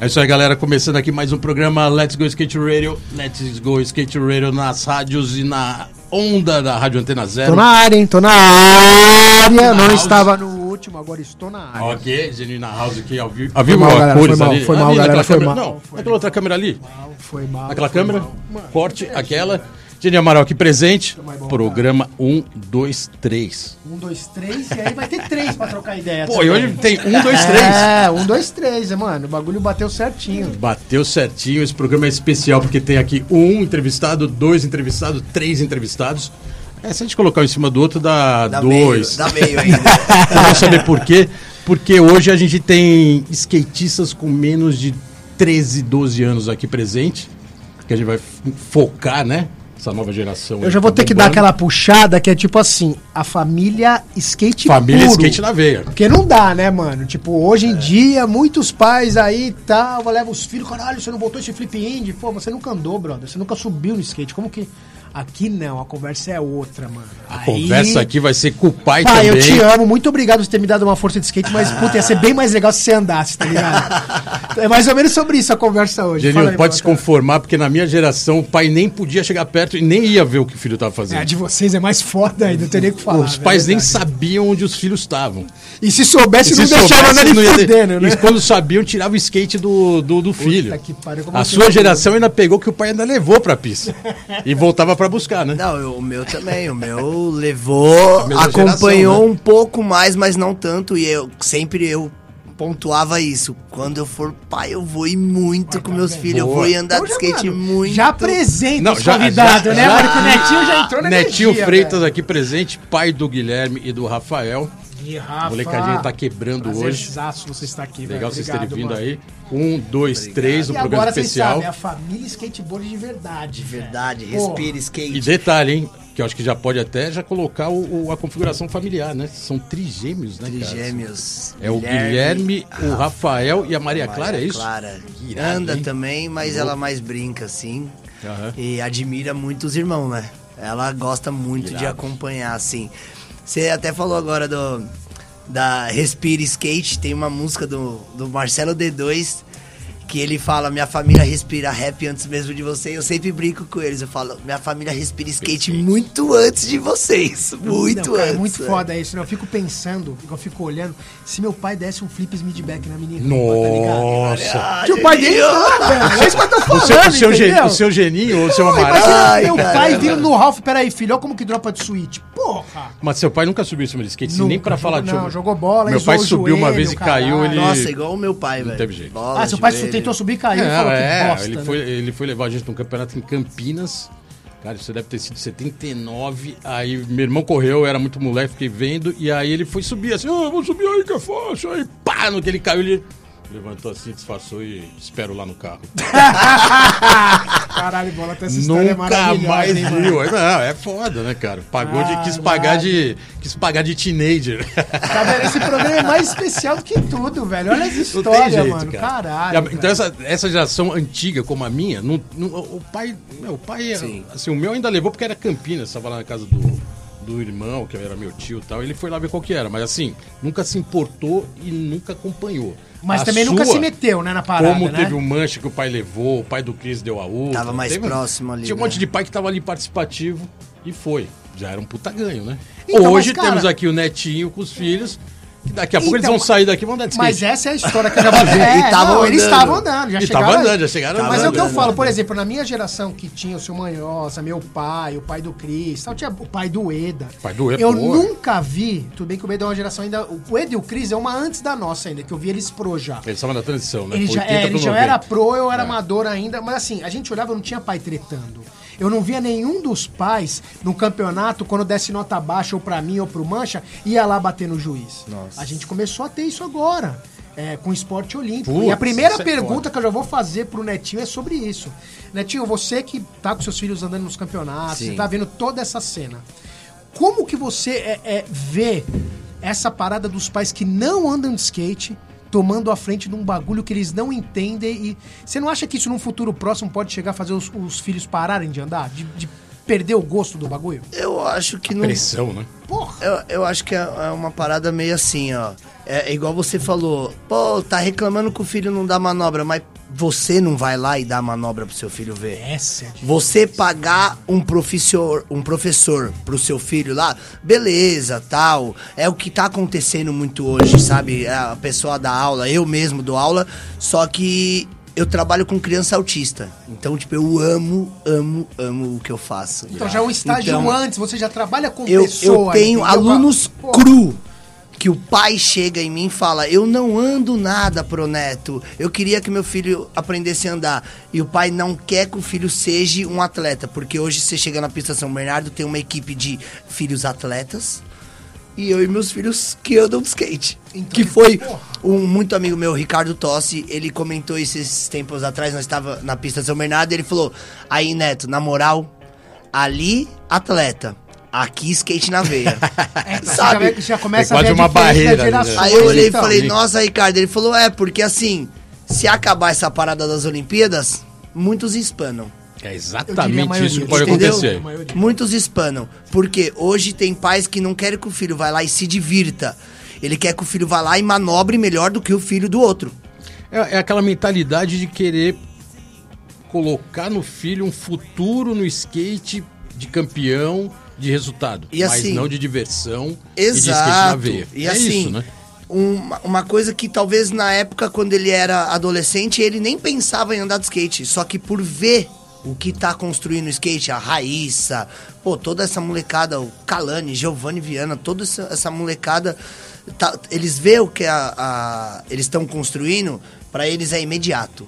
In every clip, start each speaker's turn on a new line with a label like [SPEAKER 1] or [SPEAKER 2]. [SPEAKER 1] É isso aí, galera. Começando aqui mais um programa Let's Go Skate Radio. Let's Go Skate Radio nas rádios e na onda da Rádio Antena Zero.
[SPEAKER 2] Tô na área, hein? Tô na área. Não
[SPEAKER 1] house.
[SPEAKER 2] estava no último, agora estou na área.
[SPEAKER 1] Ok, Genuína House aqui ao vivo.
[SPEAKER 2] mal, galera,
[SPEAKER 1] cores
[SPEAKER 2] foi mal,
[SPEAKER 1] ali.
[SPEAKER 2] foi mal,
[SPEAKER 1] Ali
[SPEAKER 2] galera,
[SPEAKER 1] naquela
[SPEAKER 2] foi
[SPEAKER 1] câmera-
[SPEAKER 2] mal.
[SPEAKER 1] Não, naquela outra câmera ali.
[SPEAKER 2] Foi mal.
[SPEAKER 1] Aquela
[SPEAKER 2] foi
[SPEAKER 1] câmera,
[SPEAKER 2] mal. Mano,
[SPEAKER 1] corte, aquela. Geni Amaral aqui presente. Programa 1, 2, 3.
[SPEAKER 2] Um, dois, três, e aí vai ter três pra trocar ideia. Tá
[SPEAKER 1] Pô, e hoje tem 1, 2, 3.
[SPEAKER 2] É, um, dois, três, é, mano. O bagulho bateu certinho.
[SPEAKER 1] Bateu certinho, esse programa é especial porque tem aqui um entrevistado, dois entrevistados, três entrevistados. É, se a gente colocar um em cima do outro, dá,
[SPEAKER 3] Dá
[SPEAKER 1] dois.
[SPEAKER 3] Meio, dá meio ainda.
[SPEAKER 1] Você vai saber por quê? Porque hoje a gente tem skatistas com menos de 13, 12 anos aqui presente, que a gente vai f- focar, né? Essa nova geração.
[SPEAKER 2] Eu
[SPEAKER 1] aí
[SPEAKER 2] já vou
[SPEAKER 1] tá
[SPEAKER 2] ter que dar
[SPEAKER 1] bombando.
[SPEAKER 2] aquela puxada que é tipo assim, a família skate
[SPEAKER 1] Família
[SPEAKER 2] puro.
[SPEAKER 1] skate na veia.
[SPEAKER 2] Porque não dá, né, mano? Tipo, hoje em dia, muitos pais aí e tal, levam os filhos, caralho, você não botou esse flip indie? Pô, você nunca andou, brother, você nunca subiu no skate, como que... Aqui não, a conversa é outra, mano.
[SPEAKER 1] A conversa aqui vai ser com o pai
[SPEAKER 2] Pai, eu te
[SPEAKER 1] também.
[SPEAKER 2] amo, muito obrigado por ter me dado uma força de skate, mas, puta, ia ser bem mais legal se você andasse, tá ligado? é mais ou menos sobre isso a conversa hoje. Fala
[SPEAKER 1] Genil,
[SPEAKER 2] aí,
[SPEAKER 1] pode
[SPEAKER 2] meu
[SPEAKER 1] se conformar, porque na minha geração o pai nem podia chegar perto e nem ia ver o que o filho estava
[SPEAKER 2] cara. É,
[SPEAKER 1] fazendo.
[SPEAKER 2] de vocês é mais foda ainda, não tem nem o que falar.
[SPEAKER 1] Os
[SPEAKER 2] velho,
[SPEAKER 1] pais
[SPEAKER 2] é
[SPEAKER 1] nem
[SPEAKER 2] verdade.
[SPEAKER 1] sabiam onde os filhos estavam.
[SPEAKER 2] E se soubesse,
[SPEAKER 1] Se
[SPEAKER 2] não deixavam
[SPEAKER 1] soubesse,
[SPEAKER 2] nada
[SPEAKER 1] não ia-
[SPEAKER 2] de fudendo, né?
[SPEAKER 1] E quando sabiam, tirava o skate do, do, do filho.
[SPEAKER 2] que pariu, como assim
[SPEAKER 1] a
[SPEAKER 2] que
[SPEAKER 1] sua
[SPEAKER 2] eu-
[SPEAKER 1] geração ainda pegou que o pai ainda levou pra pista. e voltava pra buscar, né?
[SPEAKER 3] Não, eu- o meu também. O meu levou,
[SPEAKER 1] A mesma
[SPEAKER 3] acompanhou
[SPEAKER 1] geração, né?
[SPEAKER 3] um pouco mais, mas não tanto. E eu sempre eu pontuava isso. Quando eu for pai, eu vou ir muito com meus filhos. Eu vou
[SPEAKER 1] Boa.
[SPEAKER 3] ir andar
[SPEAKER 2] Então
[SPEAKER 3] de
[SPEAKER 2] já,
[SPEAKER 3] skate
[SPEAKER 2] mano,
[SPEAKER 3] muito.
[SPEAKER 2] Já apresenta
[SPEAKER 1] Não,
[SPEAKER 2] os
[SPEAKER 1] já-
[SPEAKER 2] convidados,
[SPEAKER 1] já-
[SPEAKER 2] né?
[SPEAKER 1] já-
[SPEAKER 2] Porque o Netinho já entrou na
[SPEAKER 1] Netinho
[SPEAKER 2] energia,
[SPEAKER 1] Freitas aqui presente, pai do Guilherme e do Rafael.
[SPEAKER 2] velho. Ih,
[SPEAKER 1] A
[SPEAKER 2] Rafa,
[SPEAKER 1] molecadinha tá quebrando hoje.
[SPEAKER 2] Prazerzaço você está aqui, velho.
[SPEAKER 1] Legal vocês terem
[SPEAKER 2] Ah, Obrigado,
[SPEAKER 1] vindo aí.
[SPEAKER 2] mano.
[SPEAKER 1] Um, dois, três, um
[SPEAKER 2] E
[SPEAKER 1] programa
[SPEAKER 2] agora vocês
[SPEAKER 1] especial.
[SPEAKER 2] sabem, a família skateboard de verdade. velho.
[SPEAKER 3] Verdade,
[SPEAKER 2] Porra.
[SPEAKER 3] respira, skate.
[SPEAKER 1] E detalhe, hein? Que eu acho que já pode até já colocar o- o- a configuração familiar, né? São trigêmeos, né, cara?
[SPEAKER 3] Trigêmeos.
[SPEAKER 1] É o Guilherme, o Rafael e a Maria
[SPEAKER 3] Maria
[SPEAKER 1] Clara, é isso?
[SPEAKER 3] Clara.
[SPEAKER 1] Que irado,
[SPEAKER 3] Anda
[SPEAKER 1] hein?
[SPEAKER 3] também, mas ela mais brinca, assim.
[SPEAKER 1] Aham.
[SPEAKER 3] E admira muito os irmãos, né? Ela gosta muito de acompanhar, assim. Você até falou agora do da Respira Skate, tem uma música do, do Marcelo D2 que ele fala: Minha família respira rap antes mesmo de você. Eu sempre brinco com eles. Eu falo: Minha família respira skate muito antes de vocês. Muito
[SPEAKER 2] Não, cara,
[SPEAKER 3] antes.
[SPEAKER 2] É muito
[SPEAKER 3] né?
[SPEAKER 2] foda isso, né? Eu fico pensando, eu fico olhando, se meu pai desse um flip midback na menina.
[SPEAKER 1] Nossa!
[SPEAKER 3] Ah,
[SPEAKER 2] Que o pai dele não, velho. É isso que eu tô
[SPEAKER 1] O
[SPEAKER 2] falando,
[SPEAKER 1] seu, o, seu
[SPEAKER 2] Ah, entendeu?
[SPEAKER 1] geninho, o seu geninho ou o seu
[SPEAKER 2] Pô,
[SPEAKER 1] amarelo.
[SPEAKER 2] imagina
[SPEAKER 3] Ai,
[SPEAKER 2] meu
[SPEAKER 3] cara.
[SPEAKER 2] pai vindo no Ralph, peraí, filho, olha como que dropa de suíte. Porra!
[SPEAKER 1] Mas seu pai nunca subiu em cima de skate, nem
[SPEAKER 2] Nunca,
[SPEAKER 1] pra falar
[SPEAKER 2] jogou- não,
[SPEAKER 1] tio,
[SPEAKER 2] jogou bola,
[SPEAKER 1] Meu
[SPEAKER 2] isou
[SPEAKER 1] pai
[SPEAKER 2] o
[SPEAKER 1] subiu uma
[SPEAKER 2] joelho,
[SPEAKER 1] vez e caiu,
[SPEAKER 2] caralho.
[SPEAKER 1] ele.
[SPEAKER 3] Nossa, igual o meu pai, velho.
[SPEAKER 1] teve jeito.
[SPEAKER 3] Bola,
[SPEAKER 2] Ah, seu pai
[SPEAKER 3] joelho.
[SPEAKER 2] tentou subir e caiu.
[SPEAKER 1] É,
[SPEAKER 2] ele falou
[SPEAKER 1] é,
[SPEAKER 2] que bosta,
[SPEAKER 1] ele,
[SPEAKER 2] né?
[SPEAKER 1] foi, ele foi levar a gente num campeonato em Campinas. Cara, isso deve ter sido 79. Aí meu irmão correu, eu era muito moleque, fiquei vendo. E aí ele foi subir assim: "Ah, vou subir aí que é fácil. Aí pá, no que ele caiu, ele levantou assim, disfarçou e espero lá no carro.
[SPEAKER 2] Caralho, bola, até essa história é
[SPEAKER 1] Nunca
[SPEAKER 2] maravilhosa,
[SPEAKER 1] mais
[SPEAKER 2] hein, mano? Ah,
[SPEAKER 1] viu. Não, é foda, né, cara? Pagou de, quis, pagar de, quis pagar de teenager.
[SPEAKER 2] Tá vendo? Esse programa é mais especial do que tudo, velho. Olha as
[SPEAKER 1] Não
[SPEAKER 2] histórias,
[SPEAKER 1] tem jeito,
[SPEAKER 2] mano.
[SPEAKER 1] cara.
[SPEAKER 2] Caralho.
[SPEAKER 1] E a-
[SPEAKER 2] velho.
[SPEAKER 1] então essa, essa geração antiga como a minha, não- não- o pai, meu, o pai, é-
[SPEAKER 3] Sim.
[SPEAKER 1] assim, o meu ainda levou porque era Campinas, estava lá na casa do, do irmão, que era meu tio e tal, ele foi lá ver qual que era, mas assim, nunca se importou e nunca acompanhou.
[SPEAKER 2] Mas
[SPEAKER 1] A
[SPEAKER 2] também nunca
[SPEAKER 1] sua,
[SPEAKER 2] se meteu, né, na parada,
[SPEAKER 1] Como
[SPEAKER 2] né?
[SPEAKER 1] teve um o manche que o pai levou, o pai do Cris deu a outra.
[SPEAKER 3] Tava mais
[SPEAKER 1] teve-
[SPEAKER 3] próximo ali,
[SPEAKER 1] Tinha um
[SPEAKER 3] né?
[SPEAKER 1] monte de pai que tava ali participativo e foi. Já era um puta ganho, né?
[SPEAKER 2] Então, mas,
[SPEAKER 1] Hoje
[SPEAKER 2] cara-
[SPEAKER 1] temos aqui o netinho com os filhos, que daqui a pouco eles
[SPEAKER 2] Então,
[SPEAKER 1] vão sair daqui e vão dar de
[SPEAKER 2] Mas
[SPEAKER 1] skate.
[SPEAKER 2] essa é a história que eu já vou ver.
[SPEAKER 3] E tavam
[SPEAKER 2] eles
[SPEAKER 3] andando.
[SPEAKER 2] estavam andando, já
[SPEAKER 1] E
[SPEAKER 2] chegaram.
[SPEAKER 1] tava
[SPEAKER 2] aí.
[SPEAKER 1] andando, né? já chegaram
[SPEAKER 2] Mas é o que eu
[SPEAKER 1] andando.
[SPEAKER 2] falo, por exemplo, na minha geração que tinha o seu Manhosa, meu pai, o pai do Cris, tal, tinha o pai do Eda.
[SPEAKER 1] Pai do Eda,
[SPEAKER 2] Eu
[SPEAKER 1] boa.
[SPEAKER 2] nunca vi, tudo bem que o Eda é uma geração ainda. O Eda e o Cris é uma antes da nossa ainda, que eu vi eles pro já.
[SPEAKER 1] Ele estava na transição, né?
[SPEAKER 2] Ele já,
[SPEAKER 1] 80
[SPEAKER 2] é, ele
[SPEAKER 1] pro
[SPEAKER 2] já era
[SPEAKER 1] 90.
[SPEAKER 2] pro, eu era
[SPEAKER 1] É.
[SPEAKER 2] amador ainda, mas assim, a gente olhava, não tinha pai tretando. Eu não via nenhum dos pais no campeonato, quando desse nota baixa ou pra mim ou pro Mancha, ia lá bater no juiz.
[SPEAKER 3] Nossa.
[SPEAKER 2] A gente começou a ter isso agora. é, com esporte olímpico.
[SPEAKER 1] Putz,
[SPEAKER 2] e a primeira
[SPEAKER 1] isso é
[SPEAKER 2] pergunta
[SPEAKER 1] foda.
[SPEAKER 2] que eu já vou fazer pro Netinho é sobre isso. Netinho, você que tá com seus filhos andando nos campeonatos,
[SPEAKER 3] Sim.
[SPEAKER 2] você tá vendo toda essa cena. Como que você é, é, vê essa parada dos pais que não andam de skate tomando a frente de um bagulho que eles não entendem e você não acha que isso num futuro próximo pode chegar a fazer os, os filhos pararem de andar, de, de perder o gosto do bagulho?
[SPEAKER 3] Eu acho que não.
[SPEAKER 1] Pressão, né?
[SPEAKER 2] Porra!
[SPEAKER 3] Eu, eu acho que é, é uma parada meio assim, ó. É, é igual você falou, pô, tá reclamando que o filho não dá manobra, mas você não vai lá e dá a manobra pro seu filho ver.
[SPEAKER 2] Essa é a
[SPEAKER 3] Você pagar um professor, um professor pro seu filho lá, beleza, tal. É o que tá acontecendo muito hoje, sabe? É, A pessoa dá aula, eu mesmo dou aula, só que eu trabalho com criança autista. Então, tipo, eu amo, amo, amo o que eu faço.
[SPEAKER 2] Então já é um estágio
[SPEAKER 3] Então,
[SPEAKER 2] antes, você já trabalha com
[SPEAKER 3] eu,
[SPEAKER 2] pessoa.
[SPEAKER 3] eu tenho
[SPEAKER 2] entendeu?
[SPEAKER 3] alunos
[SPEAKER 2] Pô,
[SPEAKER 3] cru que o pai chega em mim e fala: Eu não ando nada pro neto. Eu queria que meu filho aprendesse a andar. E o pai não quer que o filho seja um atleta, porque hoje você chega na pista São Bernardo, tem uma equipe de filhos atletas. E eu e meus filhos que andam de skate.
[SPEAKER 2] Então,
[SPEAKER 3] que foi
[SPEAKER 2] porra.
[SPEAKER 3] um muito amigo meu, Ricardo Tossi, ele comentou isso esses tempos atrás, nós estava na pista São Bernardo, e ele falou: "Aí, Neto, na moral, ali atleta, aqui skate na veia".
[SPEAKER 2] É,
[SPEAKER 3] Sabe?
[SPEAKER 2] Já, já começa
[SPEAKER 1] É
[SPEAKER 2] a ver
[SPEAKER 1] quase uma
[SPEAKER 2] diferença
[SPEAKER 1] barreira,
[SPEAKER 2] de
[SPEAKER 1] né?
[SPEAKER 2] gerações,
[SPEAKER 3] Aí eu olhei e
[SPEAKER 2] então.
[SPEAKER 3] falei: "Nossa, Ricardo". Ele falou: "É, porque assim, se acabar essa parada das Olimpíadas, muitos espanam".
[SPEAKER 1] É
[SPEAKER 2] Eu diria a
[SPEAKER 1] exatamente
[SPEAKER 2] maioria,
[SPEAKER 1] isso que pode
[SPEAKER 3] entendeu?
[SPEAKER 1] acontecer.
[SPEAKER 3] Muitos espanam, porque hoje tem pais que não querem que o filho vá lá e se divirta. Ele quer que o filho vá lá e manobre melhor do que o filho do outro.
[SPEAKER 1] É, é aquela mentalidade de querer colocar no filho um futuro no skate de campeão, de resultado.
[SPEAKER 3] E assim-
[SPEAKER 1] mas não de diversão e de skate na
[SPEAKER 3] Exato.
[SPEAKER 1] veia.
[SPEAKER 3] E
[SPEAKER 1] é
[SPEAKER 3] assim,
[SPEAKER 1] isso, né?
[SPEAKER 3] uma, uma coisa que talvez na época, quando ele era adolescente, ele nem pensava em andar de skate. Só que por ver o que tá construindo o skate, a Raíssa, pô, toda essa molecada, o Calani, Giovanni Viana, toda essa, essa molecada, tá- eles vê o que a- a- eles estão construindo, pra eles é imediato.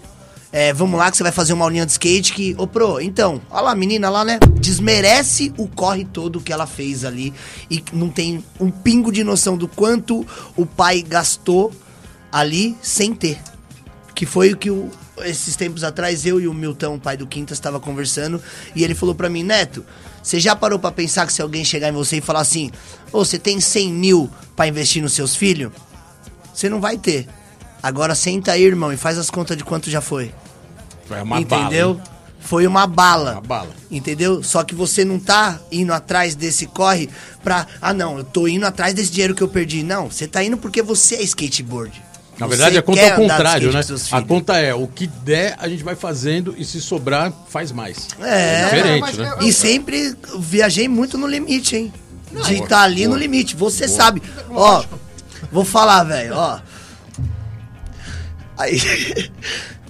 [SPEAKER 3] É, vamos lá que você vai fazer uma aulinha de skate que... Ô, pro, então, olha lá, a menina lá, né? Desmerece o corre todo que ela fez ali. E não tem um pingo de noção do quanto o pai gastou ali sem ter. Que foi o que o- esses tempos atrás eu e o Milton, o pai do Quintas, estava conversando. E ele falou pra mim, Neto, você já parou pra pensar que se alguém chegar em você e falar assim... Ô, você tem 100 mil pra investir nos seus filhos? Você não vai ter. Agora senta aí, irmão, e faz as contas de quanto já foi.
[SPEAKER 1] É uma
[SPEAKER 3] entendeu?
[SPEAKER 1] bala.
[SPEAKER 3] Foi uma bala.
[SPEAKER 1] Uma bala.
[SPEAKER 3] Entendeu? Só que você não tá indo atrás desse corre pra. Ah, não, eu tô indo atrás desse dinheiro que eu perdi. Não, você tá indo porque você é skateboard.
[SPEAKER 1] Na
[SPEAKER 3] Você
[SPEAKER 1] verdade, a conta
[SPEAKER 3] quer
[SPEAKER 1] é o
[SPEAKER 3] andar de
[SPEAKER 1] contrário,
[SPEAKER 3] skate
[SPEAKER 1] né?
[SPEAKER 3] com seus
[SPEAKER 1] A
[SPEAKER 3] filhos.
[SPEAKER 1] conta é o que der, a gente vai fazendo e se sobrar, faz mais.
[SPEAKER 3] É.
[SPEAKER 1] diferente,
[SPEAKER 2] Mas
[SPEAKER 1] né?
[SPEAKER 2] eu-
[SPEAKER 3] E sempre viajei muito no limite, hein? De
[SPEAKER 1] Boa,
[SPEAKER 3] estar ali
[SPEAKER 1] boa.
[SPEAKER 3] no limite. Você sabe. Ó, vou falar, velho, ó. Aí.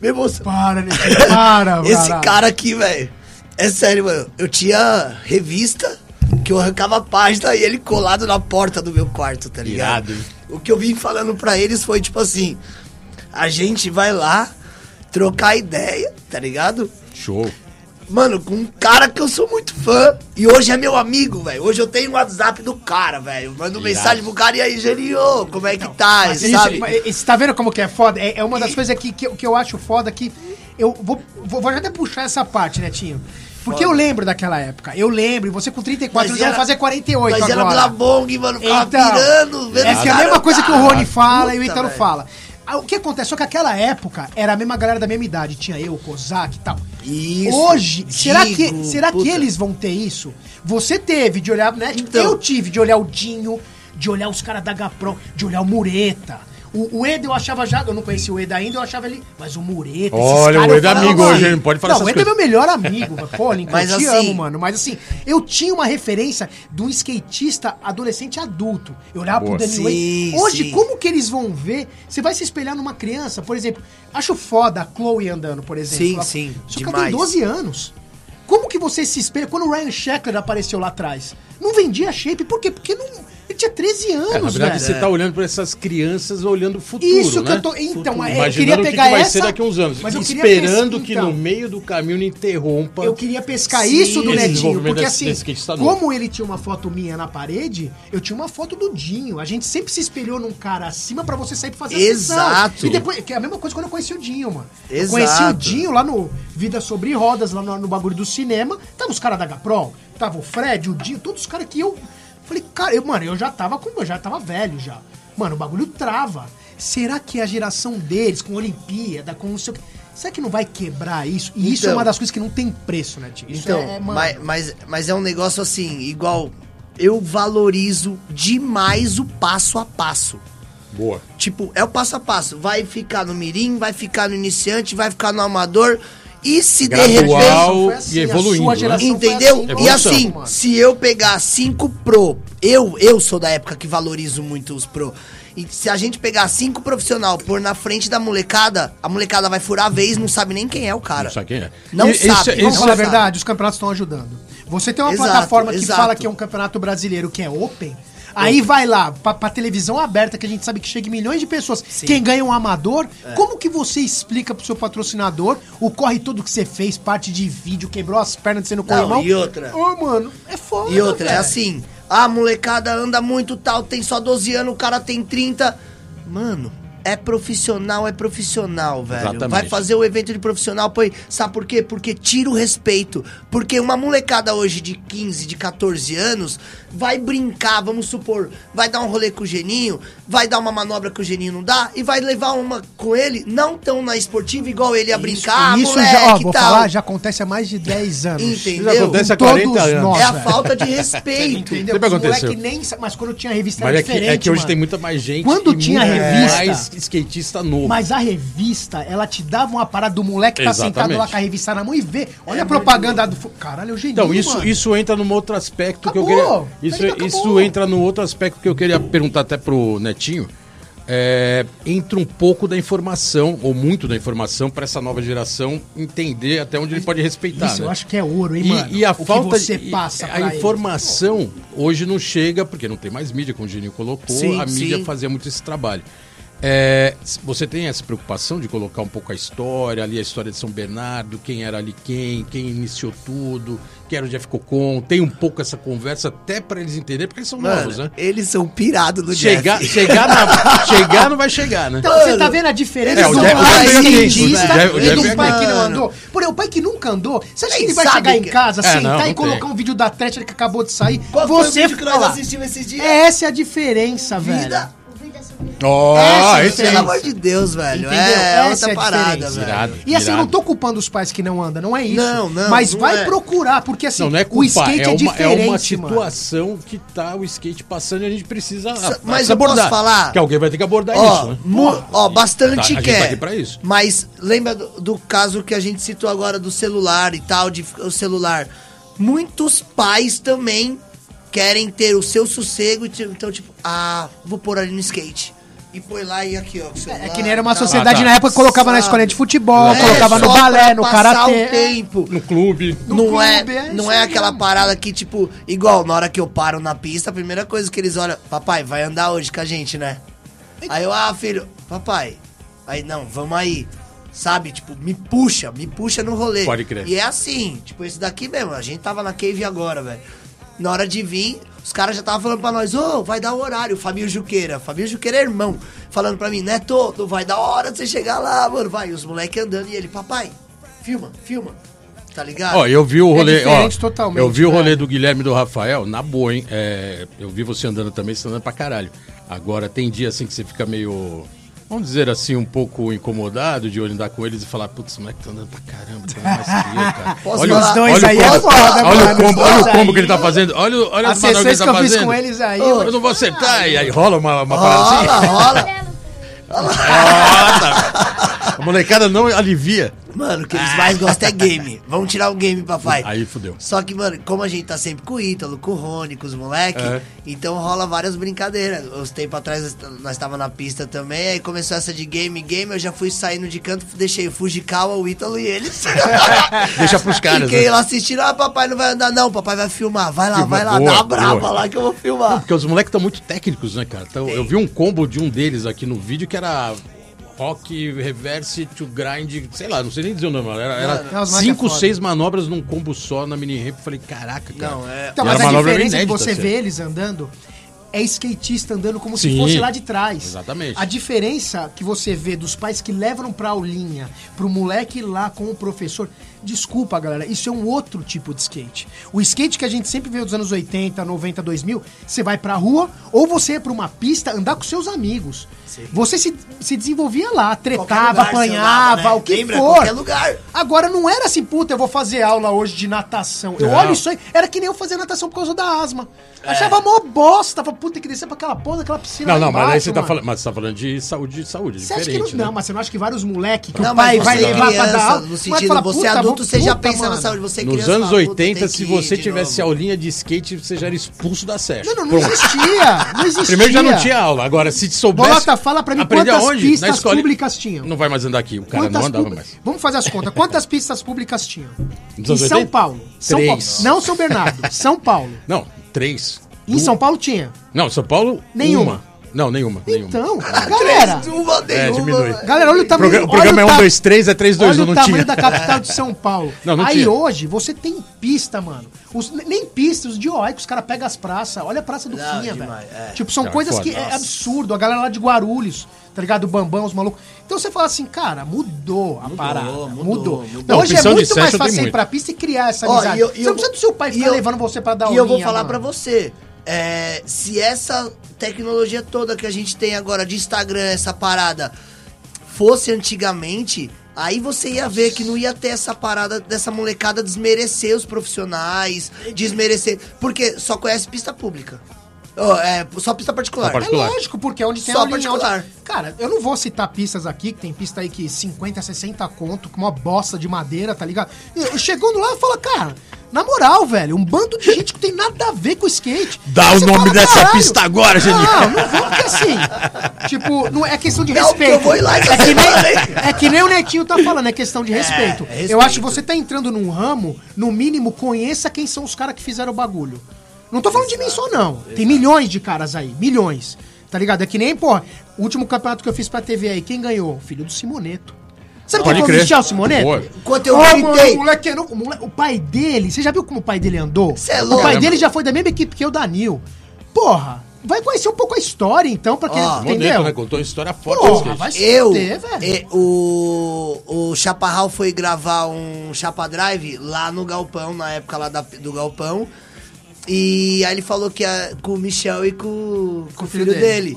[SPEAKER 3] Me emocionou.
[SPEAKER 2] Para, né? Para,
[SPEAKER 3] Esse
[SPEAKER 2] para.
[SPEAKER 3] cara aqui, velho. É sério, mano. Eu tinha revista que eu arrancava a página e ele colado na porta do meu quarto, tá ligado?
[SPEAKER 1] Irado, hein?
[SPEAKER 3] O que eu vim falando pra eles foi tipo assim: a gente vai lá trocar ideia, tá ligado?
[SPEAKER 1] Show.
[SPEAKER 3] Mano, com um cara que eu sou muito fã. E hoje é meu amigo, velho. Hoje eu tenho o WhatsApp do cara, velho. Mando mensagem pro cara e aí, Gerio, como é que
[SPEAKER 1] Então,
[SPEAKER 3] tá?
[SPEAKER 2] Mas isso-
[SPEAKER 3] sabe?
[SPEAKER 2] mas Você tá vendo como que é foda? É, é uma das coisas que, que, eu- que eu acho foda que. Eu vou, vou, vou até puxar essa parte, Netinho. Porque eu lembro daquela época. Eu lembro, e você com 34
[SPEAKER 3] Mas
[SPEAKER 2] anos vai
[SPEAKER 3] era-
[SPEAKER 2] fazer 48
[SPEAKER 3] Mas
[SPEAKER 2] agora.
[SPEAKER 3] era Vila Bong, mano. Ficava pirando, vendo
[SPEAKER 2] essa é a
[SPEAKER 3] cara
[SPEAKER 2] mesma coisa que o
[SPEAKER 3] andar.
[SPEAKER 2] Rony fala e o
[SPEAKER 3] Puta,
[SPEAKER 2] Italo
[SPEAKER 3] velho.
[SPEAKER 2] fala. Ah, O que acontece? Só que aquela época era a mesma galera da mesma idade. Tinha eu, o Kozak e tal.
[SPEAKER 3] Isso,
[SPEAKER 2] Hoje, será, que,
[SPEAKER 3] digo,
[SPEAKER 2] será que
[SPEAKER 3] puta.
[SPEAKER 2] eles vão ter isso? Você teve de olhar, né? Tipo,
[SPEAKER 3] Então.
[SPEAKER 2] eu tive de olhar o Dinho, de olhar os caras da Gapro, de olhar o Mureta. O, o Eda eu achava já, eu não conhecia o Eda ainda, eu achava ele. Mas o Mureta,
[SPEAKER 1] Olha,
[SPEAKER 2] caras,
[SPEAKER 1] o
[SPEAKER 2] eu
[SPEAKER 1] Eda é
[SPEAKER 2] falava,
[SPEAKER 1] amigo hoje,
[SPEAKER 2] mano,
[SPEAKER 1] hein? Pode falar
[SPEAKER 2] Não,
[SPEAKER 1] essas
[SPEAKER 2] o Eda é
[SPEAKER 1] coisas.
[SPEAKER 2] meu melhor amigo. mano. Pô, Lincoln,
[SPEAKER 3] Mas
[SPEAKER 2] eu te
[SPEAKER 3] assim-
[SPEAKER 2] amo, mano. Mas assim, eu tinha uma referência de um skatista adolescente adulto. Eu olhava
[SPEAKER 1] Boa.
[SPEAKER 2] pro Danny
[SPEAKER 3] Sim,
[SPEAKER 2] Way. Hoje,
[SPEAKER 3] sim.
[SPEAKER 2] como que eles vão ver? Você vai se espelhar numa criança, por exemplo. Acho foda a Chloe andando, por exemplo.
[SPEAKER 3] Sim,
[SPEAKER 2] Ela-
[SPEAKER 3] sim,
[SPEAKER 2] Só que ela
[SPEAKER 3] demais.
[SPEAKER 2] tem 12 anos. Como que você se espelha? Quando o Ryan Sheckler apareceu lá atrás, não vendia shape. Por quê? Porque não, ele tinha 13 anos,
[SPEAKER 1] É, na verdade,
[SPEAKER 2] velho.
[SPEAKER 1] você tá olhando pra essas crianças olhando o futuro,
[SPEAKER 2] Isso que
[SPEAKER 1] né?
[SPEAKER 2] eu tô. Então,
[SPEAKER 3] Futuro.
[SPEAKER 2] é, eu
[SPEAKER 1] Imaginando
[SPEAKER 2] queria
[SPEAKER 1] o que,
[SPEAKER 2] pegar
[SPEAKER 1] que vai
[SPEAKER 2] essa.
[SPEAKER 1] ser daqui a uns anos.
[SPEAKER 2] mas eu queria
[SPEAKER 1] Esperando
[SPEAKER 2] pes-
[SPEAKER 1] que
[SPEAKER 2] então,
[SPEAKER 1] no meio do caminho não interrompa.
[SPEAKER 2] Eu queria pescar
[SPEAKER 3] Sim,
[SPEAKER 2] isso do
[SPEAKER 1] esse
[SPEAKER 2] Netinho,
[SPEAKER 1] desenvolvimento
[SPEAKER 2] porque
[SPEAKER 1] desse-
[SPEAKER 2] assim,
[SPEAKER 1] desse que a gente tá
[SPEAKER 2] como ele tinha uma foto minha na parede, eu tinha uma foto do Dinho. A gente sempre se espelhou num cara acima pra você sair pra fazer a sessão.
[SPEAKER 3] Exato.
[SPEAKER 2] E depois, que é a mesma coisa quando eu conheci o Dinho, mano. Eu
[SPEAKER 3] Exato.
[SPEAKER 2] conheci o Dinho lá no Vida Sobre Rodas, lá no, no bagulho do cinema. Tava os caras da Gapron, tava o Fred, o Dinho, todos os caras que eu... Falei, cara, eu, mano, eu já tava com... Eu já tava velho já. Mano, o bagulho trava. Será que é a geração deles, com Olimpíada, com não sei o que... Será que não vai quebrar isso? E isso é
[SPEAKER 3] Então.
[SPEAKER 2] uma das coisas que não tem preço, né, Dinho? Isso
[SPEAKER 3] Então,
[SPEAKER 2] é, mano,
[SPEAKER 3] mas, mas, mas é um negócio assim, igual eu valorizo demais o passo a passo.
[SPEAKER 1] Boa.
[SPEAKER 3] Tipo, é o passo a passo. Vai ficar no mirim, vai ficar no iniciante, vai ficar no amador. E se de repente.
[SPEAKER 1] Gradual
[SPEAKER 2] foi assim,
[SPEAKER 1] e
[SPEAKER 2] a sua
[SPEAKER 1] evoluindo. né?
[SPEAKER 2] geração-
[SPEAKER 3] Entendeu?
[SPEAKER 2] Foi assim,
[SPEAKER 3] e
[SPEAKER 1] evolução,
[SPEAKER 3] assim,
[SPEAKER 2] mano.
[SPEAKER 3] se eu pegar 5 Pro, eu eu sou da época que valorizo muito os Pro. E se a gente pegar 5 profissional por na frente da molecada, a molecada vai furar a vez, não sabe nem quem é o cara.
[SPEAKER 1] Não sabe quem é.
[SPEAKER 3] Não
[SPEAKER 1] E-
[SPEAKER 3] sabe,
[SPEAKER 1] esse-
[SPEAKER 3] não
[SPEAKER 2] Vamos
[SPEAKER 1] esse-
[SPEAKER 2] falar a
[SPEAKER 3] Então, Exato.
[SPEAKER 2] verdade, os campeonatos estão ajudando. Você tem uma
[SPEAKER 3] Exato,
[SPEAKER 2] plataforma que
[SPEAKER 3] exato.
[SPEAKER 2] fala que é um campeonato brasileiro que é open, aí vai lá pra, pra televisão aberta, que a gente sabe que chega em milhões de pessoas. Quem ganha é um amador, como que você explica pro seu patrocinador o corre todo que você fez, parte de vídeo, quebrou as pernas de você no
[SPEAKER 3] Não,
[SPEAKER 2] corrimão?
[SPEAKER 3] e outra?
[SPEAKER 2] Ô, mano, é foda.
[SPEAKER 3] E outra, é
[SPEAKER 2] velho.
[SPEAKER 3] assim, a molecada anda muito tal, tem só 12 anos, o cara tem 30. Mano, é profissional, é profissional, velho.
[SPEAKER 1] Exatamente.
[SPEAKER 3] Vai fazer o evento de profissional, põe. Sabe por quê? Porque tira o respeito. Porque uma molecada hoje de 15, de 14 anos, vai brincar, vamos supor, vai dar um rolê com o Geninho, vai dar uma manobra que o Geninho não dá, e vai levar uma com ele, não tão na esportiva igual ele a brincar,
[SPEAKER 2] isso
[SPEAKER 3] "Ah, moleque,
[SPEAKER 2] já, ó, vou
[SPEAKER 3] tal.
[SPEAKER 2] falar, já acontece há mais de 10 anos.
[SPEAKER 3] Entendeu?
[SPEAKER 1] Isso acontece há
[SPEAKER 2] Todos
[SPEAKER 1] 40 anos.
[SPEAKER 2] nós.
[SPEAKER 3] É a
[SPEAKER 2] velho.
[SPEAKER 3] falta de respeito.
[SPEAKER 2] Entendeu?
[SPEAKER 1] Sempre
[SPEAKER 2] Os moleque
[SPEAKER 1] aconteceu.
[SPEAKER 2] nem sa- Mas quando tinha revista
[SPEAKER 1] Mas
[SPEAKER 2] era
[SPEAKER 1] é que, é que hoje
[SPEAKER 2] mano.
[SPEAKER 1] tem muita mais gente.
[SPEAKER 2] Quando
[SPEAKER 1] e
[SPEAKER 2] tinha
[SPEAKER 1] muito
[SPEAKER 2] revista-
[SPEAKER 1] Mais skatista novo.
[SPEAKER 2] Mas a revista, ela te dava uma parada do moleque que tá sentado
[SPEAKER 1] Exatamente.
[SPEAKER 2] lá com a revista na mão e vê. Olha a propaganda do. fu- Caralho, é o Geninho,
[SPEAKER 1] Então, isso,
[SPEAKER 2] mano.
[SPEAKER 1] isso entra num outro aspecto que
[SPEAKER 2] Acabou.
[SPEAKER 1] eu queria.
[SPEAKER 2] Ele
[SPEAKER 1] Isso,
[SPEAKER 2] acabou.
[SPEAKER 1] isso entra num outro aspecto que eu queria perguntar até pro Netinho. É, entra um pouco da informação, ou muito da informação, para essa nova geração entender até onde ele pode respeitar.
[SPEAKER 2] Isso eu
[SPEAKER 1] né?
[SPEAKER 2] acho que é ouro, hein,
[SPEAKER 1] E-
[SPEAKER 2] mano?
[SPEAKER 1] E, a
[SPEAKER 2] O que
[SPEAKER 1] falta
[SPEAKER 2] você
[SPEAKER 1] de,
[SPEAKER 2] passa
[SPEAKER 1] e-
[SPEAKER 2] pra
[SPEAKER 1] a
[SPEAKER 2] eles.
[SPEAKER 1] informação hoje não chega porque não tem mais mídia, como o Geninho colocou,
[SPEAKER 3] Sim,
[SPEAKER 1] a mídia
[SPEAKER 3] sim.
[SPEAKER 1] fazia muito esse trabalho. É, s- você tem essa preocupação de colocar um pouco a história, ali a história de São Bernardo, quem era ali quem, quem iniciou tudo, quem era o Jeff Cocon, tem um pouco essa conversa até pra eles entenderem, porque eles são novos, né?
[SPEAKER 3] Eles são pirados do
[SPEAKER 1] Chegar,
[SPEAKER 3] Jeff.
[SPEAKER 1] chegar, na- chegar não vai chegar, né?
[SPEAKER 2] Então, você tá vendo a diferença
[SPEAKER 1] É, o
[SPEAKER 2] do
[SPEAKER 1] Jeff- o
[SPEAKER 2] pai
[SPEAKER 1] Jeff é quem?
[SPEAKER 2] skatista
[SPEAKER 1] O Jeff- o
[SPEAKER 2] e
[SPEAKER 1] Jeff
[SPEAKER 2] do
[SPEAKER 1] é
[SPEAKER 2] pai que não
[SPEAKER 3] mano.
[SPEAKER 2] andou? Por exemplo, o pai que nunca andou, você acha que
[SPEAKER 3] Nem
[SPEAKER 2] ele vai
[SPEAKER 3] sabe
[SPEAKER 2] chegar em
[SPEAKER 3] que-
[SPEAKER 2] casa,
[SPEAKER 1] É,
[SPEAKER 2] sentar
[SPEAKER 1] não, não
[SPEAKER 2] e colocar
[SPEAKER 1] tem.
[SPEAKER 2] um vídeo da Thatcher que acabou de sair?
[SPEAKER 3] Qual foi
[SPEAKER 2] você
[SPEAKER 3] o vídeo que nós
[SPEAKER 2] falar.
[SPEAKER 3] assistimos esses dias?
[SPEAKER 2] É essa é a diferença, velho.
[SPEAKER 3] Vida.
[SPEAKER 1] Ó,
[SPEAKER 2] Então, essa
[SPEAKER 1] esse
[SPEAKER 3] Pelo
[SPEAKER 2] diferença.
[SPEAKER 1] é
[SPEAKER 3] amor de Deus, velho.
[SPEAKER 2] Entendeu?
[SPEAKER 3] É,
[SPEAKER 2] Essa é
[SPEAKER 3] outra
[SPEAKER 2] a
[SPEAKER 3] parada,
[SPEAKER 2] diferença.
[SPEAKER 3] velho.
[SPEAKER 1] Irado.
[SPEAKER 2] E assim, eu não
[SPEAKER 1] Irado.
[SPEAKER 2] tô culpando os pais que não andam, não é isso.
[SPEAKER 3] Não, não,
[SPEAKER 2] Mas
[SPEAKER 3] não
[SPEAKER 2] vai
[SPEAKER 3] é.
[SPEAKER 2] procurar, porque assim,
[SPEAKER 1] Não, não é
[SPEAKER 2] o
[SPEAKER 1] culpar,
[SPEAKER 2] skate
[SPEAKER 1] é,
[SPEAKER 2] é,
[SPEAKER 1] uma, é
[SPEAKER 2] diferente,
[SPEAKER 1] uma
[SPEAKER 2] mano.
[SPEAKER 1] situação que tá o skate passando e a gente precisa
[SPEAKER 3] Sa-
[SPEAKER 1] a-
[SPEAKER 3] mas
[SPEAKER 1] se
[SPEAKER 3] eu posso falar?
[SPEAKER 1] Que alguém vai ter que abordar
[SPEAKER 3] Ó,
[SPEAKER 1] isso, né?
[SPEAKER 3] mu- ó,
[SPEAKER 1] Tá, a
[SPEAKER 3] bastante
[SPEAKER 1] gente
[SPEAKER 3] quer.
[SPEAKER 1] tá aqui pra isso.
[SPEAKER 3] Mas lembra do, do caso que a gente citou agora do celular e tal, de f- o celular. Muitos pais também querem ter o seu sossego, e ti- então tipo, ah, vou pôr ali no skate. E põe lá e aqui, ó. com o
[SPEAKER 2] É
[SPEAKER 3] celular
[SPEAKER 2] que nem era uma
[SPEAKER 3] e tal.
[SPEAKER 1] Ah,
[SPEAKER 2] sociedade
[SPEAKER 1] tá.
[SPEAKER 2] na época que colocava na
[SPEAKER 3] Sabe?
[SPEAKER 2] escolinha de futebol,
[SPEAKER 3] Ah, tá, É,
[SPEAKER 2] colocava no
[SPEAKER 3] só
[SPEAKER 2] balé,
[SPEAKER 3] pra
[SPEAKER 2] no
[SPEAKER 3] passar o
[SPEAKER 2] karatê.
[SPEAKER 3] tempo.
[SPEAKER 1] No clube.
[SPEAKER 2] No
[SPEAKER 3] não
[SPEAKER 2] clube,
[SPEAKER 3] é,
[SPEAKER 2] é isso
[SPEAKER 3] não é
[SPEAKER 2] aí
[SPEAKER 3] aquela
[SPEAKER 2] mesmo.
[SPEAKER 3] parada que, tipo, igual na hora que eu paro na pista, a primeira coisa que eles olham, papai, vai andar hoje com a gente, né? Aí eu, ah, filho, papai, aí não, vamos aí. Sabe, tipo, me puxa, me puxa no rolê.
[SPEAKER 1] Pode crer.
[SPEAKER 3] E é assim, tipo, esse daqui mesmo, a gente tava na cave agora, velho. Na hora de vir, os caras já estavam falando pra nós, ô, vai dar o horário, Fabinho Juqueira. Fabinho Juqueira é irmão. Falando pra mim, Neto, não é vai dar hora de você chegar lá, mano. Vai, E os moleques andando e ele, papai, filma, filma. Tá ligado?
[SPEAKER 1] Ó, eu vi o rolê. ó,
[SPEAKER 2] Ah, é diferente totalmente,
[SPEAKER 1] eu vi o
[SPEAKER 2] né?
[SPEAKER 1] rolê do Guilherme e do Rafael, na boa, hein? É, eu vi você andando também, você andando pra caralho. Agora, tem dia assim que você fica meio. Vamos dizer assim, um pouco incomodado de olhar com eles e falar, putz, o moleque tá andando pra caramba, tá andando mais que eu, cara.
[SPEAKER 3] Posso
[SPEAKER 1] olha o-
[SPEAKER 3] falar? Os
[SPEAKER 2] dois
[SPEAKER 1] olha o
[SPEAKER 2] aí é
[SPEAKER 1] combo- olha o
[SPEAKER 2] foda, mano,
[SPEAKER 1] combo,
[SPEAKER 2] os
[SPEAKER 1] olha o
[SPEAKER 2] dois
[SPEAKER 1] combo que
[SPEAKER 2] aí.
[SPEAKER 1] ele tá fazendo, olha, o- olha manobras
[SPEAKER 2] As sessões
[SPEAKER 1] ele tá
[SPEAKER 2] que eu fiz
[SPEAKER 1] fazendo.
[SPEAKER 2] com eles aí, Ah.
[SPEAKER 1] Ô,
[SPEAKER 2] mano.
[SPEAKER 1] Eu não vou
[SPEAKER 3] assim?
[SPEAKER 1] acertar, e aí rola uma, uma parada assim.
[SPEAKER 3] Rola, rola.
[SPEAKER 1] Rola. A molecada não alivia.
[SPEAKER 3] Mano, o que eles mais gostam é game. Vamos tirar o game, papai.
[SPEAKER 1] Aí fudeu.
[SPEAKER 3] Só que, mano, como a gente tá sempre com o Ítalo, com o Rony, com os moleques,
[SPEAKER 1] É.
[SPEAKER 3] então rola várias brincadeiras. Os tempos atrás nós tava na pista também, aí começou essa de game, game, eu já fui saindo de canto, deixei o Fujikawa, o Ítalo e eles.
[SPEAKER 1] Deixa pros caras,
[SPEAKER 3] Fiquei
[SPEAKER 1] né?
[SPEAKER 3] lá assistindo, ah, papai não vai andar não, papai vai filmar, vai lá,
[SPEAKER 1] Filma-
[SPEAKER 3] vai lá,
[SPEAKER 1] boa,
[SPEAKER 3] dá a braba
[SPEAKER 1] boa.
[SPEAKER 3] lá que eu vou filmar.
[SPEAKER 1] Porque os moleques estão muito técnicos, né, cara? Então, eu vi um combo de um deles aqui no vídeo que era rock, reverse, to grind, sei lá, não sei nem dizer o nome. mano. Era, era
[SPEAKER 2] Não, os moleque é
[SPEAKER 1] cinco,
[SPEAKER 2] foda.
[SPEAKER 1] seis manobras num combo só na mini ramp. Eu Falei, caraca, cara.
[SPEAKER 3] Não, é...
[SPEAKER 2] Então,
[SPEAKER 1] E
[SPEAKER 2] mas
[SPEAKER 1] era
[SPEAKER 2] a
[SPEAKER 1] manobra
[SPEAKER 2] diferença é que
[SPEAKER 1] inédita,
[SPEAKER 2] você
[SPEAKER 1] assim.
[SPEAKER 2] vê eles andando é skatista andando como
[SPEAKER 1] Sim,
[SPEAKER 2] se fosse lá de trás.
[SPEAKER 1] exatamente.
[SPEAKER 2] A diferença que você vê dos pais que levam pra aulinha, pro moleque ir lá com o professor. Desculpa, galera, isso é um outro tipo de skate. O skate que a gente sempre vê dos anos 80, 90, 2000, você vai pra rua ou você ia pra uma pista andar com seus amigos. Você se, se desenvolvia lá, tretava,
[SPEAKER 3] lugar você
[SPEAKER 2] apanhava,
[SPEAKER 3] andava, né?
[SPEAKER 2] o que
[SPEAKER 3] Lembra?
[SPEAKER 2] for.
[SPEAKER 3] Qualquer lugar.
[SPEAKER 2] Agora não era assim, puta, eu vou fazer aula hoje de natação. Eu
[SPEAKER 1] Não. É.
[SPEAKER 2] olho isso aí, era que nem eu fazer natação por causa da asma. Achava mó bosta, falava, puta, tem que descer pra aquela porra daquela piscina.
[SPEAKER 1] Não,
[SPEAKER 2] lá
[SPEAKER 1] não, mas aí
[SPEAKER 2] embaixo,
[SPEAKER 1] você tá
[SPEAKER 2] mano."
[SPEAKER 1] falando, mas você tá falando de saúde, de saúde, é
[SPEAKER 2] Você acha que
[SPEAKER 1] diferente,
[SPEAKER 2] não,
[SPEAKER 1] né?
[SPEAKER 2] não, mas você não acha que vários moleques que
[SPEAKER 3] Não,
[SPEAKER 2] o pai
[SPEAKER 3] mas
[SPEAKER 2] vai
[SPEAKER 3] você é
[SPEAKER 2] levar pra dar
[SPEAKER 3] criança,
[SPEAKER 2] aula?
[SPEAKER 3] no
[SPEAKER 2] mas
[SPEAKER 3] sentido,
[SPEAKER 2] fala,
[SPEAKER 3] você
[SPEAKER 2] "Puta,
[SPEAKER 3] adulto,
[SPEAKER 2] vou-
[SPEAKER 3] você já
[SPEAKER 2] puta,
[SPEAKER 3] pensa na
[SPEAKER 2] mano."
[SPEAKER 3] saúde, você é
[SPEAKER 1] Nos
[SPEAKER 3] criança,
[SPEAKER 1] anos
[SPEAKER 3] fala, puta,
[SPEAKER 1] 80,
[SPEAKER 3] tem
[SPEAKER 1] se
[SPEAKER 3] que
[SPEAKER 1] você
[SPEAKER 3] ir de
[SPEAKER 1] tivesse
[SPEAKER 3] novo.
[SPEAKER 1] aulinha de skate, você já era expulso da SESC.
[SPEAKER 2] Não, não, não
[SPEAKER 1] Pronto.
[SPEAKER 2] existia, não existia.
[SPEAKER 1] Primeiro já não tinha aula, agora se soubesse...
[SPEAKER 2] Bolota, fala pra mim
[SPEAKER 1] Aprendi
[SPEAKER 2] quantas
[SPEAKER 1] aonde?
[SPEAKER 2] pistas
[SPEAKER 1] Na escola.
[SPEAKER 2] públicas tinham.
[SPEAKER 1] Não vai mais andar aqui, o cara
[SPEAKER 2] Quantas
[SPEAKER 1] não andava
[SPEAKER 2] públicas-
[SPEAKER 1] mais.
[SPEAKER 2] Vamos fazer as contas. Quantas pistas públicas tinham?
[SPEAKER 1] Nos
[SPEAKER 2] Em
[SPEAKER 1] anos
[SPEAKER 2] São
[SPEAKER 1] 80?
[SPEAKER 2] Paulo. São Paulo.
[SPEAKER 1] Três.
[SPEAKER 2] Não São Bernardo, São Paulo.
[SPEAKER 1] Não, três.
[SPEAKER 2] Em São Paulo tinha.
[SPEAKER 1] Não, São Paulo,
[SPEAKER 2] Nenhuma.
[SPEAKER 1] uma. Não, nenhuma, nenhuma.
[SPEAKER 2] Então, galera.
[SPEAKER 3] Três, uma,
[SPEAKER 1] É,
[SPEAKER 3] nenhuma,
[SPEAKER 1] diminui.
[SPEAKER 3] velho.
[SPEAKER 2] Galera, olha o
[SPEAKER 1] O
[SPEAKER 2] tamanho.
[SPEAKER 1] Ah, programa, o
[SPEAKER 2] olha
[SPEAKER 1] programa é
[SPEAKER 2] ta-
[SPEAKER 1] 1, 2, 3, é 3, 2,
[SPEAKER 2] Olha
[SPEAKER 1] 1,
[SPEAKER 2] o
[SPEAKER 1] não tinha.
[SPEAKER 2] tamanho da capital de São Paulo.
[SPEAKER 1] Não, não
[SPEAKER 2] Aí
[SPEAKER 1] tinha.
[SPEAKER 2] hoje você tem pista, mano. Os- nem pista, os de OI, que os caras pegam as praças. Olha a praça do
[SPEAKER 3] Não,
[SPEAKER 2] Finha, velho.
[SPEAKER 3] demais, é.
[SPEAKER 2] Tipo, são
[SPEAKER 1] Não, é
[SPEAKER 2] coisas
[SPEAKER 1] foda,
[SPEAKER 2] que é absurdo. A galera lá de Guarulhos, tá ligado? O Bambam, os malucos. Então você fala assim, cara, mudou a parada. Mudou.
[SPEAKER 3] mudou.
[SPEAKER 2] Hoje é
[SPEAKER 1] Opção de
[SPEAKER 2] muito mais
[SPEAKER 1] session tem
[SPEAKER 2] fácil ir
[SPEAKER 1] muito.
[SPEAKER 2] pra pista e criar essa
[SPEAKER 3] Ó,
[SPEAKER 2] amizade.
[SPEAKER 3] e eu- e
[SPEAKER 2] você não
[SPEAKER 3] eu vou-
[SPEAKER 2] precisa do seu pai
[SPEAKER 3] e
[SPEAKER 2] ficar
[SPEAKER 3] eu-
[SPEAKER 2] levando você pra dar
[SPEAKER 3] E eu vou falar
[SPEAKER 2] mano.
[SPEAKER 3] pra você, é, se essa tecnologia toda que a gente tem agora de Instagram, essa parada, fosse antigamente, aí você ia ver que não ia ter essa parada dessa molecada desmerecer os profissionais, desmerecer, porque só conhece pista pública. Ó, é, só pista particular.
[SPEAKER 1] Só
[SPEAKER 2] É
[SPEAKER 1] particular.
[SPEAKER 2] lógico, porque é onde tem
[SPEAKER 3] Só
[SPEAKER 2] aulinha, onde-
[SPEAKER 3] particular.
[SPEAKER 2] Cara, eu não vou citar pistas aqui, que tem pista aí que 50, 60 conto, com uma bosta de madeira, tá ligado? E chegando lá, eu falo, cara, na moral, velho, um bando de gente que tem nada a ver com skate.
[SPEAKER 1] Dá
[SPEAKER 2] Aí
[SPEAKER 1] o
[SPEAKER 2] você
[SPEAKER 1] nome dessa
[SPEAKER 2] "Caralho,
[SPEAKER 1] pista agora, gente."
[SPEAKER 2] Não, não vou, porque é assim, tipo, não é questão de
[SPEAKER 3] Não, porque
[SPEAKER 2] respeito.
[SPEAKER 3] eu vou ir lá e
[SPEAKER 2] é, que
[SPEAKER 3] falei.
[SPEAKER 2] nem, é que nem o Netinho tá falando, é questão de respeito.
[SPEAKER 3] respeito.
[SPEAKER 2] Eu acho que você tá entrando num ramo, no mínimo, conheça quem são os caras que fizeram o bagulho. Não tô falando de mim só, não. Tem milhões de caras aí, milhões. Tá ligado? É que nem, porra, o último campeonato que eu fiz pra TV aí, quem ganhou? O filho do Simoneto. Sabe
[SPEAKER 1] Pode
[SPEAKER 2] quem foi
[SPEAKER 1] crer.
[SPEAKER 2] o Simoneto?
[SPEAKER 1] Boa.
[SPEAKER 3] Enquanto eu
[SPEAKER 2] Ô,
[SPEAKER 3] gritei.
[SPEAKER 2] mano, o moleque era- o, moleque- o pai dele, você já viu como o pai dele andou?
[SPEAKER 3] Cê é
[SPEAKER 2] o
[SPEAKER 3] louco.
[SPEAKER 2] pai
[SPEAKER 3] Caramba.
[SPEAKER 2] dele já foi da mesma equipe que eu, Danil. Porra, vai conhecer um pouco a história, então, pra quem
[SPEAKER 3] Ó,
[SPEAKER 2] entendeu?
[SPEAKER 1] Moneto, né? Contou uma história forte.
[SPEAKER 2] Porra,
[SPEAKER 1] desse
[SPEAKER 2] vai
[SPEAKER 1] jeito.
[SPEAKER 2] se
[SPEAKER 3] Eu,
[SPEAKER 2] fuder,
[SPEAKER 3] é,
[SPEAKER 2] velho.
[SPEAKER 3] e- o, o Chaparral foi gravar um Chapa Drive lá no Galpão, na época lá da- do Galpão. E aí ele falou que ia com o Michel e com, com o filho dele.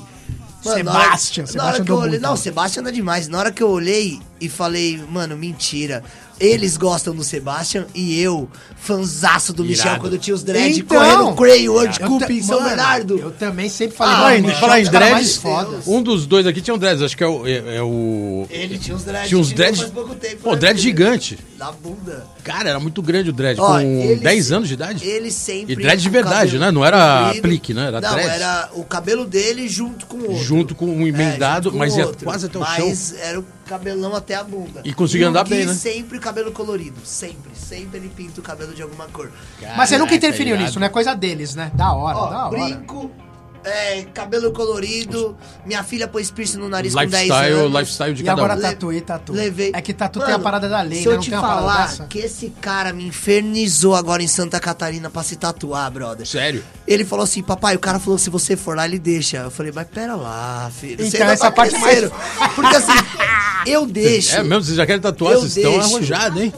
[SPEAKER 3] Mano, na hora-
[SPEAKER 2] Sebastian,
[SPEAKER 3] na hora
[SPEAKER 2] Sebastian
[SPEAKER 3] que eu
[SPEAKER 2] andou
[SPEAKER 3] olhei,
[SPEAKER 2] muito,
[SPEAKER 3] não,
[SPEAKER 2] mano.
[SPEAKER 3] Sebastian anda demais. Na hora que eu olhei e falei, mano, mentira. Eles gostam do Sebastian e eu, fanzaço do Michel,
[SPEAKER 1] Irado.
[SPEAKER 3] quando tinha os dread
[SPEAKER 2] Então,
[SPEAKER 3] correndo, Cray, World
[SPEAKER 2] Eu
[SPEAKER 3] Cup
[SPEAKER 2] ta-
[SPEAKER 3] em São
[SPEAKER 2] mano,
[SPEAKER 3] Bernardo.
[SPEAKER 2] Eu também sempre falei,
[SPEAKER 3] Ah,
[SPEAKER 2] mano,
[SPEAKER 3] em-
[SPEAKER 2] Michel
[SPEAKER 1] falar
[SPEAKER 2] é
[SPEAKER 1] em
[SPEAKER 2] o cara
[SPEAKER 1] dreads,
[SPEAKER 2] mais foda.
[SPEAKER 1] Um dos dois aqui tinha um dreads, acho que é o... É, é o...
[SPEAKER 3] Ele tinha uns dread.
[SPEAKER 1] Tinha uns
[SPEAKER 3] tirou
[SPEAKER 1] dreads...
[SPEAKER 3] faz pouco tempo,
[SPEAKER 1] Pô,
[SPEAKER 3] né,
[SPEAKER 1] dread
[SPEAKER 3] filho?
[SPEAKER 1] gigante.
[SPEAKER 3] Na bunda.
[SPEAKER 1] Cara, era muito grande o dread,
[SPEAKER 3] Ó,
[SPEAKER 1] com
[SPEAKER 3] ele
[SPEAKER 1] 10
[SPEAKER 3] se-
[SPEAKER 1] anos de idade.
[SPEAKER 3] Ele sempre.
[SPEAKER 1] E dread de
[SPEAKER 3] com o
[SPEAKER 1] verdade,
[SPEAKER 3] cabelo
[SPEAKER 1] né? Não era
[SPEAKER 3] comprido.
[SPEAKER 1] aplique, né? Era
[SPEAKER 3] não,
[SPEAKER 1] dread.
[SPEAKER 3] era o cabelo dele junto com o outro.
[SPEAKER 1] Junto com um emendado,
[SPEAKER 3] É, junto com
[SPEAKER 1] mas
[SPEAKER 3] o
[SPEAKER 1] ia
[SPEAKER 3] outro.
[SPEAKER 1] quase até o
[SPEAKER 3] mas
[SPEAKER 1] chão.
[SPEAKER 3] era o cabelão até a bunda.
[SPEAKER 1] E conseguia
[SPEAKER 3] o
[SPEAKER 1] andar bem,
[SPEAKER 3] Gui
[SPEAKER 1] né?
[SPEAKER 3] sempre cabelo colorido. Sempre. Sempre ele pinta o cabelo de alguma cor.
[SPEAKER 2] Mas você nunca
[SPEAKER 1] Caraca,
[SPEAKER 2] interferiu
[SPEAKER 1] irado.
[SPEAKER 2] nisso, né? Coisa deles, né? Da hora, da
[SPEAKER 3] Ó,
[SPEAKER 2] hora.
[SPEAKER 3] brinco. é, cabelo colorido. Minha filha pôs piercing no nariz com 10
[SPEAKER 1] Lifestyle,
[SPEAKER 3] anos.
[SPEAKER 1] lifestyle de
[SPEAKER 2] E
[SPEAKER 1] cada
[SPEAKER 2] agora
[SPEAKER 1] um.
[SPEAKER 2] tá
[SPEAKER 3] Le-
[SPEAKER 2] tatu, e tatu?
[SPEAKER 3] Levei.
[SPEAKER 2] É que tatu tem
[SPEAKER 3] Mano,
[SPEAKER 2] a parada da lei,
[SPEAKER 3] Se eu
[SPEAKER 2] né? Não
[SPEAKER 3] te
[SPEAKER 2] tem uma parada
[SPEAKER 3] falar
[SPEAKER 2] dessa?
[SPEAKER 3] que esse cara me infernizou agora em Santa Catarina pra se tatuar, brother.
[SPEAKER 1] Sério?
[SPEAKER 3] Ele falou assim, papai, o cara falou, se você for lá, ele deixa. Eu falei, mas pera lá, filho. você
[SPEAKER 2] Então,
[SPEAKER 3] ainda
[SPEAKER 2] essa
[SPEAKER 3] tá
[SPEAKER 2] parte é mais-
[SPEAKER 3] crescendo." Porque assim, eu deixo.
[SPEAKER 1] É mesmo, vocês já querem tatuar,
[SPEAKER 3] Eu
[SPEAKER 1] vocês estão
[SPEAKER 3] deixo.
[SPEAKER 1] arrojados, hein?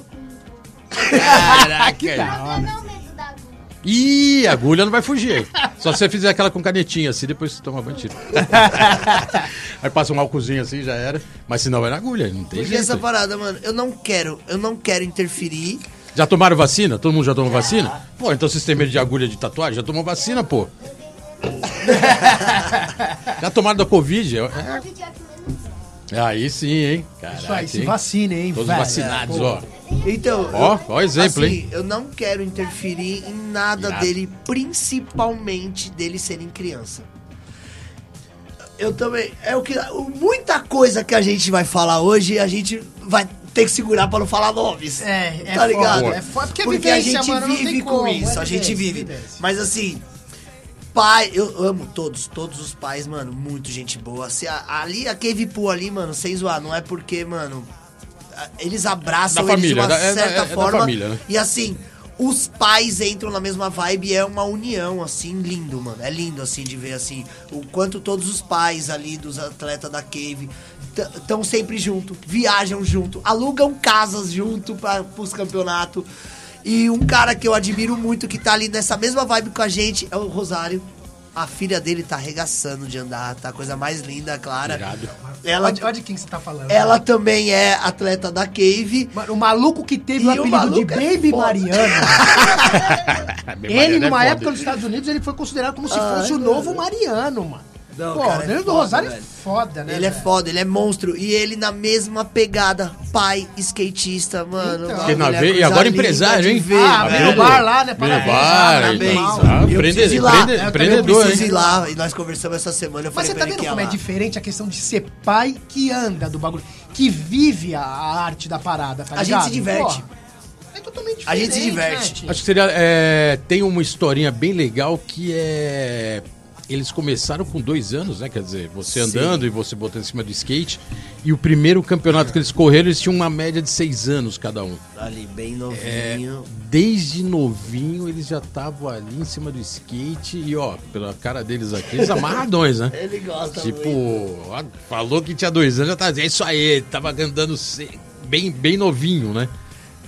[SPEAKER 1] Caraca, irado.
[SPEAKER 4] Eu não medo da agulha.
[SPEAKER 1] Ih, a agulha não vai fugir. Só se você fizer aquela com canetinha assim, depois você toma banho tiro. Aí passa um álcoolzinho assim, já era. Mas senão vai na agulha, não tem
[SPEAKER 3] Porque
[SPEAKER 1] jeito.
[SPEAKER 3] essa parada, mano, eu não quero, eu não quero interferir.
[SPEAKER 1] Já tomaram vacina? Todo mundo já tomou vacina? Pô, então vocês têm medo de agulha de tatuagem? Já tomou vacina, pô. já tomaram da Covid? É-
[SPEAKER 4] Covid é a que menos dói.
[SPEAKER 1] Aí sim, hein? Caraca,
[SPEAKER 2] Isso aí, se
[SPEAKER 1] hein?
[SPEAKER 2] vacinem, hein,
[SPEAKER 1] Todos
[SPEAKER 2] velho.
[SPEAKER 1] vacinados,
[SPEAKER 2] Pô.
[SPEAKER 1] ó.
[SPEAKER 3] Então,
[SPEAKER 1] Ó,
[SPEAKER 3] eu-
[SPEAKER 1] ó exemplo,
[SPEAKER 3] assim,
[SPEAKER 1] hein?
[SPEAKER 3] Eu não quero interferir em nada,
[SPEAKER 1] Nada.
[SPEAKER 3] dele, principalmente dele serem criança. Eu também. É o que. o- Muita coisa que a gente vai falar hoje, a gente vai ter que segurar pra não falar nomes.
[SPEAKER 2] É, é
[SPEAKER 3] Tá ligado?
[SPEAKER 2] foda, é foda, porque é
[SPEAKER 3] porque a
[SPEAKER 2] vivência,
[SPEAKER 3] gente
[SPEAKER 2] mano, não tem
[SPEAKER 3] vive com
[SPEAKER 2] como, é
[SPEAKER 3] isso, a gente
[SPEAKER 2] vivência,
[SPEAKER 3] vive.
[SPEAKER 2] vivência.
[SPEAKER 3] Mas assim, pai, eu amo todos, todos os pais, mano, muito gente boa. Se a- ali, a Cave Pool ali, mano, sem zoar, não é porque, mano, a- eles abraçam
[SPEAKER 1] Da família,
[SPEAKER 3] eles de
[SPEAKER 1] da-
[SPEAKER 3] uma
[SPEAKER 1] é da-
[SPEAKER 3] certa
[SPEAKER 1] é da
[SPEAKER 3] forma.
[SPEAKER 1] família, né?
[SPEAKER 3] E assim, os pais entram na mesma vibe e é uma união, assim, lindo, mano. É lindo, assim, de ver, assim, o quanto todos os pais ali dos atletas da Cave estão sempre junto, viajam junto, alugam casas junto para os campeonatos. E um cara que eu admiro muito, que tá ali nessa mesma vibe com a gente, é o Rosário. A filha dele tá arregaçando de andar, tá a coisa mais linda, a Clara.
[SPEAKER 1] Obrigado.
[SPEAKER 3] Ela,
[SPEAKER 2] Olha de quem que você tá falando.
[SPEAKER 3] ela também é atleta da Cave.
[SPEAKER 2] Mano, o maluco que teve o
[SPEAKER 3] E o
[SPEAKER 2] apelido de
[SPEAKER 3] maluco é
[SPEAKER 2] Baby
[SPEAKER 3] foda.
[SPEAKER 2] Mariana. ele,
[SPEAKER 1] Mariana é
[SPEAKER 2] numa
[SPEAKER 1] foda.
[SPEAKER 2] época nos Estados Unidos, ele foi considerado como se
[SPEAKER 3] Ai,
[SPEAKER 2] fosse o
[SPEAKER 3] mano.
[SPEAKER 2] novo Mariano, mano.
[SPEAKER 3] Não,
[SPEAKER 2] Pô, o
[SPEAKER 3] cara, é
[SPEAKER 2] Danilo do
[SPEAKER 3] foda,
[SPEAKER 2] Rosário é
[SPEAKER 3] velho.
[SPEAKER 2] foda, né?
[SPEAKER 3] Ele é
[SPEAKER 2] velho?
[SPEAKER 3] foda, ele é monstro. E ele na mesma pegada, pai, skatista, mano.
[SPEAKER 2] Então. Que
[SPEAKER 3] Bagulho
[SPEAKER 1] na
[SPEAKER 3] é
[SPEAKER 1] veia, e
[SPEAKER 3] coisa
[SPEAKER 1] agora
[SPEAKER 3] linda
[SPEAKER 1] empresário,
[SPEAKER 3] de
[SPEAKER 1] hein?
[SPEAKER 3] ver,
[SPEAKER 2] Ah,
[SPEAKER 3] velho.
[SPEAKER 2] abriu o bar lá, né?
[SPEAKER 1] Meu
[SPEAKER 2] Parabéns,
[SPEAKER 1] bar,
[SPEAKER 2] parabéns.
[SPEAKER 1] então.
[SPEAKER 2] Eu
[SPEAKER 1] Ah, empreende-
[SPEAKER 3] preciso ir lá. é,
[SPEAKER 1] empreende-
[SPEAKER 3] Eu também
[SPEAKER 1] empreendedor,
[SPEAKER 3] preciso ir
[SPEAKER 1] é hein?
[SPEAKER 3] lá. E nós conversamos essa semana. Eu
[SPEAKER 2] Mas
[SPEAKER 3] falei
[SPEAKER 2] você tá
[SPEAKER 3] pra ele
[SPEAKER 2] vendo
[SPEAKER 3] que ia
[SPEAKER 2] como é
[SPEAKER 3] lá.
[SPEAKER 2] diferente a questão de ser pai que anda do bagulho, que vive a arte da parada, tá
[SPEAKER 3] A gente
[SPEAKER 2] ligado?
[SPEAKER 3] se diverte.
[SPEAKER 2] Pô, é totalmente diferente.
[SPEAKER 3] A gente se diverte.
[SPEAKER 2] né, tio?
[SPEAKER 1] Acho que seria. é, tem uma historinha bem legal que é. Eles começaram com dois anos, né? Quer dizer, você andando e você botando em cima do skate. E o primeiro campeonato que eles correram, eles tinham uma média de seis anos cada um.
[SPEAKER 3] Ali, bem novinho.
[SPEAKER 1] Desde novinho eles já estavam ali em cima do skate e ó, pela cara deles aqui, eles amarradões, né?
[SPEAKER 3] Ele gosta muito.
[SPEAKER 1] Tipo, ah, falou que tinha dois anos, já tá. É isso aí, tava andando se- bem, bem novinho, né?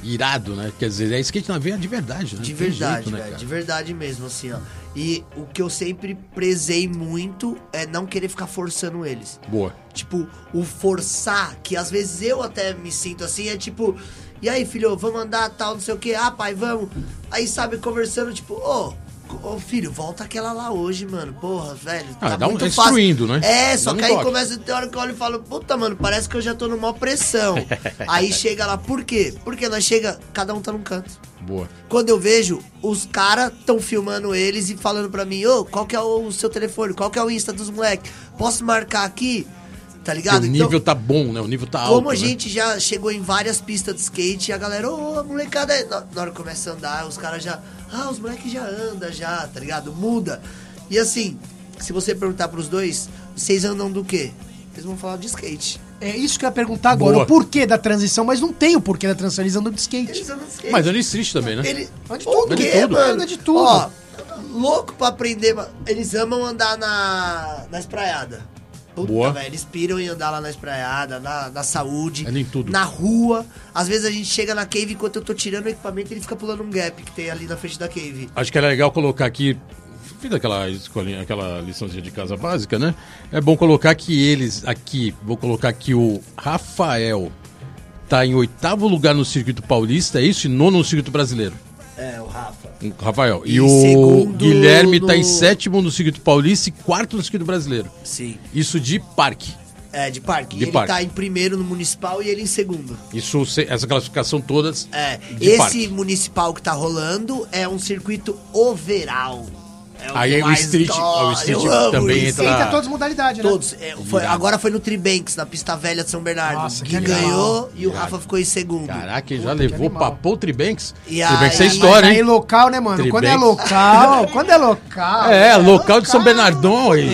[SPEAKER 1] Irado, né? Quer dizer, é skate na veia de verdade, né?
[SPEAKER 3] De
[SPEAKER 1] Não tem
[SPEAKER 3] verdade,
[SPEAKER 1] jeito,
[SPEAKER 3] velho. De
[SPEAKER 1] cara?
[SPEAKER 3] verdade mesmo, assim, ó. E o que eu sempre prezei muito é não querer ficar forçando eles.
[SPEAKER 1] Boa.
[SPEAKER 3] Tipo, o forçar, que às vezes eu até me sinto assim, é tipo, e aí, filho, vamos andar, tal, não sei o que, ah, pai, vamos. Aí, sabe, conversando, tipo, ô, ô, filho, volta aquela lá hoje, mano, porra, velho.
[SPEAKER 1] Ah,
[SPEAKER 3] tá
[SPEAKER 1] dá um-
[SPEAKER 3] muito
[SPEAKER 1] tá
[SPEAKER 3] fácil.
[SPEAKER 1] instruindo, né?
[SPEAKER 3] É, só
[SPEAKER 1] Dá um
[SPEAKER 3] que aí
[SPEAKER 1] toque.
[SPEAKER 3] começa, tem hora que eu olho e falo, puta, mano, parece que eu já tô numa pressão. aí chega lá, por quê? Porque nós chega, cada um tá num canto.
[SPEAKER 1] Boa.
[SPEAKER 3] Quando eu vejo, os caras tão filmando eles e falando pra mim, ô, qual que é o seu telefone? Qual que é o Insta dos moleques? Posso marcar aqui? Tá ligado?
[SPEAKER 1] o nível tá bom, né? O nível tá alto.
[SPEAKER 3] como a
[SPEAKER 1] né?
[SPEAKER 3] gente já chegou em várias pistas de skate, a galera, ô, a molecada, é-" na, na hora que começa a andar, os caras já, ah, os moleques já andam, já, tá ligado? Muda. E assim, se você perguntar pros dois, vocês andam do quê? Eles vão falar de skate.
[SPEAKER 2] É isso que eu ia perguntar agora,
[SPEAKER 1] Boa.
[SPEAKER 2] o porquê da transição, mas não tem o porquê da transição, eles andam de skate.
[SPEAKER 3] Eles andam de skate.
[SPEAKER 1] Mas anda de street também, né?
[SPEAKER 3] Ele...
[SPEAKER 2] Anda de
[SPEAKER 3] O
[SPEAKER 2] tudo,
[SPEAKER 3] quê,
[SPEAKER 1] anda de tudo.
[SPEAKER 3] mano?
[SPEAKER 2] Anda de tudo.
[SPEAKER 3] Ó, louco pra aprender, mano. Eles amam andar na, na espraiada. Puta,
[SPEAKER 1] Boa.
[SPEAKER 3] velho, eles piram em andar lá na espraiada, na, na saúde,
[SPEAKER 1] Anda em tudo.
[SPEAKER 3] na rua. Às vezes a gente chega na cave, enquanto eu tô tirando o equipamento, ele fica pulando um gap que tem ali na frente da cave.
[SPEAKER 1] Acho que era legal colocar aqui. Fiz aquela escolinha, aquela liçãozinha de casa básica, né? É bom colocar que eles aqui. Vou colocar que o Rafael tá em oitavo lugar no circuito paulista, é isso? E nono no circuito brasileiro.
[SPEAKER 3] É, o Rafa.
[SPEAKER 1] O Rafael. E,
[SPEAKER 3] E
[SPEAKER 1] o
[SPEAKER 3] segundo
[SPEAKER 1] Guilherme tá em
[SPEAKER 3] no-
[SPEAKER 1] sétimo no circuito paulista e quarto no circuito brasileiro.
[SPEAKER 3] Sim.
[SPEAKER 1] Isso de parque.
[SPEAKER 3] É, de parque.
[SPEAKER 1] De
[SPEAKER 3] ele
[SPEAKER 1] parque.
[SPEAKER 3] tá em primeiro no municipal e ele em segundo.
[SPEAKER 1] Isso, se- essa classificação todas
[SPEAKER 3] É,
[SPEAKER 1] de
[SPEAKER 3] esse
[SPEAKER 1] parque.
[SPEAKER 3] municipal que tá rolando é um circuito overall. É
[SPEAKER 1] Aí
[SPEAKER 3] que
[SPEAKER 1] o
[SPEAKER 3] mais
[SPEAKER 1] street-
[SPEAKER 3] dó-
[SPEAKER 1] o street
[SPEAKER 3] eu amo
[SPEAKER 1] também
[SPEAKER 3] isso.
[SPEAKER 1] entra na-
[SPEAKER 2] Entra todas as modalidades, né?
[SPEAKER 3] Todos. É, foi- agora foi no Tribanks, na pista velha de São Bernardo.
[SPEAKER 2] Nossa,
[SPEAKER 3] que
[SPEAKER 2] que legal.
[SPEAKER 3] ganhou e o
[SPEAKER 1] Irado.
[SPEAKER 3] Rafa ficou em segundo.
[SPEAKER 1] Caraca, ele já
[SPEAKER 2] Puta, que
[SPEAKER 1] levou
[SPEAKER 2] animal.
[SPEAKER 1] pra Paul Tribanks.
[SPEAKER 3] E
[SPEAKER 1] Tribanks é
[SPEAKER 3] aí- tá
[SPEAKER 1] história,
[SPEAKER 2] Aí
[SPEAKER 1] hein?
[SPEAKER 2] local, né, mano?
[SPEAKER 1] Tribex.
[SPEAKER 2] Quando é local, quando é local.
[SPEAKER 1] É, local de São Bernardão. E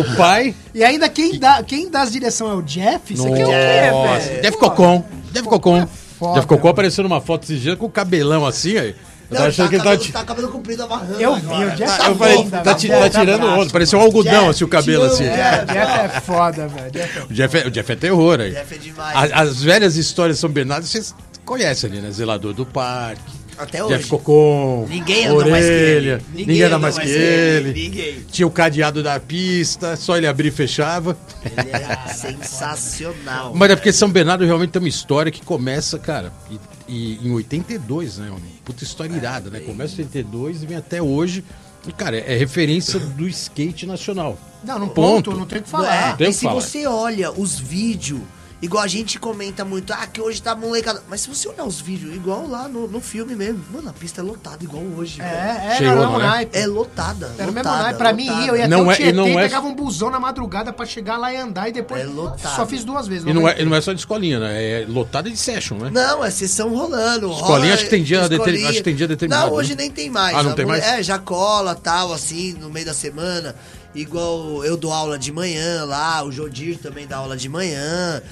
[SPEAKER 1] o pai.
[SPEAKER 2] E ainda quem dá, quem dá as direções é o Jeff? Isso aqui é o quê,
[SPEAKER 1] Nossa,
[SPEAKER 2] velho?
[SPEAKER 1] Deve Cocom. Deve Cocom.
[SPEAKER 2] foda,
[SPEAKER 1] Deve Cocom
[SPEAKER 2] mano.
[SPEAKER 1] apareceu numa foto esses dias com o cabelão assim, aí. Eu
[SPEAKER 3] Não,
[SPEAKER 1] tava achando que ele
[SPEAKER 3] cabelo,
[SPEAKER 1] tava. ti-
[SPEAKER 3] tá cabelo comprido amarrando.
[SPEAKER 2] Eu vi,
[SPEAKER 3] agora.
[SPEAKER 2] o Jeff
[SPEAKER 3] Tá-
[SPEAKER 2] tá
[SPEAKER 1] Eu falei,
[SPEAKER 2] bom,
[SPEAKER 1] tá,
[SPEAKER 2] velho.
[SPEAKER 1] ti-
[SPEAKER 2] Jeff
[SPEAKER 1] tá
[SPEAKER 2] é
[SPEAKER 1] tirando
[SPEAKER 2] brabo,
[SPEAKER 1] onda, parecia um algodão,
[SPEAKER 3] Jeff,
[SPEAKER 1] assim, o cabelo
[SPEAKER 3] te amo,
[SPEAKER 1] assim.
[SPEAKER 3] Jeff.
[SPEAKER 2] Jeff é foda, velho. Jeff é
[SPEAKER 1] O Jeff, é, o Jeff é terror aí.
[SPEAKER 3] Jeff é demais.
[SPEAKER 1] A- As, velhas histórias de São Bernardo, vocês conhecem ali, né? Zelador do parque.
[SPEAKER 3] Até É hoje.
[SPEAKER 1] Jeff Cocom.
[SPEAKER 3] Ninguém anda mais que
[SPEAKER 1] orelha,
[SPEAKER 3] ele.
[SPEAKER 1] Ninguém, anda mais que ele.
[SPEAKER 3] Ninguém.
[SPEAKER 1] Tinha o cadeado da pista, só ele abrir e fechava.
[SPEAKER 3] Ele é sensacional.
[SPEAKER 1] Mas é porque São Bernardo realmente tem uma história que começa, cara, e, e em 82, né, homem? Puta história irada, né? Começa em 82 e vem até hoje. E, cara, é referência do skate nacional.
[SPEAKER 2] Não, não
[SPEAKER 1] Ponto.
[SPEAKER 2] ponto, não tem o que
[SPEAKER 3] É,
[SPEAKER 2] falar.
[SPEAKER 1] Tem
[SPEAKER 3] e
[SPEAKER 1] que
[SPEAKER 3] se
[SPEAKER 1] falar.
[SPEAKER 3] você olha os vídeos, igual a gente comenta muito, ah, que hoje tá molecada. Mas se você olhar os vídeos, igual lá no, no filme mesmo, mano, a pista é lotada, igual hoje.
[SPEAKER 2] É,
[SPEAKER 3] velho.
[SPEAKER 2] é,
[SPEAKER 1] Chegou,
[SPEAKER 2] era o
[SPEAKER 1] né?
[SPEAKER 2] naipe.
[SPEAKER 3] É lotada.
[SPEAKER 2] Era o mesmo
[SPEAKER 3] lotada,
[SPEAKER 2] naipe. Pra mim,
[SPEAKER 3] lotada.
[SPEAKER 2] eu ia
[SPEAKER 1] Não
[SPEAKER 2] até
[SPEAKER 1] é-
[SPEAKER 2] o
[SPEAKER 1] e
[SPEAKER 2] Tietê
[SPEAKER 1] não
[SPEAKER 2] e
[SPEAKER 1] é-
[SPEAKER 2] pegava um busão na madrugada pra chegar lá e andar e depois.
[SPEAKER 3] É lotado.
[SPEAKER 2] só fiz duas vezes.
[SPEAKER 1] E não é, e não é só de escolinha, né? É lotada de session, né?
[SPEAKER 3] Não, é sessão rolando. rola,
[SPEAKER 1] Escolinha, acho que tem dia
[SPEAKER 3] escolinha.
[SPEAKER 1] deter- acho que tem dia determinado,
[SPEAKER 3] Não, hoje
[SPEAKER 1] né?
[SPEAKER 3] nem tem mais.
[SPEAKER 1] Ah, não
[SPEAKER 3] A
[SPEAKER 1] tem
[SPEAKER 3] mulher-
[SPEAKER 1] mais?
[SPEAKER 3] É, já cola, tal, assim, no meio da semana. Igual eu dou aula de manhã lá, o Jodir também dá aula de manhã.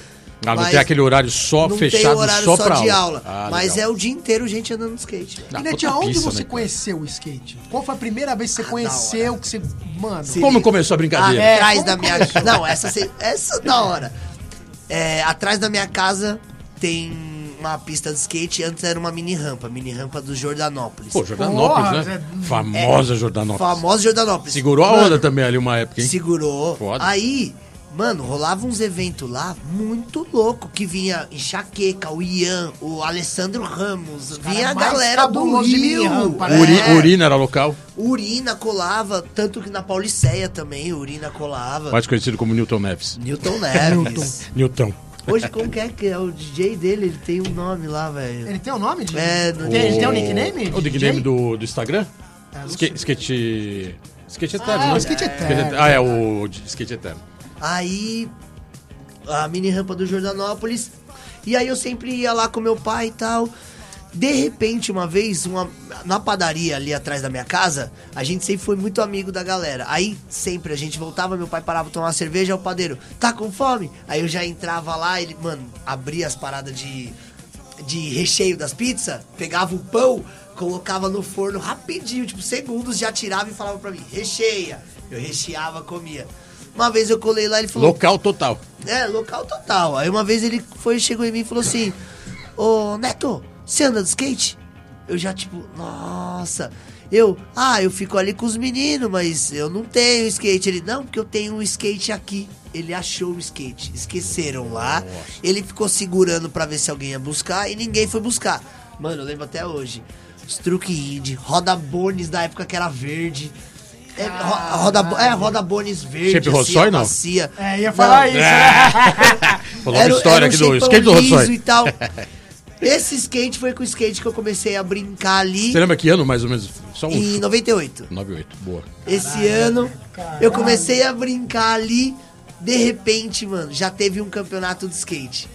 [SPEAKER 1] Ah, não
[SPEAKER 3] Mas
[SPEAKER 1] tem aquele horário só
[SPEAKER 3] não tem
[SPEAKER 1] fechado
[SPEAKER 3] horário
[SPEAKER 1] só pra
[SPEAKER 3] de
[SPEAKER 1] aula.
[SPEAKER 3] aula.
[SPEAKER 1] Ah,
[SPEAKER 3] mas
[SPEAKER 1] legal.
[SPEAKER 3] é o dia inteiro gente andando de skate. velho.
[SPEAKER 1] Ah,
[SPEAKER 2] Inete,
[SPEAKER 1] puta
[SPEAKER 2] aonde
[SPEAKER 1] pista,
[SPEAKER 2] você
[SPEAKER 1] né, cara?
[SPEAKER 2] conheceu o skate? Qual foi a primeira vez que
[SPEAKER 3] Ah,
[SPEAKER 2] você conheceu? Que você. Mano.
[SPEAKER 3] Sim.
[SPEAKER 1] Como começou a brincadeira?
[SPEAKER 2] Ah, é.
[SPEAKER 3] Atrás
[SPEAKER 2] como
[SPEAKER 3] da minha
[SPEAKER 2] começou?
[SPEAKER 3] casa. Não, essa, se- essa é da hora. É, atrás da minha casa tem uma pista de skate. Antes era uma mini rampa, mini rampa do Jordanópolis.
[SPEAKER 1] Pô, Jordanópolis, né?
[SPEAKER 2] Porra, Zé-
[SPEAKER 1] Famosa Jordanópolis.
[SPEAKER 3] é Famosa Jordanópolis.
[SPEAKER 1] Segurou a
[SPEAKER 3] Mano,
[SPEAKER 1] onda também ali uma época, hein?
[SPEAKER 3] Segurou.
[SPEAKER 1] Foda.
[SPEAKER 3] Aí, mano, rolava uns eventos lá muito louco que vinha enxaqueca, o Ian, o Alessandro Ramos, vinha a
[SPEAKER 2] mais
[SPEAKER 3] galera do
[SPEAKER 2] cabuloso de mini
[SPEAKER 3] Rio.
[SPEAKER 2] rampa, né?
[SPEAKER 1] Uri-
[SPEAKER 3] É,
[SPEAKER 1] Urina era local,
[SPEAKER 3] Urina colava, tanto que na Pauliceia também, urina colava.
[SPEAKER 1] mais conhecido como Newton Neves.
[SPEAKER 3] Newton Neves.
[SPEAKER 1] Newton.
[SPEAKER 3] Hoje, como que é que é? O DJ dele, ele tem um nome lá, velho.
[SPEAKER 2] Ele tem o nome de.
[SPEAKER 3] É, do-
[SPEAKER 2] tem, ele tem o
[SPEAKER 1] O-
[SPEAKER 2] nickname?
[SPEAKER 1] O
[SPEAKER 2] DJ?
[SPEAKER 1] nickname do, do Instagram?
[SPEAKER 3] Ah,
[SPEAKER 2] não
[SPEAKER 1] Ske- skate. Skate Eterno,
[SPEAKER 2] Ah,
[SPEAKER 1] né?
[SPEAKER 2] o Skate Eterno.
[SPEAKER 1] Ah, é o de- Skate Eterno.
[SPEAKER 3] Aí, a mini rampa do Jordanópolis. E aí eu sempre ia lá com meu pai e tal. De repente, uma vez, uma, na padaria ali atrás da minha casa, a gente sempre foi muito amigo da galera. Aí, sempre, a gente voltava, meu pai parava pra tomar uma cerveja, o padeiro, tá com fome? Aí eu já entrava lá, ele, mano, abria as paradas de, de recheio das pizzas, pegava o pão, colocava no forno rapidinho, tipo, segundos, já tirava e falava pra mim, recheia. Eu recheava, comia. Uma vez eu colei lá, ele falou,
[SPEAKER 1] Local total.
[SPEAKER 3] é, local total. Aí uma vez ele foi, chegou em mim e falou assim: Ô Neto, você anda de skate? Eu já, tipo, nossa. Eu, ah, eu fico ali com os meninos, mas eu não tenho skate. Ele, não, porque eu tenho um skate aqui. Ele achou o skate, esqueceram lá. Ele ficou segurando pra ver se alguém ia buscar e ninguém foi buscar. Mano, eu lembro até hoje. Os truque indie, roda bones da época que era verde. É, ro- roda, bo- é, roda bones verde. assim,
[SPEAKER 1] Shape Rossói, não?
[SPEAKER 3] macia.
[SPEAKER 2] É, ia falar
[SPEAKER 3] Não,
[SPEAKER 2] isso. né?
[SPEAKER 1] Falou uma história aqui do
[SPEAKER 3] shapeão
[SPEAKER 1] skate do
[SPEAKER 3] um liso
[SPEAKER 1] Rossói.
[SPEAKER 3] e tal. Esse skate foi com o skate que eu comecei a brincar ali
[SPEAKER 1] Você lembra que ano mais ou menos? Só um.
[SPEAKER 3] em 98.
[SPEAKER 1] 98, boa.
[SPEAKER 3] Esse ano eu comecei a brincar ali, de repente, mano, já teve um campeonato de skate.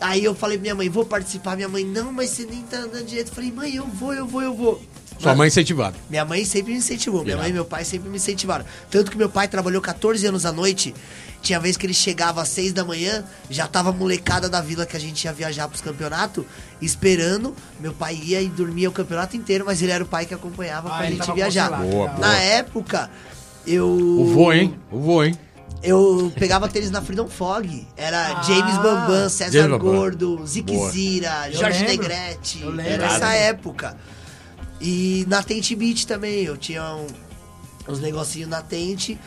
[SPEAKER 3] Aí eu falei pra minha mãe, vou participar. Minha mãe, não, mas você nem tá andando direito. Eu falei, mãe, eu vou, eu vou, eu vou.
[SPEAKER 1] Sua
[SPEAKER 3] Mano,
[SPEAKER 1] mãe incentivada.
[SPEAKER 3] minha mãe sempre me incentivou. Minha
[SPEAKER 1] Irado.
[SPEAKER 3] mãe e meu pai sempre me incentivaram. Tanto que meu pai trabalhou 14 anos à noite. Tinha vez que ele chegava às 6 da manhã, já tava a molecada da vila que a gente ia viajar pros campeonatos, esperando. Meu pai ia e dormia o campeonato inteiro, mas ele era o pai que acompanhava
[SPEAKER 2] Ah,
[SPEAKER 3] pra
[SPEAKER 2] ele
[SPEAKER 3] gente
[SPEAKER 2] tava
[SPEAKER 3] viajar.
[SPEAKER 2] controlado.
[SPEAKER 1] Boa, boa.
[SPEAKER 3] Na época, eu.
[SPEAKER 1] O voo, hein? O voo, hein?
[SPEAKER 3] Eu pegava tênis na Freedom Fog. Era
[SPEAKER 2] Ah.
[SPEAKER 3] James Bambam, César
[SPEAKER 1] James Bambam.
[SPEAKER 3] Gordo, Zique
[SPEAKER 1] Boa.
[SPEAKER 3] Zira,
[SPEAKER 2] Eu
[SPEAKER 3] Jorge
[SPEAKER 2] lembro.
[SPEAKER 3] Negrete.
[SPEAKER 2] Eu lembro.
[SPEAKER 3] Era essa época. E na Tente Beat também, eu tinha um- uns negocinhos na Tente.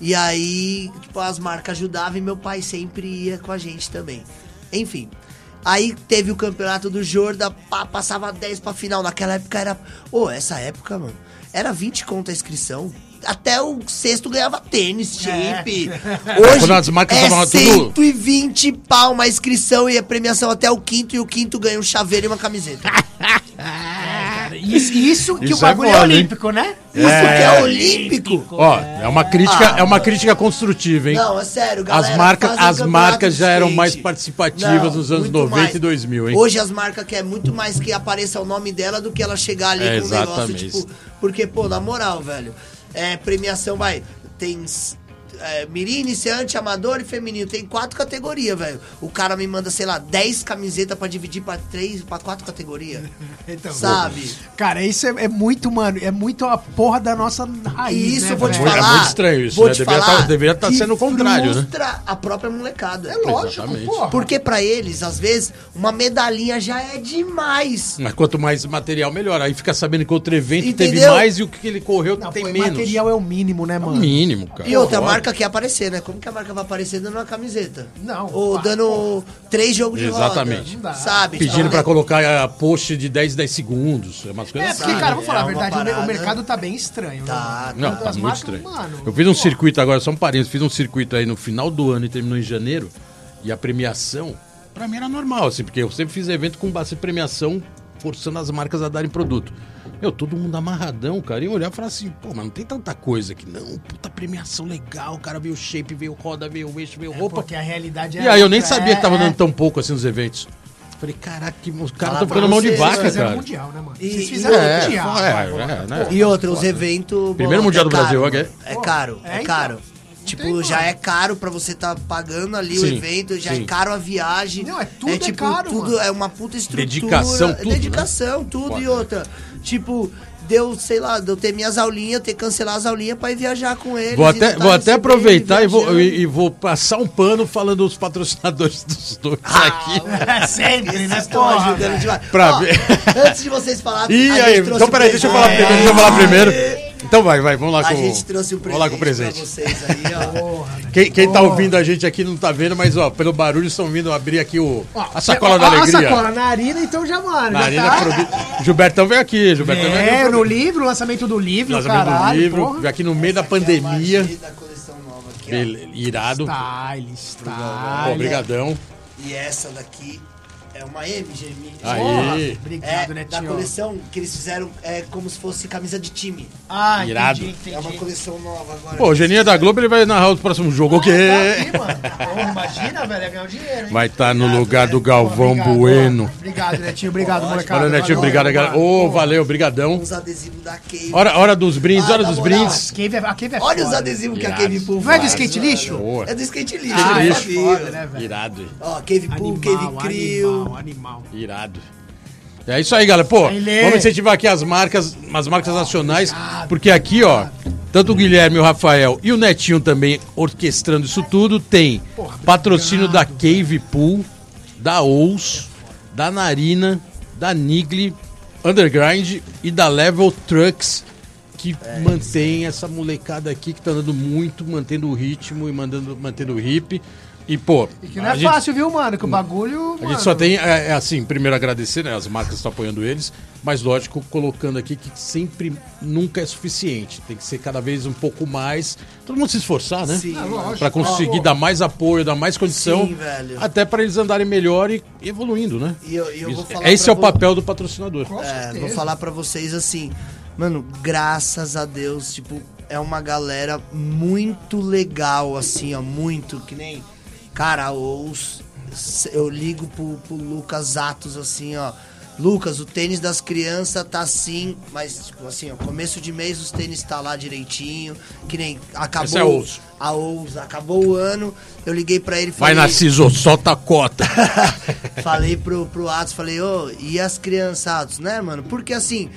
[SPEAKER 3] E aí, tipo, as marcas ajudavam e meu pai sempre ia com a gente também. Enfim. Aí teve o campeonato do Jorda, pá, passava 10 pra final. Naquela época era. Ô, essa época, mano, era 20 conto a inscrição. Até o sexto ganhava tênis, chip.
[SPEAKER 1] Quando as marcas
[SPEAKER 3] é
[SPEAKER 1] estavam tudo-
[SPEAKER 3] 120 pau uma inscrição e a premiação até o quinto, e o quinto ganha um chaveiro e uma camiseta.
[SPEAKER 2] Cara, Isso, isso que
[SPEAKER 1] É. Isso
[SPEAKER 2] o bagulho
[SPEAKER 1] é
[SPEAKER 2] é,
[SPEAKER 1] foda, hein?
[SPEAKER 2] olímpico, né?
[SPEAKER 3] Isso que é olímpico.
[SPEAKER 1] Ó, é uma crítica,
[SPEAKER 3] Ah,
[SPEAKER 1] é uma crítica construtiva, hein?
[SPEAKER 3] Não, é sério, galera.
[SPEAKER 1] As marcas,
[SPEAKER 3] fazem
[SPEAKER 1] as
[SPEAKER 3] campeonato
[SPEAKER 1] marcas
[SPEAKER 3] de
[SPEAKER 1] já eram
[SPEAKER 3] skate.
[SPEAKER 1] mais participativas
[SPEAKER 3] Não,
[SPEAKER 1] nos anos
[SPEAKER 3] muito
[SPEAKER 1] 90 e
[SPEAKER 3] mais.
[SPEAKER 1] 2000, hein?
[SPEAKER 3] Hoje as marcas querem muito mais que apareça o nome dela do que ela chegar ali
[SPEAKER 1] É,
[SPEAKER 3] com um negócio,
[SPEAKER 1] exatamente.
[SPEAKER 3] tipo... Porque, pô, na moral, velho, é, premiação, vai, tem... É, mirim, iniciante, amador e feminino. Tem quatro categorias, velho. O cara me manda, sei lá, 10 camisetas pra dividir pra três, pra quatro categorias.
[SPEAKER 2] Então.
[SPEAKER 3] sabe?
[SPEAKER 2] Cara, isso é, é muito, mano. É muito a porra da nossa raiz.
[SPEAKER 3] E isso
[SPEAKER 2] né,
[SPEAKER 3] eu vou te
[SPEAKER 2] velho?
[SPEAKER 1] muito- é
[SPEAKER 3] falar.
[SPEAKER 1] muito estranho isso,
[SPEAKER 3] vou
[SPEAKER 1] né?
[SPEAKER 3] te
[SPEAKER 1] Deveria
[SPEAKER 3] falar
[SPEAKER 1] tá- deveria tá
[SPEAKER 3] que
[SPEAKER 1] sendo o contrário, né?
[SPEAKER 3] frustra a própria molecada. É
[SPEAKER 2] Lógico,
[SPEAKER 1] Exatamente.
[SPEAKER 2] porra.
[SPEAKER 3] Porque pra eles, às vezes, uma medalhinha já é demais.
[SPEAKER 1] Mas quanto mais material, melhor. Aí fica sabendo que outro evento teve
[SPEAKER 3] Entendeu?
[SPEAKER 1] mais e o que ele correu
[SPEAKER 2] Não,
[SPEAKER 1] tem
[SPEAKER 2] pô,
[SPEAKER 1] menos.
[SPEAKER 2] material é o mínimo, né,
[SPEAKER 1] É o
[SPEAKER 2] mano?
[SPEAKER 1] mínimo, cara.
[SPEAKER 3] E outra, a
[SPEAKER 1] Foda.
[SPEAKER 3] marca quer aparecer, né? Como que a marca vai aparecer dando uma camiseta?
[SPEAKER 2] Não.
[SPEAKER 3] Ou
[SPEAKER 2] Ah,
[SPEAKER 3] dando três jogos de
[SPEAKER 1] Exatamente.
[SPEAKER 3] roda.
[SPEAKER 2] Não dá.
[SPEAKER 3] Sabe?
[SPEAKER 1] Pedindo
[SPEAKER 3] Tipo,
[SPEAKER 1] pra colocar a post de 10 10 segundos, umas coisas
[SPEAKER 2] É,
[SPEAKER 1] assim.
[SPEAKER 2] porque, cara, vou
[SPEAKER 3] é
[SPEAKER 2] falar a
[SPEAKER 3] uma
[SPEAKER 2] verdade, o me- o
[SPEAKER 3] parada.
[SPEAKER 2] mercado tá bem estranho.
[SPEAKER 3] Tá,
[SPEAKER 2] né?
[SPEAKER 1] Não,
[SPEAKER 2] As
[SPEAKER 1] tá muito
[SPEAKER 2] marcas,
[SPEAKER 1] estranho.
[SPEAKER 2] mano,
[SPEAKER 1] eu fiz um
[SPEAKER 2] pô,
[SPEAKER 1] circuito agora, só um parênteses, fiz um circuito aí no final do ano e terminou em janeiro. E a premiação, pra mim era normal, assim, porque eu sempre fiz evento com base em premiação, forçando as marcas a darem produto. Meu, todo mundo amarradão, cara. E eu olhar e falar assim, pô, mas não tem tanta coisa aqui, não. Puta premiação legal, cara. Veio shape, veio roda, veio eixo, veio roupa.
[SPEAKER 2] É Porque a realidade é.
[SPEAKER 1] E aí eu nem
[SPEAKER 2] outra,
[SPEAKER 1] sabia
[SPEAKER 2] é-
[SPEAKER 1] que tava
[SPEAKER 2] é-
[SPEAKER 1] dando tão pouco assim nos eventos. Falei, caraca, que os caras
[SPEAKER 3] Fala
[SPEAKER 1] estão
[SPEAKER 3] pra
[SPEAKER 1] tá ficando mão de
[SPEAKER 3] vocês,
[SPEAKER 1] vaca,
[SPEAKER 2] Vocês fizeram
[SPEAKER 1] cara.
[SPEAKER 2] mundial, né, mano?
[SPEAKER 3] E-
[SPEAKER 2] Vocês
[SPEAKER 1] É,
[SPEAKER 2] fizeram
[SPEAKER 1] é,
[SPEAKER 2] mundial.
[SPEAKER 1] é, é, né?
[SPEAKER 3] E outros eventos.
[SPEAKER 1] Primeiro
[SPEAKER 3] bom,
[SPEAKER 1] Mundial
[SPEAKER 3] é
[SPEAKER 1] do
[SPEAKER 3] caro,
[SPEAKER 1] Brasil,
[SPEAKER 3] mano.
[SPEAKER 1] ok?
[SPEAKER 3] É caro,
[SPEAKER 2] É,
[SPEAKER 3] é
[SPEAKER 2] então.
[SPEAKER 3] caro.
[SPEAKER 2] tem
[SPEAKER 3] Tipo, já
[SPEAKER 2] como.
[SPEAKER 3] é caro pra você tá pagando ali o
[SPEAKER 1] Sim,
[SPEAKER 3] evento, já
[SPEAKER 1] sim.
[SPEAKER 3] é caro a viagem.
[SPEAKER 2] Não, é tudo é caro,
[SPEAKER 3] tudo
[SPEAKER 2] mano.
[SPEAKER 3] é uma puta estrutura. É
[SPEAKER 1] Dedicação, tudo, né?
[SPEAKER 3] Dedicação, tudo
[SPEAKER 1] Foda.
[SPEAKER 3] e outra. Tipo, deu, sei lá, deu ter minhas aulinhas, ter que cancelar as aulinhas pra ir viajar com eles.
[SPEAKER 1] Vou
[SPEAKER 3] e
[SPEAKER 1] até,
[SPEAKER 3] não tá
[SPEAKER 1] vou até
[SPEAKER 3] recebendo,
[SPEAKER 1] aproveitar e vou,
[SPEAKER 3] viajando.
[SPEAKER 1] e, e vou passar um pano falando os patrocinadores dos dois
[SPEAKER 3] Ah,
[SPEAKER 1] aqui.
[SPEAKER 2] É sempre, né,
[SPEAKER 3] Vocês estão
[SPEAKER 2] porra,
[SPEAKER 3] ajudando
[SPEAKER 2] velho?
[SPEAKER 3] demais.
[SPEAKER 1] Pra
[SPEAKER 3] Ó,
[SPEAKER 1] ver.
[SPEAKER 3] Antes de vocês falarem.
[SPEAKER 1] Ih,
[SPEAKER 3] a
[SPEAKER 1] aí,
[SPEAKER 3] gente trouxe
[SPEAKER 1] então
[SPEAKER 3] um
[SPEAKER 1] peraí, deixa eu falar
[SPEAKER 3] presente. É.
[SPEAKER 1] primeiro, deixa eu falar primeiro. Então vai, vai, vamos lá
[SPEAKER 3] A
[SPEAKER 1] com
[SPEAKER 3] gente trouxe um
[SPEAKER 1] Vamos lá
[SPEAKER 3] presente,
[SPEAKER 1] com o
[SPEAKER 3] pra
[SPEAKER 1] presente.
[SPEAKER 3] vocês aí, ó.
[SPEAKER 2] Porra, velho.
[SPEAKER 1] Quem, quem tá ouvindo a gente aqui não tá vendo, mas ó, pelo barulho estão vindo abrir aqui o,
[SPEAKER 2] Ó,
[SPEAKER 1] a sacola
[SPEAKER 2] ó,
[SPEAKER 1] da alegria. é
[SPEAKER 2] A sacola na Arina, então já, mano. já
[SPEAKER 1] Marina
[SPEAKER 2] tá-
[SPEAKER 1] Provi- Gilbertão veio aqui, Gilbertão veio aqui.
[SPEAKER 2] É, no livro, o lançamento do livro,
[SPEAKER 1] Lançamento do
[SPEAKER 2] caralho.
[SPEAKER 1] livro,
[SPEAKER 2] porra.
[SPEAKER 1] veio aqui no meio da
[SPEAKER 3] é
[SPEAKER 1] pandemia.
[SPEAKER 3] Achei da coleção nova aqui, ó.
[SPEAKER 1] Bele- irado.
[SPEAKER 2] Tá, Style,
[SPEAKER 1] Pô,
[SPEAKER 2] style.
[SPEAKER 1] Obrigadão.
[SPEAKER 3] E essa daqui é uma MGM.
[SPEAKER 1] Aí.
[SPEAKER 2] Porra,
[SPEAKER 1] Aê.
[SPEAKER 2] Obrigado,
[SPEAKER 3] É,
[SPEAKER 2] né,
[SPEAKER 3] da
[SPEAKER 2] tio?
[SPEAKER 3] coleção que eles fizeram é como se fosse camisa de time.
[SPEAKER 2] Ah,
[SPEAKER 1] Irado.
[SPEAKER 3] É uma coleção nova agora.
[SPEAKER 1] Pô, é o Geninha da Globo ele vai narrar o próximo jogo, ok?
[SPEAKER 2] Tá aqui, mano. Porra, imagina, velho, é ganhar um dinheiro, hein?
[SPEAKER 1] Vai estar no lugar do Galvão
[SPEAKER 2] Obrigado,
[SPEAKER 1] Bueno.
[SPEAKER 2] ó. Obrigado, Netinho. Obrigado, molecada.
[SPEAKER 1] Valeu, Netinho.
[SPEAKER 2] Valeu,
[SPEAKER 1] né, Obrigado, galera.
[SPEAKER 2] mano.
[SPEAKER 1] Ô,
[SPEAKER 2] Pô,
[SPEAKER 1] valeu, brigadão.
[SPEAKER 3] Uns adesivos da Cave.
[SPEAKER 1] Hora, hora dos brindes, hora dos
[SPEAKER 2] a
[SPEAKER 1] brindes.
[SPEAKER 2] Cave é- a Cave é
[SPEAKER 3] Olha os
[SPEAKER 2] foda.
[SPEAKER 3] adesivos que a
[SPEAKER 1] Irado.
[SPEAKER 3] Cave Pool
[SPEAKER 2] Não é do
[SPEAKER 3] faz,
[SPEAKER 2] skate
[SPEAKER 3] mano.
[SPEAKER 2] lixo?
[SPEAKER 1] Boa.
[SPEAKER 3] É do skate lixo.
[SPEAKER 2] Ah,
[SPEAKER 3] eu
[SPEAKER 2] é
[SPEAKER 3] sabia.
[SPEAKER 2] foda, né, velho?
[SPEAKER 1] Irado,
[SPEAKER 3] Ó, Cave Pool, Cave
[SPEAKER 2] Animal,
[SPEAKER 3] Crew.
[SPEAKER 2] animal, animal.
[SPEAKER 1] irado. É isso aí, galera. Pô,
[SPEAKER 2] Aí, Lê.
[SPEAKER 1] vamos incentivar aqui as marcas, as marcas nacionais, porque aqui, ó, tanto o Guilherme, o Rafael e o Netinho também orquestrando isso tudo, tem patrocínio da Cave Pool, da Ous, da Narina, da Nigli, Underground e da Level Trucks, que
[SPEAKER 2] É
[SPEAKER 1] mantém essa molecada aqui que tá andando muito, mantendo o ritmo e mandando, mantendo o hip. E, pô,
[SPEAKER 2] E que não é
[SPEAKER 1] a gente- Hum.
[SPEAKER 2] fácil, viu, mano? Que o bagulho.
[SPEAKER 1] a gente só tem, é, é assim, primeiro agradecer, né? As marcas que estão apoiando eles, mas lógico, colocando aqui que sempre nunca é suficiente. Tem que ser cada vez um pouco mais. Todo mundo se esforçar, né?
[SPEAKER 3] Sim. Ah,
[SPEAKER 2] lógico.
[SPEAKER 1] Pra conseguir dar mais apoio, dar mais condição.
[SPEAKER 3] Sim, velho.
[SPEAKER 1] Até pra eles andarem melhor e evoluindo, né?
[SPEAKER 3] E eu- e eu vou
[SPEAKER 1] Isso-
[SPEAKER 3] falar
[SPEAKER 1] Esse é
[SPEAKER 3] pra
[SPEAKER 1] o
[SPEAKER 3] vo-
[SPEAKER 1] papel do patrocinador.
[SPEAKER 3] É, vou falar pra vocês assim, mano, graças a Deus, tipo, é uma galera muito legal, assim, ó, muito, que nem, cara, os, eu ligo pro, pro Lucas Atos, assim, ó, Lucas, o tênis das crianças tá assim, mas, tipo, assim, ó, começo de mês os tênis tá lá direitinho, que nem, acabou...
[SPEAKER 1] Essa é a Ouso.
[SPEAKER 3] A Ouso, acabou o ano, eu liguei pra ele e
[SPEAKER 1] Vai, Narciso, solta a cota.
[SPEAKER 3] falei pro, pro Atos, falei, ô, e as criançados, né, mano? Porque assim,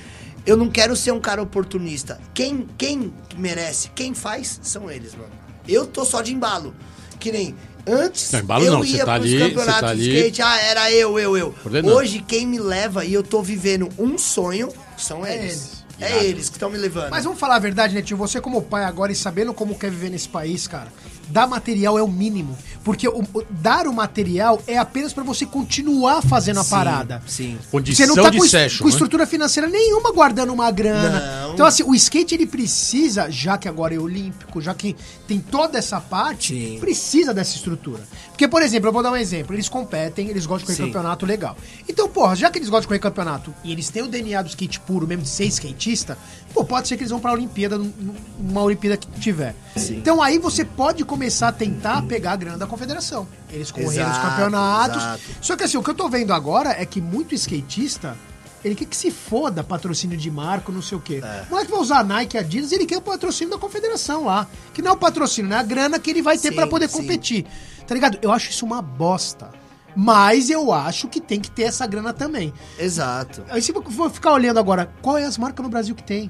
[SPEAKER 3] eu não quero ser um cara oportunista. Quem, quem merece, quem faz, são eles, mano. Eu tô só de embalo. Que nem antes
[SPEAKER 1] Não, embalo
[SPEAKER 3] eu
[SPEAKER 1] não, você
[SPEAKER 3] ia
[SPEAKER 1] tá
[SPEAKER 3] pros
[SPEAKER 1] ali, você
[SPEAKER 3] campeonatos
[SPEAKER 1] tá
[SPEAKER 3] de
[SPEAKER 1] ali.
[SPEAKER 3] skate, ah, era eu, eu, eu.
[SPEAKER 1] Coordenando.
[SPEAKER 3] Hoje quem me leva e eu tô vivendo um sonho são eles. É eles, que estão me levando.
[SPEAKER 2] Mas vamos falar a verdade, Netinho. Você, como pai agora e sabendo como quer viver nesse país, cara, dar material é o mínimo. Porque o- o- dar o material é apenas pra você continuar fazendo a
[SPEAKER 3] Sim,
[SPEAKER 2] parada.
[SPEAKER 3] Sim.
[SPEAKER 2] Você
[SPEAKER 1] Condição
[SPEAKER 2] não tá
[SPEAKER 1] de
[SPEAKER 2] com, es-
[SPEAKER 1] session,
[SPEAKER 2] com
[SPEAKER 1] né?
[SPEAKER 2] estrutura financeira nenhuma guardando uma grana.
[SPEAKER 3] Não.
[SPEAKER 2] Então, assim, o skate ele precisa, já que agora é olímpico, já que tem toda essa parte,
[SPEAKER 3] Sim.
[SPEAKER 2] precisa dessa estrutura. Porque, por exemplo, eu vou dar um exemplo: eles competem, eles gostam de correr
[SPEAKER 3] Sim.
[SPEAKER 2] campeonato legal. Então, porra, já que eles gostam de correr campeonato e eles têm o DNA do skate puro, mesmo de ser skatista, pô, pode ser que eles vão pra Olimpíada, num- numa Olimpíada que tiver. Então aí você pode começar a tentar pegar a grana da confederação. Eles correram os
[SPEAKER 3] Exato,
[SPEAKER 2] campeonatos.
[SPEAKER 3] exato.
[SPEAKER 2] Só que assim, o que eu tô vendo agora é que muito skatista, ele quer que se foda patrocínio de marco, não sei o quê.
[SPEAKER 3] É.
[SPEAKER 2] O moleque vai usar a Nike, Adidas, ele quer o patrocínio da confederação lá. Que não é o patrocínio, né? A grana que ele vai ter
[SPEAKER 3] Sim,
[SPEAKER 2] pra poder
[SPEAKER 3] sim.
[SPEAKER 2] competir. Tá ligado? Eu acho isso uma bosta. Mas eu acho que tem que ter essa grana também.
[SPEAKER 3] Exato.
[SPEAKER 2] Aí se eu for ficar olhando agora, qual é as marcas no Brasil que tem?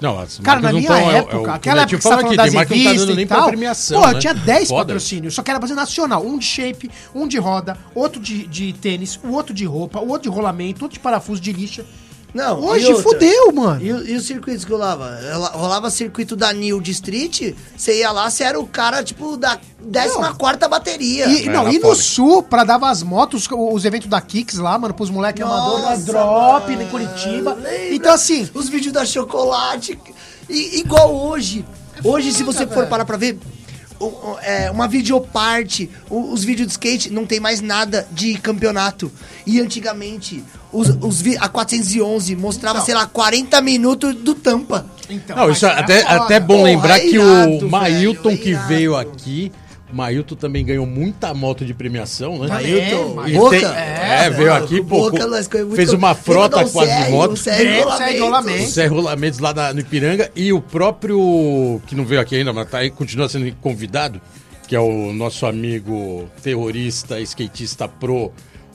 [SPEAKER 1] Não, as
[SPEAKER 2] Cara, na
[SPEAKER 1] marcas não
[SPEAKER 2] minha
[SPEAKER 1] tão- é o- é o
[SPEAKER 2] época,
[SPEAKER 1] que o
[SPEAKER 2] aquela época
[SPEAKER 1] Netinho
[SPEAKER 2] que você tá
[SPEAKER 1] falou
[SPEAKER 2] falando
[SPEAKER 1] aqui,
[SPEAKER 2] das
[SPEAKER 1] tem marca que não tá
[SPEAKER 2] revistas
[SPEAKER 1] dando
[SPEAKER 2] e
[SPEAKER 1] nem pra
[SPEAKER 2] tal,
[SPEAKER 1] premiação.
[SPEAKER 2] pô, eu
[SPEAKER 1] né?
[SPEAKER 2] tinha 10
[SPEAKER 1] Foda.
[SPEAKER 2] patrocínios, só que era fazer nacional. Um de shape, um de roda, outro de, de tênis, o outro de roupa, o outro de rolamento, outro de parafuso de lixa.
[SPEAKER 3] Não,
[SPEAKER 2] Hoje
[SPEAKER 3] e outra?
[SPEAKER 2] fudeu, mano.
[SPEAKER 3] E, o- e os circuitos que rolava? Rola- Rolava circuito da New Street, você ia lá, você era o cara, tipo, da 14 bateria.
[SPEAKER 2] E,
[SPEAKER 1] Vai
[SPEAKER 2] não,
[SPEAKER 1] lá
[SPEAKER 2] e no
[SPEAKER 1] fora.
[SPEAKER 2] sul, pra dava as motos, os, os eventos da Kicks lá, mano, pros moleques amadores, da
[SPEAKER 3] Nossa,
[SPEAKER 2] Drop,
[SPEAKER 3] mano,
[SPEAKER 2] em Curitiba.
[SPEAKER 3] lembra?
[SPEAKER 2] Então, assim,
[SPEAKER 3] Os vídeos da Chocolate. E- igual hoje.
[SPEAKER 2] É
[SPEAKER 3] Hoje, se você for parar pra ver, o- o- é, uma videoparte, o- os vídeos de skate, não tem mais nada de campeonato. E antigamente, os, os vi- a 411 mostrava, sei lá, 40 minutos do tampa.
[SPEAKER 2] então
[SPEAKER 1] Não, isso é até, até é bom
[SPEAKER 3] Porra,
[SPEAKER 1] lembrar
[SPEAKER 3] é
[SPEAKER 1] que
[SPEAKER 3] irado,
[SPEAKER 1] o Mailton
[SPEAKER 3] velho, é
[SPEAKER 1] que
[SPEAKER 3] irado.
[SPEAKER 1] veio aqui, o Mailton também ganhou muita moto de premiação, né?
[SPEAKER 3] Mailton,
[SPEAKER 1] E
[SPEAKER 3] Boca.
[SPEAKER 1] tem- é, veio aqui, pô,
[SPEAKER 3] Boca, nós coisas muito um
[SPEAKER 1] fez
[SPEAKER 3] com-
[SPEAKER 1] uma
[SPEAKER 3] Lembra do
[SPEAKER 1] frota com as
[SPEAKER 3] Sérgio, o
[SPEAKER 1] motos.
[SPEAKER 3] Sérgio
[SPEAKER 2] Lembra do
[SPEAKER 3] Rolamento.
[SPEAKER 2] Sérgio Rolamento.
[SPEAKER 1] O Sérgio Rolamentos lá da, no Ipiranga e o próprio, que não veio aqui ainda, mas tá aí, continua sendo convidado, que é o nosso amigo terrorista, skatista pro,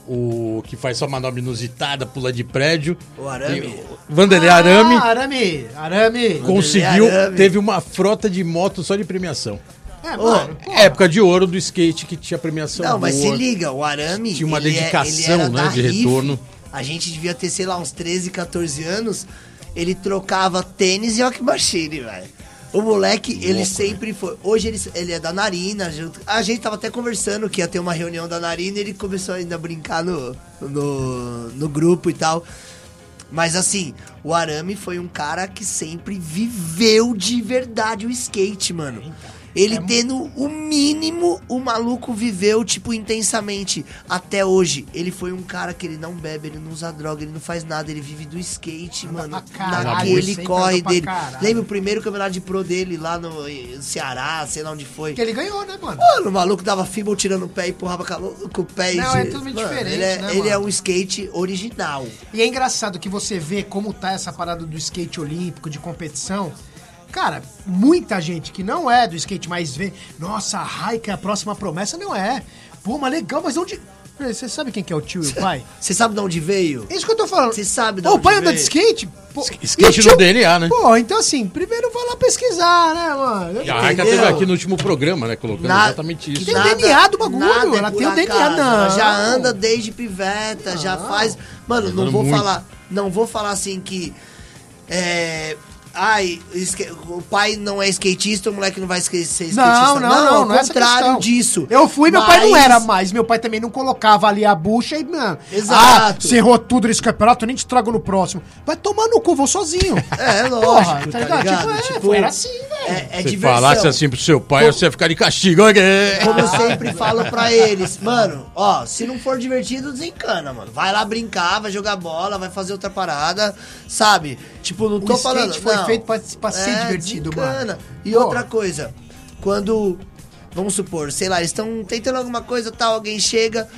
[SPEAKER 1] o que faz só manobra inusitada, pula de prédio.
[SPEAKER 3] O Arame. é
[SPEAKER 1] E o Vanderlei Arame
[SPEAKER 2] Ah, arame, arame.
[SPEAKER 1] conseguiu,
[SPEAKER 3] Arame.
[SPEAKER 1] teve uma frota de motos só de premiação.
[SPEAKER 2] É, mano,
[SPEAKER 1] Pô. Época de ouro do skate que tinha premiação.
[SPEAKER 3] Não, mas se
[SPEAKER 1] boa.
[SPEAKER 3] liga, o Arame.
[SPEAKER 1] Tinha uma
[SPEAKER 3] ele é-
[SPEAKER 1] dedicação,
[SPEAKER 3] ele era
[SPEAKER 1] né,
[SPEAKER 3] da
[SPEAKER 1] de
[SPEAKER 3] Riff.
[SPEAKER 1] retorno.
[SPEAKER 3] A gente devia ter, sei lá, uns 13, 14 anos. Ele trocava tênis e rock machine, velho. O moleque,
[SPEAKER 1] né?
[SPEAKER 3] ele sempre foi. Hoje ele, ele é da Narina. junto- A gente tava até conversando que ia ter uma reunião da Narina e ele começou ainda a brincar no, no, no grupo e tal. Mas assim, o Arame foi um cara que sempre viveu de verdade o skate, mano.
[SPEAKER 2] É
[SPEAKER 3] Ele tendo o mínimo, o maluco viveu, tipo, intensamente. Até hoje, ele foi um cara que ele não bebe, ele não usa droga, ele não faz nada, ele vive do skate, mano.
[SPEAKER 2] pra caralho,
[SPEAKER 3] naquele
[SPEAKER 2] sempre
[SPEAKER 3] corre
[SPEAKER 2] andou pra
[SPEAKER 3] dele.
[SPEAKER 2] caralho.
[SPEAKER 3] Lembra o primeiro campeonato de pro dele lá no eh, Ceará, sei lá onde foi.
[SPEAKER 2] que ele ganhou, né, mano?
[SPEAKER 3] Mano, o maluco dava fibra tirando o pé e empurrava com a mão- com o pé. e
[SPEAKER 2] Não,
[SPEAKER 3] se-
[SPEAKER 2] é totalmente diferente,
[SPEAKER 3] Ele, é,
[SPEAKER 2] né,
[SPEAKER 3] ele é
[SPEAKER 2] mano?
[SPEAKER 3] um skate original.
[SPEAKER 2] E é engraçado que você vê como tá essa parada do skate olímpico, de competição. Cara, muita gente que não é do skate, mas vê, nossa, a Raika é a próxima promessa, não é. Pô, mas legal, mas onde. Você sabe quem que é o tio e o pai?
[SPEAKER 3] Você sabe de onde veio?
[SPEAKER 2] É isso que eu tô falando.
[SPEAKER 3] Você sabe de
[SPEAKER 2] Ô, O
[SPEAKER 3] onde
[SPEAKER 2] pai anda
[SPEAKER 3] veio?
[SPEAKER 2] de skate? Pô,
[SPEAKER 1] skate
[SPEAKER 2] e
[SPEAKER 1] no DNA, né?
[SPEAKER 2] Pô, então assim, primeiro vai lá pesquisar, né, mano?
[SPEAKER 1] E a Raika
[SPEAKER 3] Entendeu?
[SPEAKER 1] esteve aqui no último programa, né? Colocando
[SPEAKER 3] Na-
[SPEAKER 1] exatamente isso.
[SPEAKER 2] Tem DNA do bagulho, ela
[SPEAKER 3] é por
[SPEAKER 2] tem o DNA,
[SPEAKER 3] acaso,
[SPEAKER 2] não.
[SPEAKER 3] Ela já anda desde piveta, já faz. Mano, não
[SPEAKER 1] Ajudando
[SPEAKER 3] vou
[SPEAKER 1] Tá muito.
[SPEAKER 3] falar. Não vou falar assim que. É. Ai, esque- o pai não é skatista, o moleque não vai esque- ser skatista.
[SPEAKER 2] Não, não, não, não,
[SPEAKER 3] ao
[SPEAKER 2] é essa
[SPEAKER 3] contrário
[SPEAKER 2] questão.
[SPEAKER 3] disso.
[SPEAKER 2] Eu fui, meu pai não
[SPEAKER 3] Mas-
[SPEAKER 2] era mais. Meu pai também não colocava ali a bucha e, mano. Ah,
[SPEAKER 3] Exato.
[SPEAKER 2] você errou tudo nesse campeonato, nem te trago no próximo. Vai tomar no cu, vou sozinho.
[SPEAKER 3] É,
[SPEAKER 2] Porra,
[SPEAKER 3] lógico,
[SPEAKER 2] tá
[SPEAKER 3] tá
[SPEAKER 2] ligado?
[SPEAKER 3] ligado?
[SPEAKER 2] Tipo, é, foi- era assim, velho.
[SPEAKER 3] É, é
[SPEAKER 1] Se
[SPEAKER 3] diversão.
[SPEAKER 1] falasse assim pro seu pai, você ia ficar de castigo. olha que-
[SPEAKER 3] Como eu sempre falo pra eles, mano, ó, se não for divertido, desencana, mano. Vai lá brincar, vai jogar bola, vai fazer outra parada, sabe? Tipo, não
[SPEAKER 2] O
[SPEAKER 3] tô
[SPEAKER 2] skate
[SPEAKER 3] falando.
[SPEAKER 2] foi
[SPEAKER 3] não. É,
[SPEAKER 2] feito pra- pra ser divertido, mano.
[SPEAKER 3] E
[SPEAKER 2] Pô.
[SPEAKER 3] outra coisa, quando, vamos supor, sei lá, eles estão tentando alguma coisa tal, alguém chega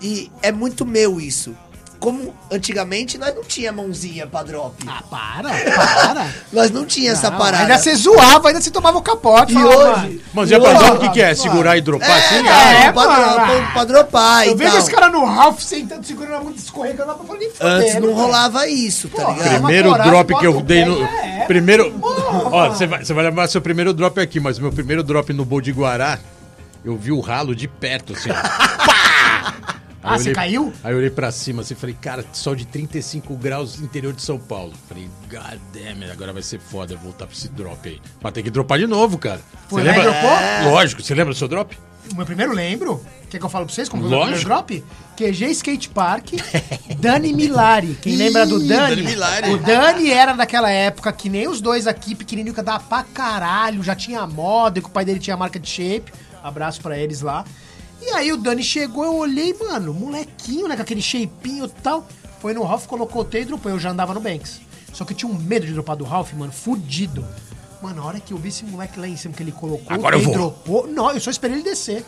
[SPEAKER 3] e é muito meu isso. Como antigamente nós não tinha mãozinha pra drop.
[SPEAKER 2] Ah, para, para.
[SPEAKER 3] Nós não tinha essa
[SPEAKER 2] Não,
[SPEAKER 3] parada.
[SPEAKER 2] Ainda você zoava, ainda você tomava o capote.
[SPEAKER 3] E
[SPEAKER 2] falava,
[SPEAKER 3] hoje.
[SPEAKER 1] Mas
[SPEAKER 3] e
[SPEAKER 1] é pra
[SPEAKER 3] hoje-
[SPEAKER 1] dar o que, que é? Segurar e dropar assim? Não.
[SPEAKER 3] É,
[SPEAKER 2] É,
[SPEAKER 3] pra,
[SPEAKER 2] mano.
[SPEAKER 3] pra- pra dropar
[SPEAKER 2] Eu
[SPEAKER 3] e
[SPEAKER 2] vejo
[SPEAKER 3] tal.
[SPEAKER 2] os caras no Ralph sentando, segurando a mão, escorregando lá pra falar, nem
[SPEAKER 3] então. Antes
[SPEAKER 2] fudendo,
[SPEAKER 3] não
[SPEAKER 2] velho.
[SPEAKER 3] rolava isso, tá
[SPEAKER 2] Porra,
[SPEAKER 3] ligado?
[SPEAKER 1] Primeiro
[SPEAKER 2] É Uma coragem, é.
[SPEAKER 1] drop que eu
[SPEAKER 2] bota o
[SPEAKER 1] dei
[SPEAKER 2] pé,
[SPEAKER 1] no.
[SPEAKER 2] já era.
[SPEAKER 1] Primeiro. Ó, você vai, você vai lembrar seu primeiro drop aqui, mas meu primeiro drop no Boldiguará, eu vi o ralo de perto, assim. ó. Pá!
[SPEAKER 2] Ah,
[SPEAKER 1] Aí eu
[SPEAKER 2] você caiu?
[SPEAKER 1] Aí eu olhei pra cima assim e falei, cara, sol de 35 graus interior de São Paulo. Falei, god damn, agora vai ser foda eu voltar pra esse drop aí. Mas tem que dropar de novo, cara.
[SPEAKER 2] Foi
[SPEAKER 1] Você
[SPEAKER 2] lá e
[SPEAKER 1] lembra?
[SPEAKER 2] dropou?
[SPEAKER 1] É. Lógico, você lembra do seu drop?
[SPEAKER 2] O meu primeiro lembro, quer que eu falo pra vocês como foi o meu primeiro
[SPEAKER 1] Lógico.
[SPEAKER 2] drop? QG Skate Park, Dani Milari. Quem
[SPEAKER 1] Ih,
[SPEAKER 2] lembra do Dani?
[SPEAKER 1] Dani Milari.
[SPEAKER 2] O Dani era daquela época que nem os dois aqui, pequenininho, que andava pra caralho, já tinha moda, que o pai dele tinha a marca de shape. Abraço pra eles lá. E aí o Dani chegou, eu olhei, mano, molequinho, né, com aquele shapeinho e tal. Foi no Ralph, colocou o T e dropou. Eu já andava no Banks. Só que eu tinha um medo de dropar do Ralph, mano, fudido. Mano, a hora que eu vi esse moleque lá em cima que ele colocou,
[SPEAKER 1] Agora eu
[SPEAKER 2] ele
[SPEAKER 1] vou.
[SPEAKER 2] dropou. Pô, não, eu só esperei ele descer.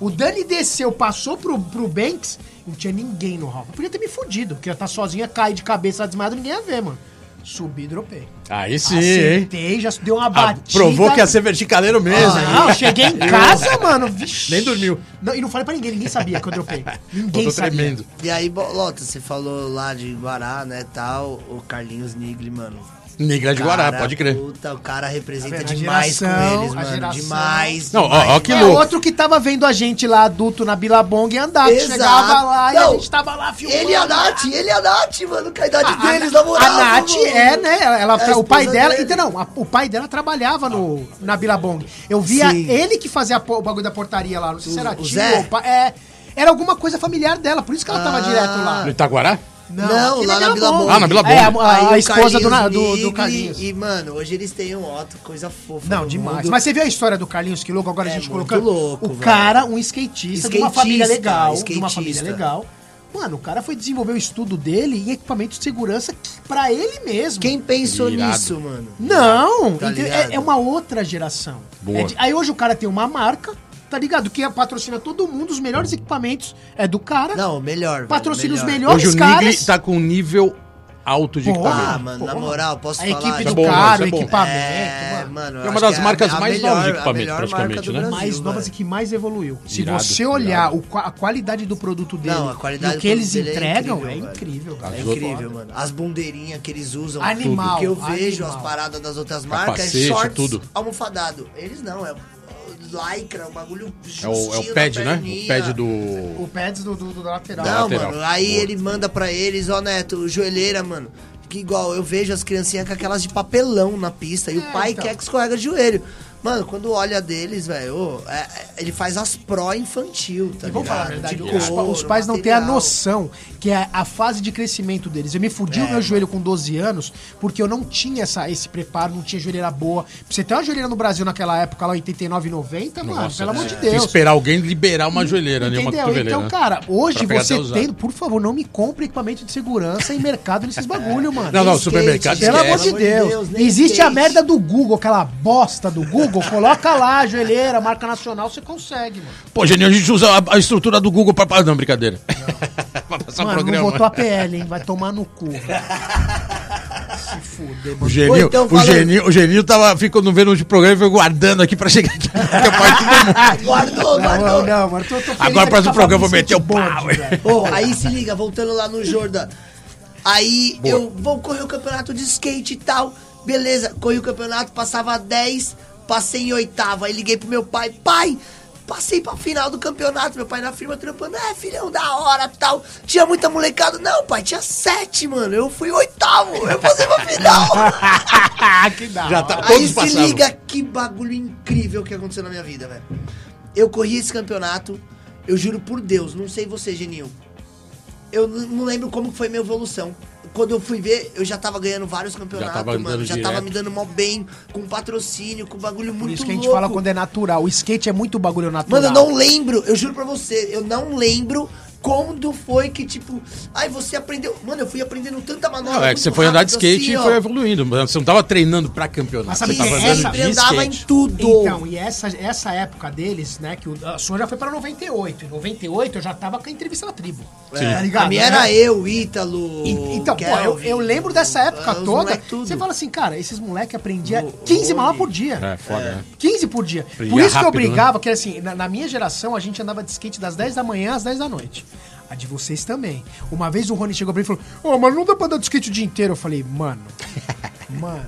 [SPEAKER 2] O Dani desceu, passou pro, pro Banks, não tinha ninguém no hall. Eu podia ter me fudido, porque eu ia estar sozinha, cair de cabeça lá desmaiado, ninguém ia ver, mano. Subi e dropei.
[SPEAKER 1] Aí sim, hein?
[SPEAKER 2] Acertei, já deu
[SPEAKER 1] Ah,
[SPEAKER 2] uma Ah, batida. Ah,
[SPEAKER 1] provou que ia ser verticaleiro mesmo.
[SPEAKER 2] Não, cheguei em casa, mano. Vixe.
[SPEAKER 1] Nem dormiu.
[SPEAKER 2] Não, e não falei pra ninguém, ninguém sabia que eu dropei. Ninguém
[SPEAKER 1] Voltou
[SPEAKER 2] sabia.
[SPEAKER 1] tremendo.
[SPEAKER 3] E aí, Bolota, você falou lá de Guará, né, tal, o Carlinhos Nigli, mano.
[SPEAKER 1] Negra É de Guará,
[SPEAKER 3] Cara,
[SPEAKER 1] pode crer.
[SPEAKER 3] Puta, o cara representa
[SPEAKER 2] Tá vendo? A
[SPEAKER 3] demais
[SPEAKER 2] geração,
[SPEAKER 3] com eles,
[SPEAKER 2] a
[SPEAKER 3] mano.
[SPEAKER 2] geração.
[SPEAKER 3] Demais.
[SPEAKER 1] Não,
[SPEAKER 3] demais.
[SPEAKER 1] ó, ó que
[SPEAKER 2] é
[SPEAKER 1] louco.
[SPEAKER 2] outro que tava vendo a gente lá, adulto, na Bilabong e andar.
[SPEAKER 3] Exato.
[SPEAKER 2] Chegava lá e a
[SPEAKER 3] Não.
[SPEAKER 2] gente tava lá filmando.
[SPEAKER 3] Ele e a Nath, ele e a Nath, mano, com a idade
[SPEAKER 2] Ah, A-
[SPEAKER 3] deles, na moral.
[SPEAKER 2] A Nath
[SPEAKER 3] mano.
[SPEAKER 2] é, né? Ela,
[SPEAKER 3] É a
[SPEAKER 2] o pai
[SPEAKER 3] esposa
[SPEAKER 2] dela.
[SPEAKER 3] dele. Ah.
[SPEAKER 2] Então, não, a- o pai dela trabalhava no, na Bilabong. Eu via
[SPEAKER 3] Sim.
[SPEAKER 2] ele que fazia a po- o bagulho da portaria lá. Não sei se era
[SPEAKER 3] o
[SPEAKER 2] tio
[SPEAKER 3] Zé?
[SPEAKER 2] ou pai. É, era alguma coisa familiar dela, por isso que ela tava
[SPEAKER 3] Ah.
[SPEAKER 2] direto lá.
[SPEAKER 1] No Itaguará?
[SPEAKER 3] Não,
[SPEAKER 2] ele
[SPEAKER 3] lá
[SPEAKER 2] é
[SPEAKER 3] na Bilabong.
[SPEAKER 2] Bilabong.
[SPEAKER 1] Ah, na Bilabong.
[SPEAKER 2] É, a, a- a
[SPEAKER 3] Aí o
[SPEAKER 2] esposa do, na-
[SPEAKER 3] Carlinhos
[SPEAKER 2] do, do
[SPEAKER 3] Nigri,
[SPEAKER 2] Carlinhos.
[SPEAKER 3] E, mano, hoje eles têm o Otto, coisa fofa.
[SPEAKER 2] Não,
[SPEAKER 3] do
[SPEAKER 2] demais.
[SPEAKER 3] mundo.
[SPEAKER 2] Mas você viu a história do Carlinhos que louco agora a
[SPEAKER 3] É
[SPEAKER 2] gente
[SPEAKER 3] muito
[SPEAKER 2] colocando?
[SPEAKER 3] louco,
[SPEAKER 2] o
[SPEAKER 3] velho.
[SPEAKER 2] cara, um skatista, de uma
[SPEAKER 3] Skatista,
[SPEAKER 2] família legal, de uma
[SPEAKER 3] skatista.
[SPEAKER 2] família legal. Mano, o cara foi desenvolver o estudo dele em equipamento de segurança que- pra ele mesmo.
[SPEAKER 3] Quem pensou
[SPEAKER 1] Irado.
[SPEAKER 3] nisso, mano?
[SPEAKER 2] Não,
[SPEAKER 3] Tá
[SPEAKER 2] ente-
[SPEAKER 3] ligado?
[SPEAKER 2] é, é uma outra geração.
[SPEAKER 1] Boa.
[SPEAKER 2] É de- aí hoje o cara tem uma marca, tá ligado? Que patrocina todo mundo, os melhores equipamentos é do cara.
[SPEAKER 3] Não, melhor.
[SPEAKER 2] Patrocina os
[SPEAKER 3] velho, melhor.
[SPEAKER 2] melhores
[SPEAKER 1] Hoje o Nigri
[SPEAKER 2] caras.
[SPEAKER 1] tá com um nível alto de
[SPEAKER 2] Porra,
[SPEAKER 3] Ah,
[SPEAKER 1] equipamento.
[SPEAKER 3] mano,
[SPEAKER 2] porra.
[SPEAKER 3] na moral, posso
[SPEAKER 2] A
[SPEAKER 3] falar?
[SPEAKER 2] equipe
[SPEAKER 1] Isso é
[SPEAKER 2] do
[SPEAKER 1] bom,
[SPEAKER 2] cara,
[SPEAKER 1] isso é
[SPEAKER 2] o
[SPEAKER 1] bom.
[SPEAKER 2] equipamento, mano.
[SPEAKER 3] mano,
[SPEAKER 1] É
[SPEAKER 3] acho
[SPEAKER 1] uma
[SPEAKER 3] que
[SPEAKER 1] das marcas
[SPEAKER 3] a
[SPEAKER 1] mais
[SPEAKER 3] melhor-
[SPEAKER 1] novas de
[SPEAKER 3] a
[SPEAKER 1] equipamente,
[SPEAKER 3] melhor marca
[SPEAKER 1] praticamente,
[SPEAKER 3] do
[SPEAKER 1] né?
[SPEAKER 3] Brasil,
[SPEAKER 2] mais novas e
[SPEAKER 3] velho.
[SPEAKER 2] assim, que mais evoluiu. Se
[SPEAKER 1] Irado,
[SPEAKER 2] você olhar
[SPEAKER 1] irado.
[SPEAKER 2] o qua- a qualidade do produto dele
[SPEAKER 3] Não, a
[SPEAKER 2] e
[SPEAKER 3] qualidade
[SPEAKER 2] o
[SPEAKER 3] do
[SPEAKER 2] que eles
[SPEAKER 3] produto dele é
[SPEAKER 2] entregam é
[SPEAKER 3] incrível,
[SPEAKER 2] incrível.
[SPEAKER 3] velho.
[SPEAKER 2] cara.
[SPEAKER 3] É
[SPEAKER 1] As
[SPEAKER 3] incrível, mano. As bandeirinhas que eles usam.
[SPEAKER 2] Animal,
[SPEAKER 3] Tudo. Que eu vejo
[SPEAKER 2] animal.
[SPEAKER 3] as paradas das outras marcas.
[SPEAKER 1] Capacete,
[SPEAKER 3] é shorts,
[SPEAKER 1] tudo.
[SPEAKER 3] almofadado. Eles não, é lycra, um bagulho
[SPEAKER 1] É o, é
[SPEAKER 3] justinho
[SPEAKER 1] o
[SPEAKER 3] na
[SPEAKER 1] pad, né? O
[SPEAKER 3] perninha.
[SPEAKER 1] pad do.
[SPEAKER 2] O pads do, do, do lateral.
[SPEAKER 3] Não,
[SPEAKER 1] lateral.
[SPEAKER 3] mano. Aí
[SPEAKER 1] Boa.
[SPEAKER 3] ele manda pra eles, ó, Neto, joelheira, mano. Que igual, eu vejo as criancinhas com aquelas de papelão na pista. E
[SPEAKER 2] É,
[SPEAKER 3] o pai
[SPEAKER 2] então.
[SPEAKER 3] quer que escorrega de joelho. Mano, quando olha deles, velho, ô, é- é- ele faz as pró infantil, tá
[SPEAKER 2] E vamos falar a verdade,
[SPEAKER 3] De
[SPEAKER 2] os, pa-
[SPEAKER 3] couro,
[SPEAKER 2] os pais não têm a
[SPEAKER 3] material.
[SPEAKER 2] noção que é a fase de crescimento deles. Eu me fudi o meu joelho com 12 anos porque eu não tinha essa, esse preparo, não tinha joelheira boa. Pra você ter uma joelheira no Brasil naquela época, lá 89, 90, mano,
[SPEAKER 1] Nossa, é.
[SPEAKER 2] pelo amor de
[SPEAKER 1] tem que
[SPEAKER 2] Deus. Hum,
[SPEAKER 1] esperar alguém liberar uma joelheira, né? Uma
[SPEAKER 2] Entendeu?
[SPEAKER 1] cotoveleira.
[SPEAKER 2] Então, cara, hoje
[SPEAKER 1] Pra pegar
[SPEAKER 2] você
[SPEAKER 1] até usar.
[SPEAKER 2] tendo, por favor, não me compre equipamento de segurança em mercado nesses bagulho, mano.
[SPEAKER 1] Não, não,
[SPEAKER 3] Skate,
[SPEAKER 1] supermercado.
[SPEAKER 3] pelo
[SPEAKER 2] É. Pelo
[SPEAKER 1] esquece.
[SPEAKER 2] amor de Deus.
[SPEAKER 3] nem
[SPEAKER 2] Existe
[SPEAKER 3] skate.
[SPEAKER 2] a merda do Google, aquela bosta do Google. Coloca lá, joelheira, marca nacional, você consegue, mano.
[SPEAKER 1] Pô, Geninho, a gente usa a, a estrutura do Google pra. ah, Não, brincadeira. pra passar o
[SPEAKER 2] mano,
[SPEAKER 1] programa.
[SPEAKER 2] não botou a PL, hein? Vai tomar no cu. velho. Se fuder, mano.
[SPEAKER 1] O Geninho,
[SPEAKER 3] Ou então
[SPEAKER 1] o
[SPEAKER 3] falando-
[SPEAKER 1] Geninho, o Geninho tava ficando vendo o programa e foi guardando aqui pra chegar aqui. Que a parte do mundo.
[SPEAKER 3] Guardou, guardou.
[SPEAKER 2] Não, não, mano. Tô, tô feliz
[SPEAKER 1] Agora
[SPEAKER 2] aqui
[SPEAKER 1] faz
[SPEAKER 2] com
[SPEAKER 1] o
[SPEAKER 2] a
[SPEAKER 1] programa, vou
[SPEAKER 2] Fabi
[SPEAKER 1] meter o
[SPEAKER 2] Santibonde,
[SPEAKER 1] pau,
[SPEAKER 2] velho.
[SPEAKER 1] hein?
[SPEAKER 3] Ô, aí se liga, voltando lá no Jordan. Aí
[SPEAKER 1] Boa.
[SPEAKER 3] eu vou correr o campeonato de skate e tal. Beleza, corri o campeonato, passava 10, passei em oitavo. Aí liguei pro meu pai, pai, passei pra final do campeonato. Meu pai na firma trampando, é filhão, da hora tal. Tinha muita molecada. Não, pai, tinha sete, mano. Eu fui oitavo, eu passei pra final.
[SPEAKER 2] Ah, que da
[SPEAKER 1] Já
[SPEAKER 2] hora.
[SPEAKER 1] tá,
[SPEAKER 3] Aí
[SPEAKER 1] todos
[SPEAKER 3] se
[SPEAKER 1] passaram.
[SPEAKER 3] liga que bagulho incrível que aconteceu na minha vida, velho. Eu corri esse campeonato, eu juro por Deus, não sei você, Geninho. Eu n- não lembro como que foi minha evolução. Quando eu fui ver, eu já tava ganhando vários campeonatos,
[SPEAKER 1] tava andando
[SPEAKER 3] mano. Já tava
[SPEAKER 1] direto.
[SPEAKER 3] me dando mó bem, com patrocínio, com bagulho muito
[SPEAKER 2] Por
[SPEAKER 3] louco.
[SPEAKER 2] isso que a gente fala quando é natural. O skate é muito bagulho natural.
[SPEAKER 3] Mano, eu não lembro, eu juro pra você, eu não lembro quando foi que, tipo... Ai, você aprendeu... Mano, eu fui aprendendo tanta manobra
[SPEAKER 1] Não, é que
[SPEAKER 3] muito
[SPEAKER 1] você foi andar de
[SPEAKER 3] rápido,
[SPEAKER 1] skate e
[SPEAKER 3] assim,
[SPEAKER 1] foi
[SPEAKER 3] ó.
[SPEAKER 1] evoluindo. mas Você não tava treinando pra campeonato.
[SPEAKER 2] Mas sabe
[SPEAKER 1] você
[SPEAKER 2] que
[SPEAKER 1] tava
[SPEAKER 2] essa-
[SPEAKER 1] andando
[SPEAKER 3] sempre
[SPEAKER 1] de
[SPEAKER 3] andava em
[SPEAKER 1] skate.
[SPEAKER 3] tudo.
[SPEAKER 2] Então, e essa, essa época deles, né? Que o, a sua já foi pra 98. Em 98 eu já tava com a entrevista na tribo.
[SPEAKER 1] Sim.
[SPEAKER 2] Tá ligado?
[SPEAKER 3] A minha É. era eu, Ítalo.
[SPEAKER 2] E- então, pô, eu, eu lembro dessa
[SPEAKER 3] Ah,
[SPEAKER 2] época
[SPEAKER 3] é
[SPEAKER 2] toda. Você fala assim, cara, esses moleques aprendiam 15 malas por dia.
[SPEAKER 1] É, foda, né?
[SPEAKER 2] 15 por dia.
[SPEAKER 1] E
[SPEAKER 2] Por
[SPEAKER 1] é
[SPEAKER 2] isso que eu
[SPEAKER 1] rápido, né?
[SPEAKER 2] brigava, que assim, na, na minha geração a gente andava de skate das 10 da manhã às 10 da noite. A de vocês também. Uma vez o Rony chegou pra mim e falou: Ô, mano, não dá pra andar de skate o dia inteiro. Eu falei, mano, mano.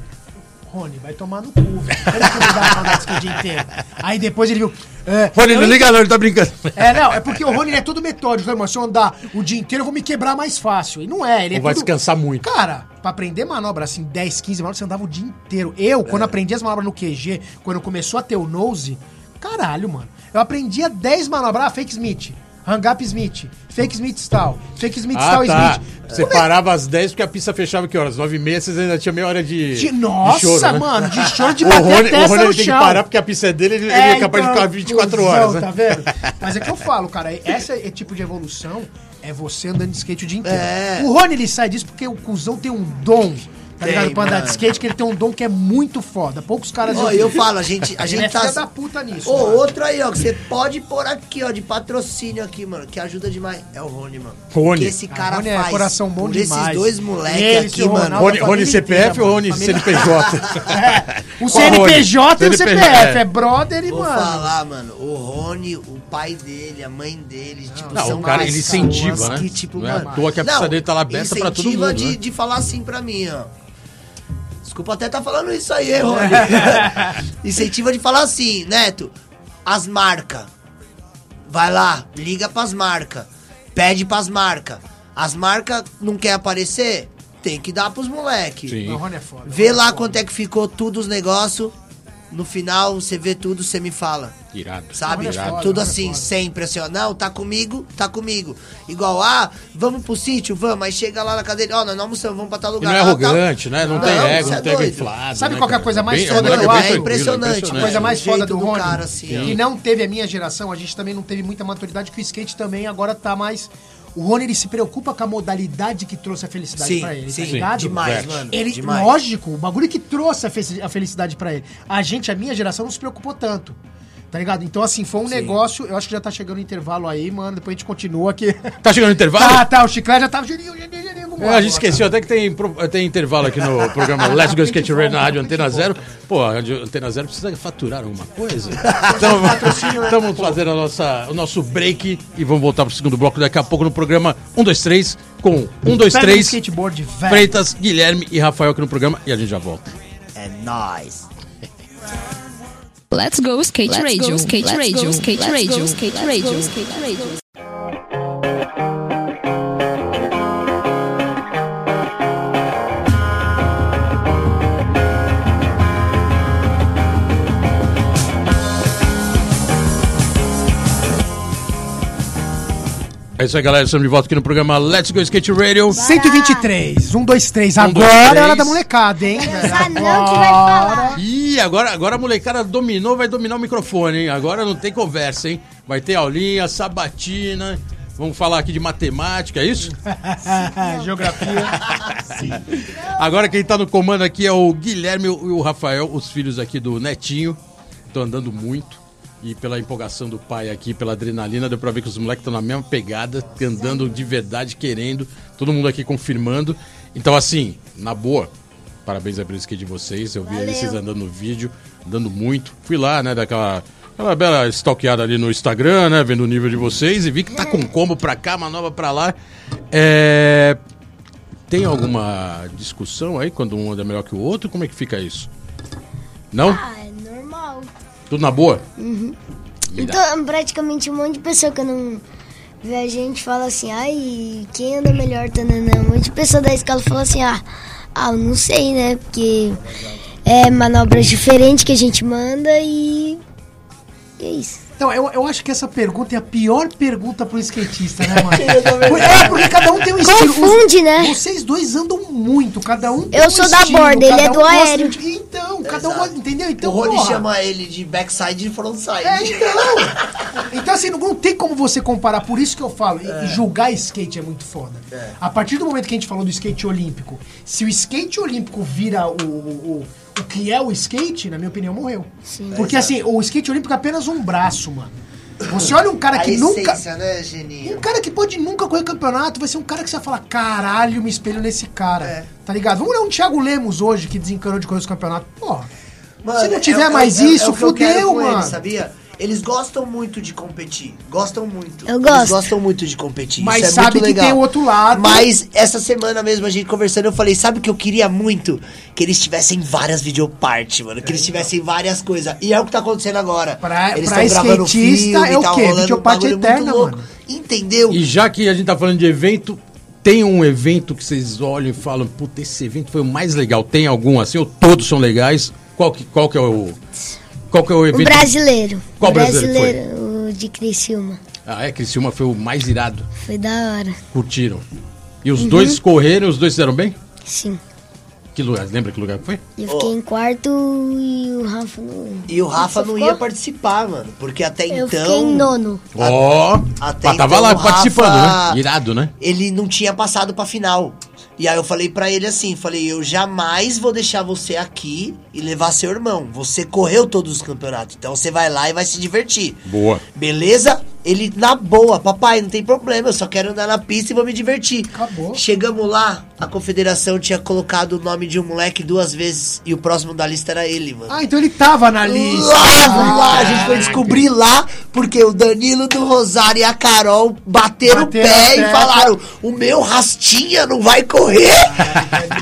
[SPEAKER 2] Rony, vai tomar no cu, velho. Como que não dá pra andar de skate o dia inteiro? Aí depois ele viu. é,
[SPEAKER 1] Rony, não
[SPEAKER 2] eu
[SPEAKER 1] liga não, ele tá brincando.
[SPEAKER 2] é, não, é porque o Rony ele é todo metódico, né, irmão? Se eu andar o dia inteiro, eu vou me quebrar mais fácil. E não é, ele é
[SPEAKER 1] Ou vai
[SPEAKER 2] tudo-
[SPEAKER 1] descansar muito.
[SPEAKER 2] Cara, pra aprender manobra assim, 10, 15 manobras, você andava o dia inteiro. Eu,
[SPEAKER 1] É.
[SPEAKER 2] quando aprendi as manobras no QG, quando começou a ter o nose, caralho, mano. Eu aprendia 10 manobras, ah, fake Smith, hang up Smith, fake Smith stall, fake Smith
[SPEAKER 1] Ah,
[SPEAKER 2] stall
[SPEAKER 1] tá.
[SPEAKER 2] Smith. é
[SPEAKER 1] Você parava às 10 porque a pista fechava que horas? 9 e meia, vocês ainda tinha meia hora de.
[SPEAKER 2] De-
[SPEAKER 1] de
[SPEAKER 2] nossa,
[SPEAKER 1] choro, né?
[SPEAKER 2] mano, de choro de
[SPEAKER 1] O
[SPEAKER 2] bater
[SPEAKER 1] Rony,
[SPEAKER 2] a
[SPEAKER 1] o
[SPEAKER 2] testa
[SPEAKER 1] Rony
[SPEAKER 2] no
[SPEAKER 1] ele tem que
[SPEAKER 2] chão.
[SPEAKER 1] parar porque a pista é dele, ele ele é, capaz de
[SPEAKER 2] então,
[SPEAKER 1] ficar 24
[SPEAKER 2] cuzão,
[SPEAKER 1] horas. né?
[SPEAKER 2] Tá vendo? Mas é que eu falo, cara, esse é tipo de evolução é você andando de skate o dia inteiro.
[SPEAKER 3] É.
[SPEAKER 2] O Rony ele sai disso porque o cuzão tem um dom. Tá
[SPEAKER 3] Tem,
[SPEAKER 2] ligado? Pra andar de
[SPEAKER 3] mano.
[SPEAKER 2] skate, que ele tem um dom que é muito foda. Poucos caras.
[SPEAKER 3] Ó, eu falo, a gente, a
[SPEAKER 2] assim, Ele
[SPEAKER 3] gente
[SPEAKER 2] é
[SPEAKER 3] tá.
[SPEAKER 2] filha da puta nisso,
[SPEAKER 3] Ô,
[SPEAKER 2] mano.
[SPEAKER 3] outro aí, ó, que você pode pôr aqui, ó, de patrocínio aqui, mano, que ajuda demais. É o Rony, mano.
[SPEAKER 1] Rony.
[SPEAKER 3] Que esse
[SPEAKER 2] Ah,
[SPEAKER 3] cara
[SPEAKER 2] Rony é
[SPEAKER 3] faz.
[SPEAKER 2] coração bom
[SPEAKER 3] por
[SPEAKER 2] demais.
[SPEAKER 3] esses dois moleques
[SPEAKER 2] Ele,
[SPEAKER 3] aqui,
[SPEAKER 2] seu
[SPEAKER 3] mano.
[SPEAKER 2] Ronaldo.
[SPEAKER 1] Rony,
[SPEAKER 2] a
[SPEAKER 1] Rony
[SPEAKER 2] família
[SPEAKER 1] CPF
[SPEAKER 2] inteira,
[SPEAKER 1] ou
[SPEAKER 2] mano.
[SPEAKER 1] Rony
[SPEAKER 2] Família- É.
[SPEAKER 1] CNPJ?
[SPEAKER 2] O
[SPEAKER 1] Ô,
[SPEAKER 2] CNPJ e
[SPEAKER 1] Rony.
[SPEAKER 2] o CPF.
[SPEAKER 1] É.
[SPEAKER 2] É brother e
[SPEAKER 3] Vou
[SPEAKER 2] mano.
[SPEAKER 3] falar, mano, o Rony, o pai dele, a mãe dele, tipo,
[SPEAKER 1] Não,
[SPEAKER 3] são
[SPEAKER 1] o cara,
[SPEAKER 3] mais
[SPEAKER 1] ele
[SPEAKER 3] pessoas
[SPEAKER 1] incentiva, né?
[SPEAKER 3] que, tipo,
[SPEAKER 1] Não é à
[SPEAKER 3] mano...
[SPEAKER 1] toa que a pista dele tá lá aberta pra todo
[SPEAKER 3] incentiva
[SPEAKER 1] mundo,
[SPEAKER 3] de,
[SPEAKER 1] né?
[SPEAKER 3] de falar assim pra mim, ó. Desculpa até tá falando isso aí, hein, Rony? Incentiva de falar assim, Neto, as marcas. Vai lá, liga pras marcas. Pede pras marcas. As marcas não quer aparecer? Tem que dar pros moleque.
[SPEAKER 1] Sim.
[SPEAKER 2] Não, Rony é foda.
[SPEAKER 3] Vê
[SPEAKER 2] Rony é
[SPEAKER 3] lá
[SPEAKER 2] foda.
[SPEAKER 3] quanto é que ficou tudo os negócios. No final, você vê tudo, você me fala.
[SPEAKER 1] Irado.
[SPEAKER 3] Sabe?
[SPEAKER 2] Olha só,
[SPEAKER 3] Tudo
[SPEAKER 2] olha
[SPEAKER 3] assim,
[SPEAKER 2] só.
[SPEAKER 3] sempre assim, ó. Não, tá comigo, tá comigo. Igual, ah, vamos pro sítio, vamos. Aí chega lá na cadeira, ó, nós não almoçamos, vamos pra tal
[SPEAKER 1] E
[SPEAKER 3] lugar.
[SPEAKER 1] não é
[SPEAKER 3] lá,
[SPEAKER 2] tá-
[SPEAKER 3] tal.
[SPEAKER 1] arrogante, né? Não,
[SPEAKER 3] Não,
[SPEAKER 1] tem
[SPEAKER 3] você
[SPEAKER 1] ego,
[SPEAKER 3] é
[SPEAKER 1] não tem ego
[SPEAKER 3] doido.
[SPEAKER 1] inflado.
[SPEAKER 2] Sabe
[SPEAKER 1] né,
[SPEAKER 2] qual que é a
[SPEAKER 1] cara?
[SPEAKER 2] coisa mais
[SPEAKER 1] Bem-
[SPEAKER 2] foda
[SPEAKER 1] o moleque bem
[SPEAKER 2] do
[SPEAKER 1] né?
[SPEAKER 2] ar? É
[SPEAKER 1] tranquilo,
[SPEAKER 3] impressionante.
[SPEAKER 2] A coisa mais
[SPEAKER 3] O
[SPEAKER 2] foda
[SPEAKER 3] jeito
[SPEAKER 2] do
[SPEAKER 3] do
[SPEAKER 2] Rony,
[SPEAKER 3] cara, assim,
[SPEAKER 2] que
[SPEAKER 3] ó.
[SPEAKER 2] não teve a minha geração, a gente também não teve muita maturidade, que o skate também agora tá mais... O Rony, ele se preocupa com a modalidade que trouxe a felicidade
[SPEAKER 3] Sim,
[SPEAKER 2] pra ele,
[SPEAKER 3] sim,
[SPEAKER 2] tá ligado?
[SPEAKER 3] demais,
[SPEAKER 1] Vete.
[SPEAKER 3] mano.
[SPEAKER 2] Ele,
[SPEAKER 3] demais.
[SPEAKER 2] lógico, o bagulho que trouxe a, fe- a felicidade pra ele. A gente, a minha geração, não se preocupou tanto. Tá ligado? Então, assim, foi um negócio. Eu acho que já tá chegando o intervalo aí, mano. Depois a gente continua aqui.
[SPEAKER 1] Tá chegando o intervalo?
[SPEAKER 2] Tá, tá, o chiclete já tava. Geninho, geninho, geninho. vamos
[SPEAKER 1] É,
[SPEAKER 2] lá,
[SPEAKER 1] a gente
[SPEAKER 2] vamos lá.
[SPEAKER 1] esqueceu até que tem, pro- tem intervalo aqui no programa Let's Go Skate Radio na Rádio Antena Zero. Pô, a Rádio Antena Zero precisa faturar alguma coisa. Então,
[SPEAKER 2] né?
[SPEAKER 1] estamos fazendo a nossa, o nosso break e vamos voltar pro segundo bloco daqui a pouco no programa 123 com 123
[SPEAKER 2] Pega um skateboard, velho.
[SPEAKER 1] Freitas, Guilherme e Rafael aqui no programa e a gente já volta.
[SPEAKER 3] É nóis.
[SPEAKER 5] Let's go skate radio. Skate radio. Skate radio. Skate radio.
[SPEAKER 1] É isso aí, galera. Estamos de volta aqui no programa Let's Go Skate Radio.
[SPEAKER 2] 123, 1, 2, 3. Um,
[SPEAKER 1] Um,
[SPEAKER 2] Agora
[SPEAKER 1] dois,
[SPEAKER 2] é hora
[SPEAKER 1] três.
[SPEAKER 2] da molecada, hein?
[SPEAKER 4] Só não que vai falar.
[SPEAKER 1] Ih, agora, agora a molecada dominou, vai dominar o microfone, hein? Agora não tem conversa, hein? Vai ter aulinha, sabatina. Vamos falar aqui de matemática, é isso?
[SPEAKER 2] É, Geografia.
[SPEAKER 1] Agora quem tá no comando aqui é o Guilherme e o Rafael, os filhos aqui do Netinho. Estão andando muito. E pela empolgação do pai aqui, pela adrenalina, deu pra ver que os moleques estão na mesma pegada, andando de verdade, querendo. Todo mundo aqui confirmando. Então, assim, na boa, parabéns a Brisque de vocês. Eu vi aí vocês andando no vídeo, andando muito. Fui lá, né, daquela. Aquela bela stalkeada ali no Instagram, né? Vendo o nível de vocês e vi que tá com combo pra cá, manobra pra lá. É. Tem alguma discussão aí quando um anda melhor que o outro? Como é que fica isso? Não?
[SPEAKER 4] Ah, é normal.
[SPEAKER 1] Tudo na boa?
[SPEAKER 4] Então, praticamente um monte de pessoa que não vê a gente fala assim, ai, quem anda melhor, tananã. Um monte de pessoa da escola fala assim, ah, ah, eu não sei, né? Porque é manobras diferentes que a gente manda e. e é isso.
[SPEAKER 2] Então, eu, eu acho que essa pergunta é a pior pergunta pro skatista, né, mano? é, porque cada um tem um estilo.
[SPEAKER 4] Confunde, né?
[SPEAKER 2] Vocês dois andam muito, cada um tem
[SPEAKER 4] Eu
[SPEAKER 2] um
[SPEAKER 4] sou da
[SPEAKER 2] estilo,
[SPEAKER 4] borda, ele
[SPEAKER 2] cada
[SPEAKER 4] é
[SPEAKER 2] um
[SPEAKER 4] do
[SPEAKER 2] gosta de-
[SPEAKER 4] aéreo.
[SPEAKER 2] Então, cada um
[SPEAKER 3] Exato.
[SPEAKER 2] gosta, entendeu? Então,
[SPEAKER 3] o Rony
[SPEAKER 2] porra.
[SPEAKER 3] chama ele de backside e frontside.
[SPEAKER 2] É, então. Então, assim, não, não tem como você comparar. Por isso que eu falo, e- e julgar skate é muito foda. A partir do momento que a gente falou do skate olímpico, se o skate olímpico vira o, o, o que é o skate, na minha opinião, morreu. Porque, assim, o skate olímpico é apenas um braço, mano. Você olha um cara
[SPEAKER 3] A
[SPEAKER 2] que nunca...
[SPEAKER 3] essência, né,
[SPEAKER 2] Um
[SPEAKER 3] Geninho?
[SPEAKER 2] cara que pode nunca correr campeonato vai ser um cara que você vai falar, caralho, me espelho nesse cara.
[SPEAKER 3] É.
[SPEAKER 2] Tá ligado? Vamos olhar um Thiago Lemos hoje que desencanou de correr os campeonatos. Porra.
[SPEAKER 3] Mano,
[SPEAKER 2] se não
[SPEAKER 3] é-
[SPEAKER 2] tiver
[SPEAKER 3] é-
[SPEAKER 2] mais
[SPEAKER 3] é- é o
[SPEAKER 2] isso,
[SPEAKER 3] que eu quero
[SPEAKER 2] fudeu,
[SPEAKER 3] com
[SPEAKER 2] mano.
[SPEAKER 3] Eles, sabia? Eles gostam muito de competir. Gostam muito.
[SPEAKER 4] Eu
[SPEAKER 3] Eles
[SPEAKER 4] gosto.
[SPEAKER 3] gostam muito de competir.
[SPEAKER 2] Mas
[SPEAKER 3] isso é
[SPEAKER 2] sabe
[SPEAKER 3] muito
[SPEAKER 2] que
[SPEAKER 3] legal.
[SPEAKER 2] tem o outro lado.
[SPEAKER 3] Mas essa semana mesmo, a gente conversando, eu falei, sabe o que eu queria muito? Que eles tivessem várias videopartes, mano. Que eles tivessem várias coisas. E é o que tá acontecendo agora.
[SPEAKER 2] É. Pra-
[SPEAKER 3] eles
[SPEAKER 2] pra
[SPEAKER 3] tão gravando
[SPEAKER 2] skatista
[SPEAKER 3] filme,
[SPEAKER 2] é o
[SPEAKER 3] tá
[SPEAKER 2] quê?
[SPEAKER 3] rolando um
[SPEAKER 2] Videoparte
[SPEAKER 3] bagulho muito
[SPEAKER 2] eterna,
[SPEAKER 3] louco.
[SPEAKER 2] mano.
[SPEAKER 3] Entendeu?
[SPEAKER 1] E já que a gente tá falando de evento, tem um evento que vocês olham e falam, puta, esse evento foi o mais legal. Tem algum assim? Ou todos são legais? Qual que, qual que é o. Qual que é o
[SPEAKER 4] O
[SPEAKER 1] evento?
[SPEAKER 4] brasileiro.
[SPEAKER 1] Qual
[SPEAKER 4] o
[SPEAKER 1] brasileiro foi?
[SPEAKER 4] O de Criciúma.
[SPEAKER 1] Ah, é, Criciúma foi o mais irado.
[SPEAKER 4] Foi da hora.
[SPEAKER 1] Curtiram. E os dois correram, os dois fizeram bem?
[SPEAKER 4] Sim.
[SPEAKER 1] Que lugar? Lembra que lugar que foi?
[SPEAKER 4] Eu fiquei em quarto e o Rafa no.
[SPEAKER 3] E o Rafa
[SPEAKER 4] Você
[SPEAKER 3] não
[SPEAKER 4] ficou?
[SPEAKER 3] ia participar, mano. Porque até
[SPEAKER 4] Eu
[SPEAKER 3] então.
[SPEAKER 4] fiquei em nono.
[SPEAKER 1] Ó!
[SPEAKER 3] até
[SPEAKER 1] mas Ah, tava
[SPEAKER 3] então,
[SPEAKER 1] lá
[SPEAKER 3] Rafa-
[SPEAKER 1] participando, né? Irado, né?
[SPEAKER 3] ele não tinha passado pra final. E aí eu falei pra ele assim, falei, eu jamais vou deixar você aqui e levar seu irmão. Você correu todos os campeonatos, então você vai lá e vai se divertir.
[SPEAKER 1] Boa.
[SPEAKER 3] Beleza? Ele, na boa, papai, não tem problema, eu só quero andar na pista e vou me divertir.
[SPEAKER 2] Acabou.
[SPEAKER 3] Chegamos lá, a confederação tinha colocado o nome de um moleque duas vezes e o próximo da lista era ele, mano.
[SPEAKER 2] Ah, então ele tava na lista.
[SPEAKER 3] Lá, lá, a gente foi descobrir lá, porque o Danilo do Rosário e a Carol bateram
[SPEAKER 2] Bateram
[SPEAKER 3] o pé
[SPEAKER 2] o
[SPEAKER 3] e
[SPEAKER 2] pé.
[SPEAKER 3] falaram: o meu rastinha não vai correr.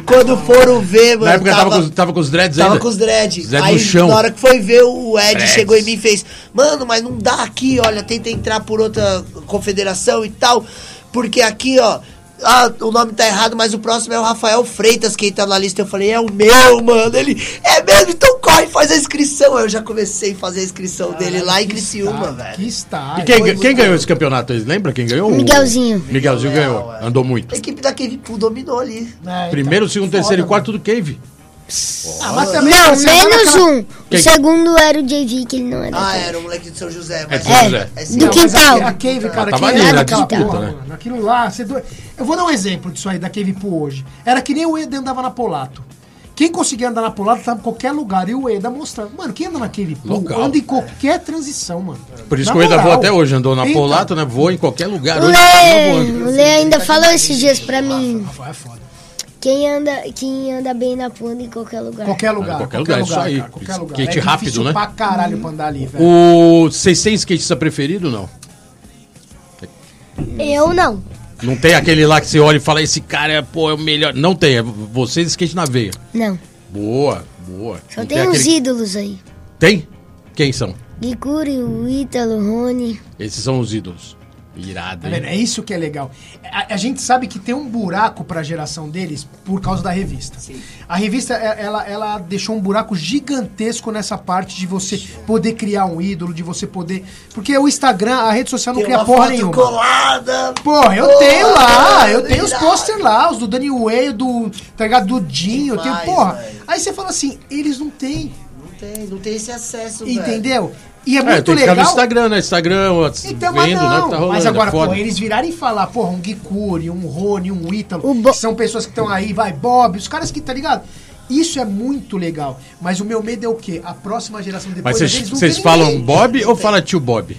[SPEAKER 3] Quando foram ver, mano.
[SPEAKER 1] Na época tava, com, os- tava com os dreads
[SPEAKER 3] Tava
[SPEAKER 1] ainda.
[SPEAKER 3] com os dread.
[SPEAKER 1] Dread no
[SPEAKER 3] Aí,
[SPEAKER 1] chão.
[SPEAKER 3] na hora que foi ver, o Ed
[SPEAKER 1] Dreads.
[SPEAKER 3] chegou em mim e fez: Mano, mas não dá aqui, olha, tenta entrar por outra confederação e tal. Porque aqui, ó. Ah, o nome tá errado, mas o próximo é o Rafael Freitas, quem tá na lista. Eu falei, é o meu, mano. Ele, é mesmo? Então corre, faz a inscrição. Aí Eu já comecei a fazer a inscrição dele lá em Criciúma, velho.
[SPEAKER 2] Que está.
[SPEAKER 1] E quem, quem ganhou esse campeonato? aí? Lembra quem ganhou?
[SPEAKER 4] Miguelzinho.
[SPEAKER 1] Miguelzinho ganhou.
[SPEAKER 2] é.
[SPEAKER 1] Andou muito.
[SPEAKER 3] A equipe da Cave Pool dominou ali.
[SPEAKER 2] tá
[SPEAKER 1] Primeiro, segundo, terceiro e quarto do Cave.
[SPEAKER 2] então, Ah, mas também
[SPEAKER 4] Não,
[SPEAKER 2] você andava
[SPEAKER 4] menos
[SPEAKER 2] naquela-
[SPEAKER 4] um.
[SPEAKER 1] Quem?
[SPEAKER 4] O segundo era o JV, que ele não
[SPEAKER 2] É
[SPEAKER 4] era. É,
[SPEAKER 3] Ah, era o moleque de São José.
[SPEAKER 1] É de São José.
[SPEAKER 3] sim.
[SPEAKER 4] Do
[SPEAKER 2] Não,
[SPEAKER 4] que-
[SPEAKER 2] mas A,
[SPEAKER 4] quintal.
[SPEAKER 2] a cave, cara,
[SPEAKER 1] tava
[SPEAKER 2] que
[SPEAKER 4] ali,
[SPEAKER 2] era
[SPEAKER 4] na
[SPEAKER 2] aquela
[SPEAKER 4] disputa,
[SPEAKER 2] porra,
[SPEAKER 1] Ah, tá né?
[SPEAKER 2] mano. Aquilo lá, você do... Eu vou dar um exemplo disso aí, da cave pool hoje. Era que nem o Eda andava na Polato. Quem conseguia andar na Polato tava em qualquer lugar. E o Eda mostrava. Mano, quem anda na cave pool
[SPEAKER 1] Local.
[SPEAKER 2] anda em qualquer transição, mano.
[SPEAKER 1] Por isso
[SPEAKER 2] Na
[SPEAKER 1] que o Eda voa
[SPEAKER 2] moral.
[SPEAKER 1] até hoje. Andou na
[SPEAKER 2] Então,
[SPEAKER 1] Polato, né? Voa em qualquer lugar.
[SPEAKER 4] O
[SPEAKER 1] Hoje Tá
[SPEAKER 4] Lê,
[SPEAKER 1] continua
[SPEAKER 4] o
[SPEAKER 1] voando.
[SPEAKER 4] Lê ainda falou esses dias pra mim.
[SPEAKER 2] Rafael é foda.
[SPEAKER 4] Quem anda, quem anda bem na ponta em qualquer lugar.
[SPEAKER 2] Qualquer lugar.
[SPEAKER 1] qualquer lugar, é isso aí.
[SPEAKER 2] cara, qualquer lugar.
[SPEAKER 1] Skate
[SPEAKER 2] é
[SPEAKER 1] rápido,
[SPEAKER 2] difícil
[SPEAKER 1] né?
[SPEAKER 2] pra caralho pra andar ali, velho.
[SPEAKER 1] O... Vocês têm skatista preferido ou não?
[SPEAKER 4] Eu não.
[SPEAKER 1] Não tem aquele lá que você olha e fala, esse cara é, pô, é o melhor. Não tem, é vocês skate na veia.
[SPEAKER 4] Não.
[SPEAKER 1] Boa, boa.
[SPEAKER 4] Só
[SPEAKER 1] Não
[SPEAKER 4] tem, uns
[SPEAKER 1] aquele-
[SPEAKER 4] ídolos aí.
[SPEAKER 1] Tem? Quem são?
[SPEAKER 4] Gikuri, o Ítalo, o Rony.
[SPEAKER 1] Esses são os ídolos. Irado,
[SPEAKER 2] Tá vendo?
[SPEAKER 1] hein?
[SPEAKER 2] É isso que é legal. A, a gente sabe que tem um buraco pra geração deles por causa da revista. A revista, é- ela, ela deixou um buraco gigantesco nessa parte de você poder criar um ídolo, de você poder... Porque o Instagram, a rede social não
[SPEAKER 3] Tem
[SPEAKER 2] cria
[SPEAKER 3] uma
[SPEAKER 2] porra
[SPEAKER 3] foto
[SPEAKER 2] nenhuma.
[SPEAKER 3] colada.
[SPEAKER 2] Porra, eu
[SPEAKER 3] Porra,
[SPEAKER 2] tenho lá, eu
[SPEAKER 3] irado.
[SPEAKER 2] tenho os posters lá, os do Danny Way, do, tá ligado? do Dinho, eu tenho,
[SPEAKER 3] Demais,
[SPEAKER 2] porra.
[SPEAKER 3] velho.
[SPEAKER 2] Aí você fala assim, eles não têm,
[SPEAKER 3] Não tem, não tem esse acesso, velho.
[SPEAKER 2] entendeu? E é
[SPEAKER 1] É,
[SPEAKER 2] muito
[SPEAKER 1] tem que ficar no
[SPEAKER 2] legal.
[SPEAKER 1] Instagram, né? Instagram, WhatsApp,
[SPEAKER 2] Então, mas
[SPEAKER 1] vendo, né? o
[SPEAKER 2] não.
[SPEAKER 1] que Tá rolando,
[SPEAKER 2] mas
[SPEAKER 1] é
[SPEAKER 2] agora,
[SPEAKER 1] foda.
[SPEAKER 2] porra, eles virarem e falar, porra, um Guicuri, um Rony, um Ítalo,
[SPEAKER 4] O Bo-
[SPEAKER 2] que são pessoas que estão aí, vai, Bob, os caras que, tá ligado? Isso é muito legal. Mas o meu medo é o quê? A próxima geração
[SPEAKER 1] Mas
[SPEAKER 2] depois
[SPEAKER 1] vocês
[SPEAKER 2] deles não
[SPEAKER 1] vocês
[SPEAKER 2] tem
[SPEAKER 1] falam
[SPEAKER 2] ninguém.
[SPEAKER 1] Bob ou fala tio Bob?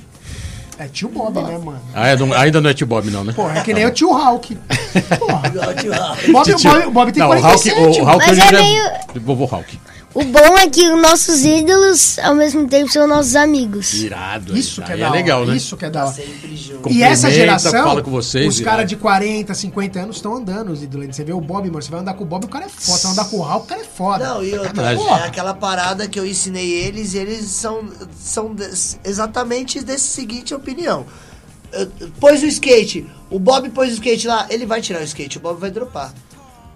[SPEAKER 2] É tio Bob, né, mano?
[SPEAKER 1] Ah, é, não- ainda não é tio Bob, não, né?
[SPEAKER 2] Porra, é que nem o tio Hulk. Porra.
[SPEAKER 3] Igual de lá.
[SPEAKER 2] Bob, o Bob, o Bob tem
[SPEAKER 1] não, o Hulk,
[SPEAKER 2] 47.
[SPEAKER 1] o, o Hulk
[SPEAKER 4] mas
[SPEAKER 1] hoje já
[SPEAKER 4] é meio-
[SPEAKER 1] Vovô Hulk.
[SPEAKER 4] O bom é que os nossos ídolos, ao mesmo tempo, são nossos amigos.
[SPEAKER 1] Irado.
[SPEAKER 2] Isso que é,
[SPEAKER 1] aí
[SPEAKER 2] da
[SPEAKER 1] é
[SPEAKER 2] hora,
[SPEAKER 1] legal, né?
[SPEAKER 2] Isso que é da hora.
[SPEAKER 3] Sempre junto.
[SPEAKER 2] E
[SPEAKER 1] Cumprimenta,
[SPEAKER 2] essa geração,
[SPEAKER 1] fala com vocês,
[SPEAKER 2] os
[SPEAKER 1] e- é.
[SPEAKER 2] caras de 40, 50 anos estão andando os ídolos. Você vê o Bob, mano, você vai andar com o Bob, o cara é foda. Você vai andar com o Hulk, o cara é foda.
[SPEAKER 3] Não, e outra,
[SPEAKER 1] Sacanagem.
[SPEAKER 3] é aquela parada que eu ensinei eles, e eles são, são des- exatamente desse seguinte opinião. Eu- eu- Pôs o skate, o Bob pôs o skate lá, ele vai tirar o skate, o Bob vai dropar.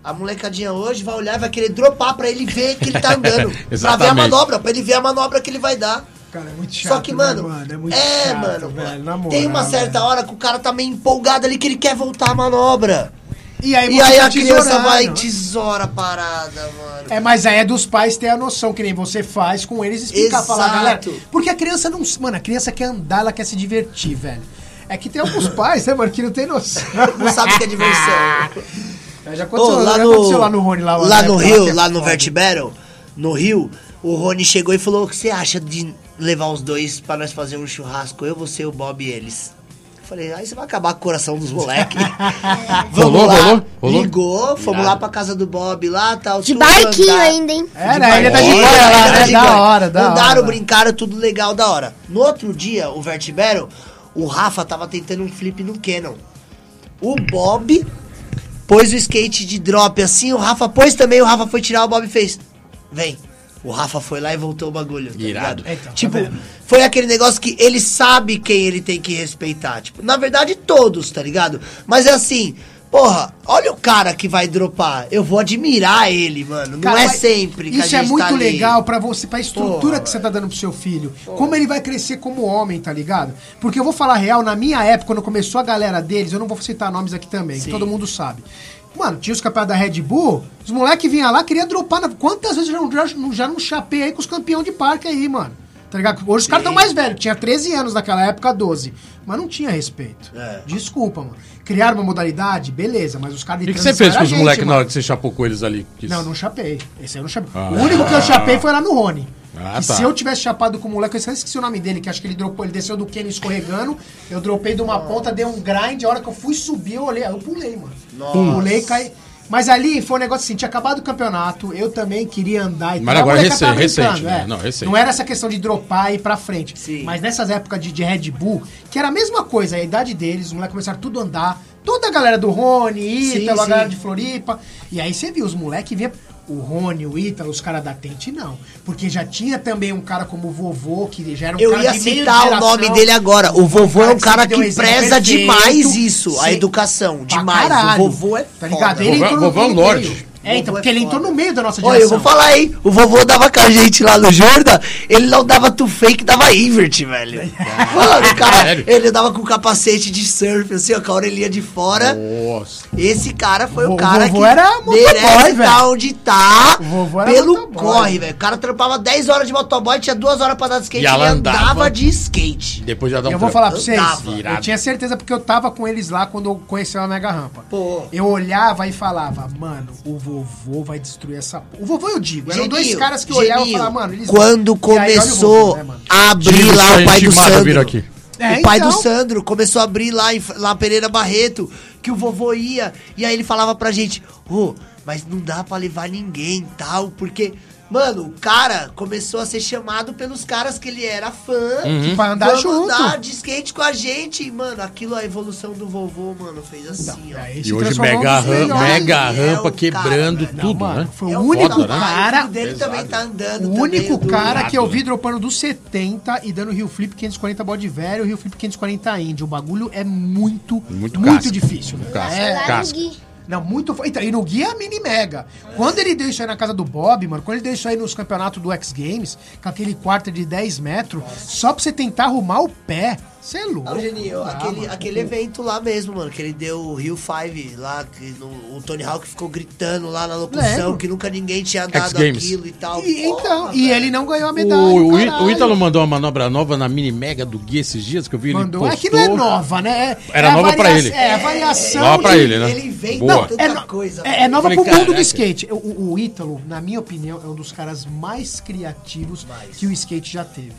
[SPEAKER 3] A molecadinha hoje vai olhar e vai querer dropar pra ele ver que ele tá andando. pra ver a
[SPEAKER 1] Exatamente.
[SPEAKER 3] manobra, pra ele ver a manobra que ele vai dar.
[SPEAKER 2] Cara, é muito
[SPEAKER 3] Só que,
[SPEAKER 2] né,
[SPEAKER 3] mano,
[SPEAKER 2] é
[SPEAKER 3] é,
[SPEAKER 2] muito chato,
[SPEAKER 3] mano,
[SPEAKER 2] velho, na moral,
[SPEAKER 3] tem uma certa
[SPEAKER 2] velho.
[SPEAKER 3] hora que o cara tá meio empolgado ali que ele quer voltar a manobra.
[SPEAKER 2] E aí,
[SPEAKER 3] E
[SPEAKER 2] você
[SPEAKER 3] aí
[SPEAKER 2] tá
[SPEAKER 3] a criança
[SPEAKER 2] tesourando.
[SPEAKER 3] vai e tesoura a parada, mano.
[SPEAKER 2] É, mas aí é dos pais ter a noção, que nem você faz com eles, explicar,
[SPEAKER 3] Exato.
[SPEAKER 2] falar, galera. Porque a criança não. Mano, a criança quer andar, ela quer se divertir, velho. É que tem alguns pais, né, mano, que não tem noção.
[SPEAKER 3] Não sabe o que é diversão.
[SPEAKER 2] Já
[SPEAKER 3] Ô,
[SPEAKER 2] aconteceu, já aconteceu lá no Rony, lá,
[SPEAKER 3] lá
[SPEAKER 2] na
[SPEAKER 3] no
[SPEAKER 2] época, que é
[SPEAKER 3] Rio, lá no
[SPEAKER 2] foda.
[SPEAKER 3] Vert Battle, no Rio, o Rony chegou e falou: O que você acha de levar os dois pra nós fazer um churrasco? Eu, você, o Bob e eles. Eu Falei, aí você vai acabar com o coração dos moleques.
[SPEAKER 1] Rolou, rolou, rolou?
[SPEAKER 3] Ligou, fomos lá pra casa do Bob lá, tal.
[SPEAKER 4] De
[SPEAKER 3] tudo,
[SPEAKER 4] barquinho
[SPEAKER 3] andar-
[SPEAKER 4] ainda, hein?
[SPEAKER 2] É, na Ilha da
[SPEAKER 3] Olha, tá
[SPEAKER 2] Gigóia lá,
[SPEAKER 3] olha,
[SPEAKER 2] né?
[SPEAKER 3] olha,
[SPEAKER 2] Da
[SPEAKER 3] gigante.
[SPEAKER 2] hora, da hora.
[SPEAKER 3] Andaram, brincaram, tudo legal, da hora. No outro dia, o Vert Battle, o Rafa tava tentando um flip no Canon. O Bob pôs o skate de drop assim, o Rafa pôs também, o Rafa foi tirar, o Bob fez. Vem. O Rafa foi lá e voltou o bagulho. tá
[SPEAKER 1] Irado.
[SPEAKER 3] ligado?
[SPEAKER 2] Então, tá
[SPEAKER 3] tipo,
[SPEAKER 2] vendo?
[SPEAKER 3] foi aquele negócio que ele sabe quem ele tem que respeitar. Tipo, na verdade, todos, tá ligado? Mas é assim, porra, olha o cara que vai dropar. Eu vou admirar ele, mano. Não
[SPEAKER 2] Cara,
[SPEAKER 3] é
[SPEAKER 2] mas
[SPEAKER 3] sempre que
[SPEAKER 2] Isso
[SPEAKER 3] a gente
[SPEAKER 2] é muito
[SPEAKER 3] tá ali.
[SPEAKER 2] legal pra você, pra estrutura
[SPEAKER 3] Porra,
[SPEAKER 2] que você tá dando pro seu filho. Como ele vai crescer como homem, tá ligado? Porque eu vou falar a real, na minha época, quando começou a galera deles, eu não vou citar nomes aqui também, que todo mundo sabe. Mano, tinha os campeões da Red Bull, os moleques vinham lá, queria dropar. na- Quantas vezes eu já, não- já, não- já não chapei aí com os campeões de parque aí, mano? Tá ligado? Hoje os caras estão mais velhos, tinha 13 anos naquela época, 12. Mas não tinha respeito.
[SPEAKER 3] É.
[SPEAKER 2] Desculpa, mano. Criaram uma modalidade, beleza, mas os caras
[SPEAKER 1] O
[SPEAKER 2] de
[SPEAKER 1] que, que você fez
[SPEAKER 2] transição
[SPEAKER 1] com
[SPEAKER 2] era
[SPEAKER 1] os
[SPEAKER 2] gente,
[SPEAKER 1] moleques na
[SPEAKER 2] mano.
[SPEAKER 1] hora que você chapou com eles ali? Que
[SPEAKER 2] Não,
[SPEAKER 1] isso-
[SPEAKER 2] não chapei. Esse eu não chapei.
[SPEAKER 1] Ah.
[SPEAKER 2] O único que eu chapei foi lá no Rony.
[SPEAKER 1] Ah,
[SPEAKER 2] e
[SPEAKER 1] tá.
[SPEAKER 2] se eu tivesse chapado com o moleque, eu esqueci o nome dele, que acho que ele dropou, ele desceu do Kenny escorregando, eu dropei de uma ponta, dei um grind, a hora que eu fui subir, eu olhei, eu pulei, mano. Pulei, caí. Mas ali foi um negócio assim, tinha acabado o campeonato, eu também queria andar e
[SPEAKER 1] Mas
[SPEAKER 2] tal, a
[SPEAKER 1] agora
[SPEAKER 2] molecada
[SPEAKER 1] recente,
[SPEAKER 2] tava brincando,
[SPEAKER 1] recente, né?
[SPEAKER 2] é.
[SPEAKER 1] Não, recente.
[SPEAKER 2] Não era essa questão de dropar e ir pra frente.
[SPEAKER 3] Sim.
[SPEAKER 2] Mas nessas épocas de, de Red Bull, que era a mesma coisa, a idade deles, os moleques começaram tudo a andar. Toda a galera do Rony,
[SPEAKER 3] Sim,
[SPEAKER 2] Ítalo, a
[SPEAKER 3] sim.
[SPEAKER 2] galera de Floripa. E aí você viu, os moleques via o Rony, o Ítalo, os caras da Tente, não. Porque já tinha também um cara como o vovô, que já era um
[SPEAKER 3] Eu
[SPEAKER 2] cara
[SPEAKER 3] ia
[SPEAKER 2] de meio
[SPEAKER 3] citar o
[SPEAKER 2] geração.
[SPEAKER 3] nome dele agora. O vovô é um cara
[SPEAKER 2] sempre deu
[SPEAKER 3] que
[SPEAKER 2] exemplo
[SPEAKER 3] preza
[SPEAKER 2] perfeito.
[SPEAKER 3] demais isso, a
[SPEAKER 2] Sim.
[SPEAKER 3] educação.
[SPEAKER 2] Pra
[SPEAKER 3] Demais.
[SPEAKER 2] caralho.
[SPEAKER 3] O vovô é
[SPEAKER 2] Tá
[SPEAKER 3] foda.
[SPEAKER 2] ligado? Ele
[SPEAKER 1] Vovô-
[SPEAKER 2] entrou
[SPEAKER 1] vovô é
[SPEAKER 2] no
[SPEAKER 1] um
[SPEAKER 2] meio.
[SPEAKER 1] lorde.
[SPEAKER 2] É, então,
[SPEAKER 3] Vovô é
[SPEAKER 2] porque ele entrou
[SPEAKER 3] foda.
[SPEAKER 2] no meio da nossa
[SPEAKER 3] Ó,
[SPEAKER 2] geração.
[SPEAKER 3] eu vou falar, hein? O vovô dava com a gente lá no Jordan, ele não dava tu fake, dava invert, velho. Mano, o cara,
[SPEAKER 1] Sério?
[SPEAKER 3] ele dava com capacete de surf, assim, ó, com a orelhinha de fora.
[SPEAKER 1] Nossa.
[SPEAKER 3] Esse cara foi
[SPEAKER 2] Vo-
[SPEAKER 3] o cara
[SPEAKER 2] vovô
[SPEAKER 3] que
[SPEAKER 2] era motoboy,
[SPEAKER 3] merece
[SPEAKER 2] velho.
[SPEAKER 3] tá onde tá
[SPEAKER 2] O vovô era
[SPEAKER 3] pelo
[SPEAKER 2] motoboy.
[SPEAKER 3] corre, velho. O cara trampava 10 horas de motoboy, tinha 2 horas pra andar de skate,
[SPEAKER 1] E ela andava
[SPEAKER 3] de skate.
[SPEAKER 1] Depois já dá um
[SPEAKER 2] Eu vou
[SPEAKER 1] trampo.
[SPEAKER 2] falar pra vocês,
[SPEAKER 3] Andava.
[SPEAKER 2] eu tinha certeza porque eu tava com eles lá quando eu conheci a Mega Rampa.
[SPEAKER 3] Pô.
[SPEAKER 2] Eu olhava e falava, mano, o vovô vai destruir essa... p-". O vovô eu digo, eram
[SPEAKER 3] Geninho,
[SPEAKER 2] dois caras que
[SPEAKER 3] Geninho,
[SPEAKER 2] olhavam e falavam, mano, eles...
[SPEAKER 3] Quando
[SPEAKER 2] E aí, olha o
[SPEAKER 3] começou
[SPEAKER 2] vovô, né, mano?
[SPEAKER 3] a abrir
[SPEAKER 1] Tira
[SPEAKER 3] lá o
[SPEAKER 1] isso,
[SPEAKER 3] pai
[SPEAKER 1] gente,
[SPEAKER 3] do
[SPEAKER 1] mata,
[SPEAKER 3] Sandro.
[SPEAKER 1] vira aqui.
[SPEAKER 2] É,
[SPEAKER 3] o pai do
[SPEAKER 2] então.
[SPEAKER 3] Sandro começou a abrir lá, em, lá Pereira Barreto, que o vovô ia. E aí ele falava pra gente, ô, mas não dá pra levar ninguém e tal, porque. Mano, o cara começou a ser chamado pelos caras que ele era fã.
[SPEAKER 2] Uhum. Pra andar
[SPEAKER 3] Vamos
[SPEAKER 2] junto.
[SPEAKER 3] andar de skate com a gente. E, mano, aquilo, a evolução do vovô, mano, fez assim, ó.
[SPEAKER 2] Aí se
[SPEAKER 1] E hoje
[SPEAKER 2] transformou
[SPEAKER 1] mega,
[SPEAKER 2] num dos
[SPEAKER 1] ram-
[SPEAKER 2] melhores.
[SPEAKER 1] mega
[SPEAKER 3] Meu
[SPEAKER 1] rampa quebrando
[SPEAKER 3] cara,
[SPEAKER 1] tudo,
[SPEAKER 2] mano,
[SPEAKER 1] né?
[SPEAKER 2] foi o
[SPEAKER 3] É
[SPEAKER 2] único
[SPEAKER 3] foda, né?
[SPEAKER 2] cara-
[SPEAKER 3] O dele também tá andando.
[SPEAKER 2] O único
[SPEAKER 3] também, o do-
[SPEAKER 2] cara que eu vi
[SPEAKER 1] né?
[SPEAKER 2] dropando do 70 e dando Rio Flip 540 bode velho, Rio Flip 540 Indy. O bagulho é muito, muito,
[SPEAKER 1] Muito casca.
[SPEAKER 2] difícil. velho.
[SPEAKER 1] Casca.
[SPEAKER 2] É,
[SPEAKER 4] Lá no
[SPEAKER 1] Casca.
[SPEAKER 4] Gui.
[SPEAKER 2] Não, muito. fo- Então, e no Gui é a mini mega. Quando ele deu isso aí na casa do Bob, mano, quando ele deu isso aí nos campeonatos do X Games, com aquele quarto de 10 metros, só pra você tentar arrumar o pé. Você é louco. Ah,
[SPEAKER 3] Ô, Geninho,
[SPEAKER 2] não dá,
[SPEAKER 3] um aquele,
[SPEAKER 2] mano.
[SPEAKER 3] aquele evento lá mesmo, mano, que ele deu o Rio Five lá, que no- o Tony Hawk ficou gritando lá na locução,
[SPEAKER 2] Lembro.
[SPEAKER 3] que nunca ninguém tinha dado
[SPEAKER 1] Games.
[SPEAKER 3] aquilo e tal.
[SPEAKER 2] É. E, então,
[SPEAKER 3] Porra,
[SPEAKER 2] e
[SPEAKER 3] velho.
[SPEAKER 2] ele não ganhou a medalha.
[SPEAKER 1] O, o, Í-
[SPEAKER 2] caralho.
[SPEAKER 1] o Ítalo mandou uma manobra nova na mini mega do Gui esses dias que eu vi ele
[SPEAKER 2] Mandou.
[SPEAKER 1] postou.
[SPEAKER 2] É que não é nova, né? É-
[SPEAKER 1] Era
[SPEAKER 2] é a
[SPEAKER 1] nova pra
[SPEAKER 2] varia-
[SPEAKER 1] ele.
[SPEAKER 2] É, a variação.
[SPEAKER 1] Nova pra
[SPEAKER 2] de-
[SPEAKER 1] ele, né?
[SPEAKER 3] Ele inventa
[SPEAKER 1] Boa.
[SPEAKER 3] tanta
[SPEAKER 2] É, no-
[SPEAKER 3] coisa.
[SPEAKER 2] é, é nova
[SPEAKER 1] Falei, né,
[SPEAKER 2] pro mundo do
[SPEAKER 1] caraca.
[SPEAKER 2] skate. O, o, o Ítalo, na minha opinião, é um dos caras mais criativos que o skate já teve.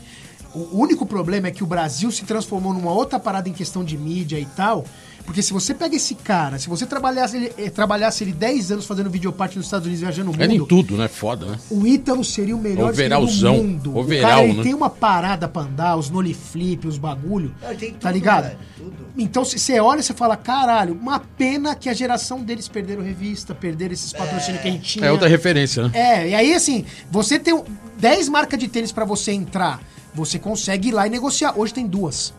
[SPEAKER 2] O único problema é que o Brasil se transformou numa outra parada em questão de mídia e tal. Porque se você pega esse cara, se você trabalhasse ele, eh, trabalhasse ele 10 anos fazendo videoparte nos Estados Unidos, viajando o mundo,
[SPEAKER 1] Era em tudo, né? Foda, né?
[SPEAKER 2] o Ítalo seria o melhor
[SPEAKER 1] Overallzão.
[SPEAKER 2] do mundo. o
[SPEAKER 1] Overall,
[SPEAKER 2] cara, ele
[SPEAKER 1] né?
[SPEAKER 2] tem uma parada pra andar, os nolly flip, os bagulho,
[SPEAKER 3] Ele tem
[SPEAKER 2] tá
[SPEAKER 3] tudo,
[SPEAKER 2] ligado?
[SPEAKER 3] velho, tudo.
[SPEAKER 2] Então você olha e você fala, caralho, uma pena que a geração deles perderam revista, perderam esses patrocínios que a gente tinha.
[SPEAKER 1] É outra referência, né?
[SPEAKER 2] É, e aí assim, você tem 10 marcas de tênis pra você entrar, você consegue ir lá e negociar. Hoje tem duas.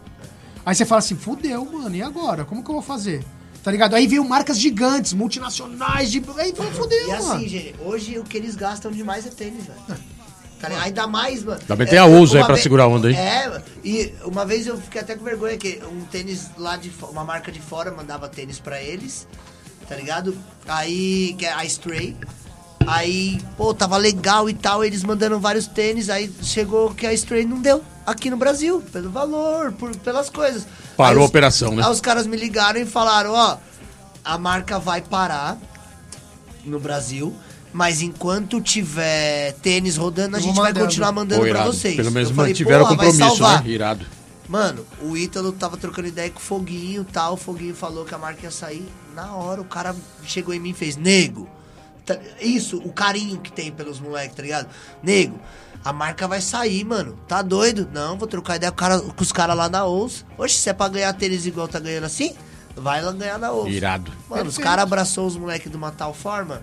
[SPEAKER 2] Aí você fala assim, fudeu, mano, e agora? Como que eu vou fazer? Tá ligado? Aí veio marcas gigantes, multinacionais, de... aí vai fudeu,
[SPEAKER 3] E assim,
[SPEAKER 2] mano.
[SPEAKER 3] gente, hoje o que eles gastam demais é tênis, velho. Tá ligado? Ainda mais, mano.
[SPEAKER 1] Também tem a Ouso aí
[SPEAKER 3] uma
[SPEAKER 1] pra
[SPEAKER 3] ve-
[SPEAKER 1] segurar a onda aí.
[SPEAKER 3] É, mano. e uma vez eu fiquei até com vergonha que um tênis lá de fo- uma marca de fora mandava tênis pra eles, tá ligado? Aí, que é a Stray. Aí, pô, tava legal e tal, eles mandando vários tênis, aí chegou que a Stray não deu aqui no Brasil, pelo valor, por, pelas coisas.
[SPEAKER 1] Parou
[SPEAKER 3] Aí
[SPEAKER 1] a operação, né?
[SPEAKER 3] Aí os caras me ligaram e falaram, ó, a marca vai parar, no Brasil. Mas enquanto tiver tênis rodando, a
[SPEAKER 2] Eu
[SPEAKER 3] gente
[SPEAKER 2] vou
[SPEAKER 3] vai
[SPEAKER 2] mandando.
[SPEAKER 3] continuar mandando
[SPEAKER 1] Pô,
[SPEAKER 3] pra
[SPEAKER 1] irado.
[SPEAKER 3] vocês.
[SPEAKER 1] Pelo menos
[SPEAKER 3] Eu falei,
[SPEAKER 1] mantiveram o
[SPEAKER 3] "Porra, vai
[SPEAKER 1] compromisso, né?
[SPEAKER 3] salvar."
[SPEAKER 1] Irado.
[SPEAKER 3] Mano, o Ítalo tava trocando ideia com o Foguinho e tal. O Foguinho falou que a marca ia sair. Na hora, o cara chegou em mim e fez: Nego. tá- Isso, o carinho que tem pelos moleques, tá ligado? Nego, a marca vai sair, mano. Tá doido? Não, vou trocar ideia com, o cara- com os caras lá na OUS. Oxe, se é pra ganhar tênis igual tá ganhando assim, vai lá ganhar na OUS.
[SPEAKER 1] Irado.
[SPEAKER 3] Mano, os caras abraçou os moleques de uma tal forma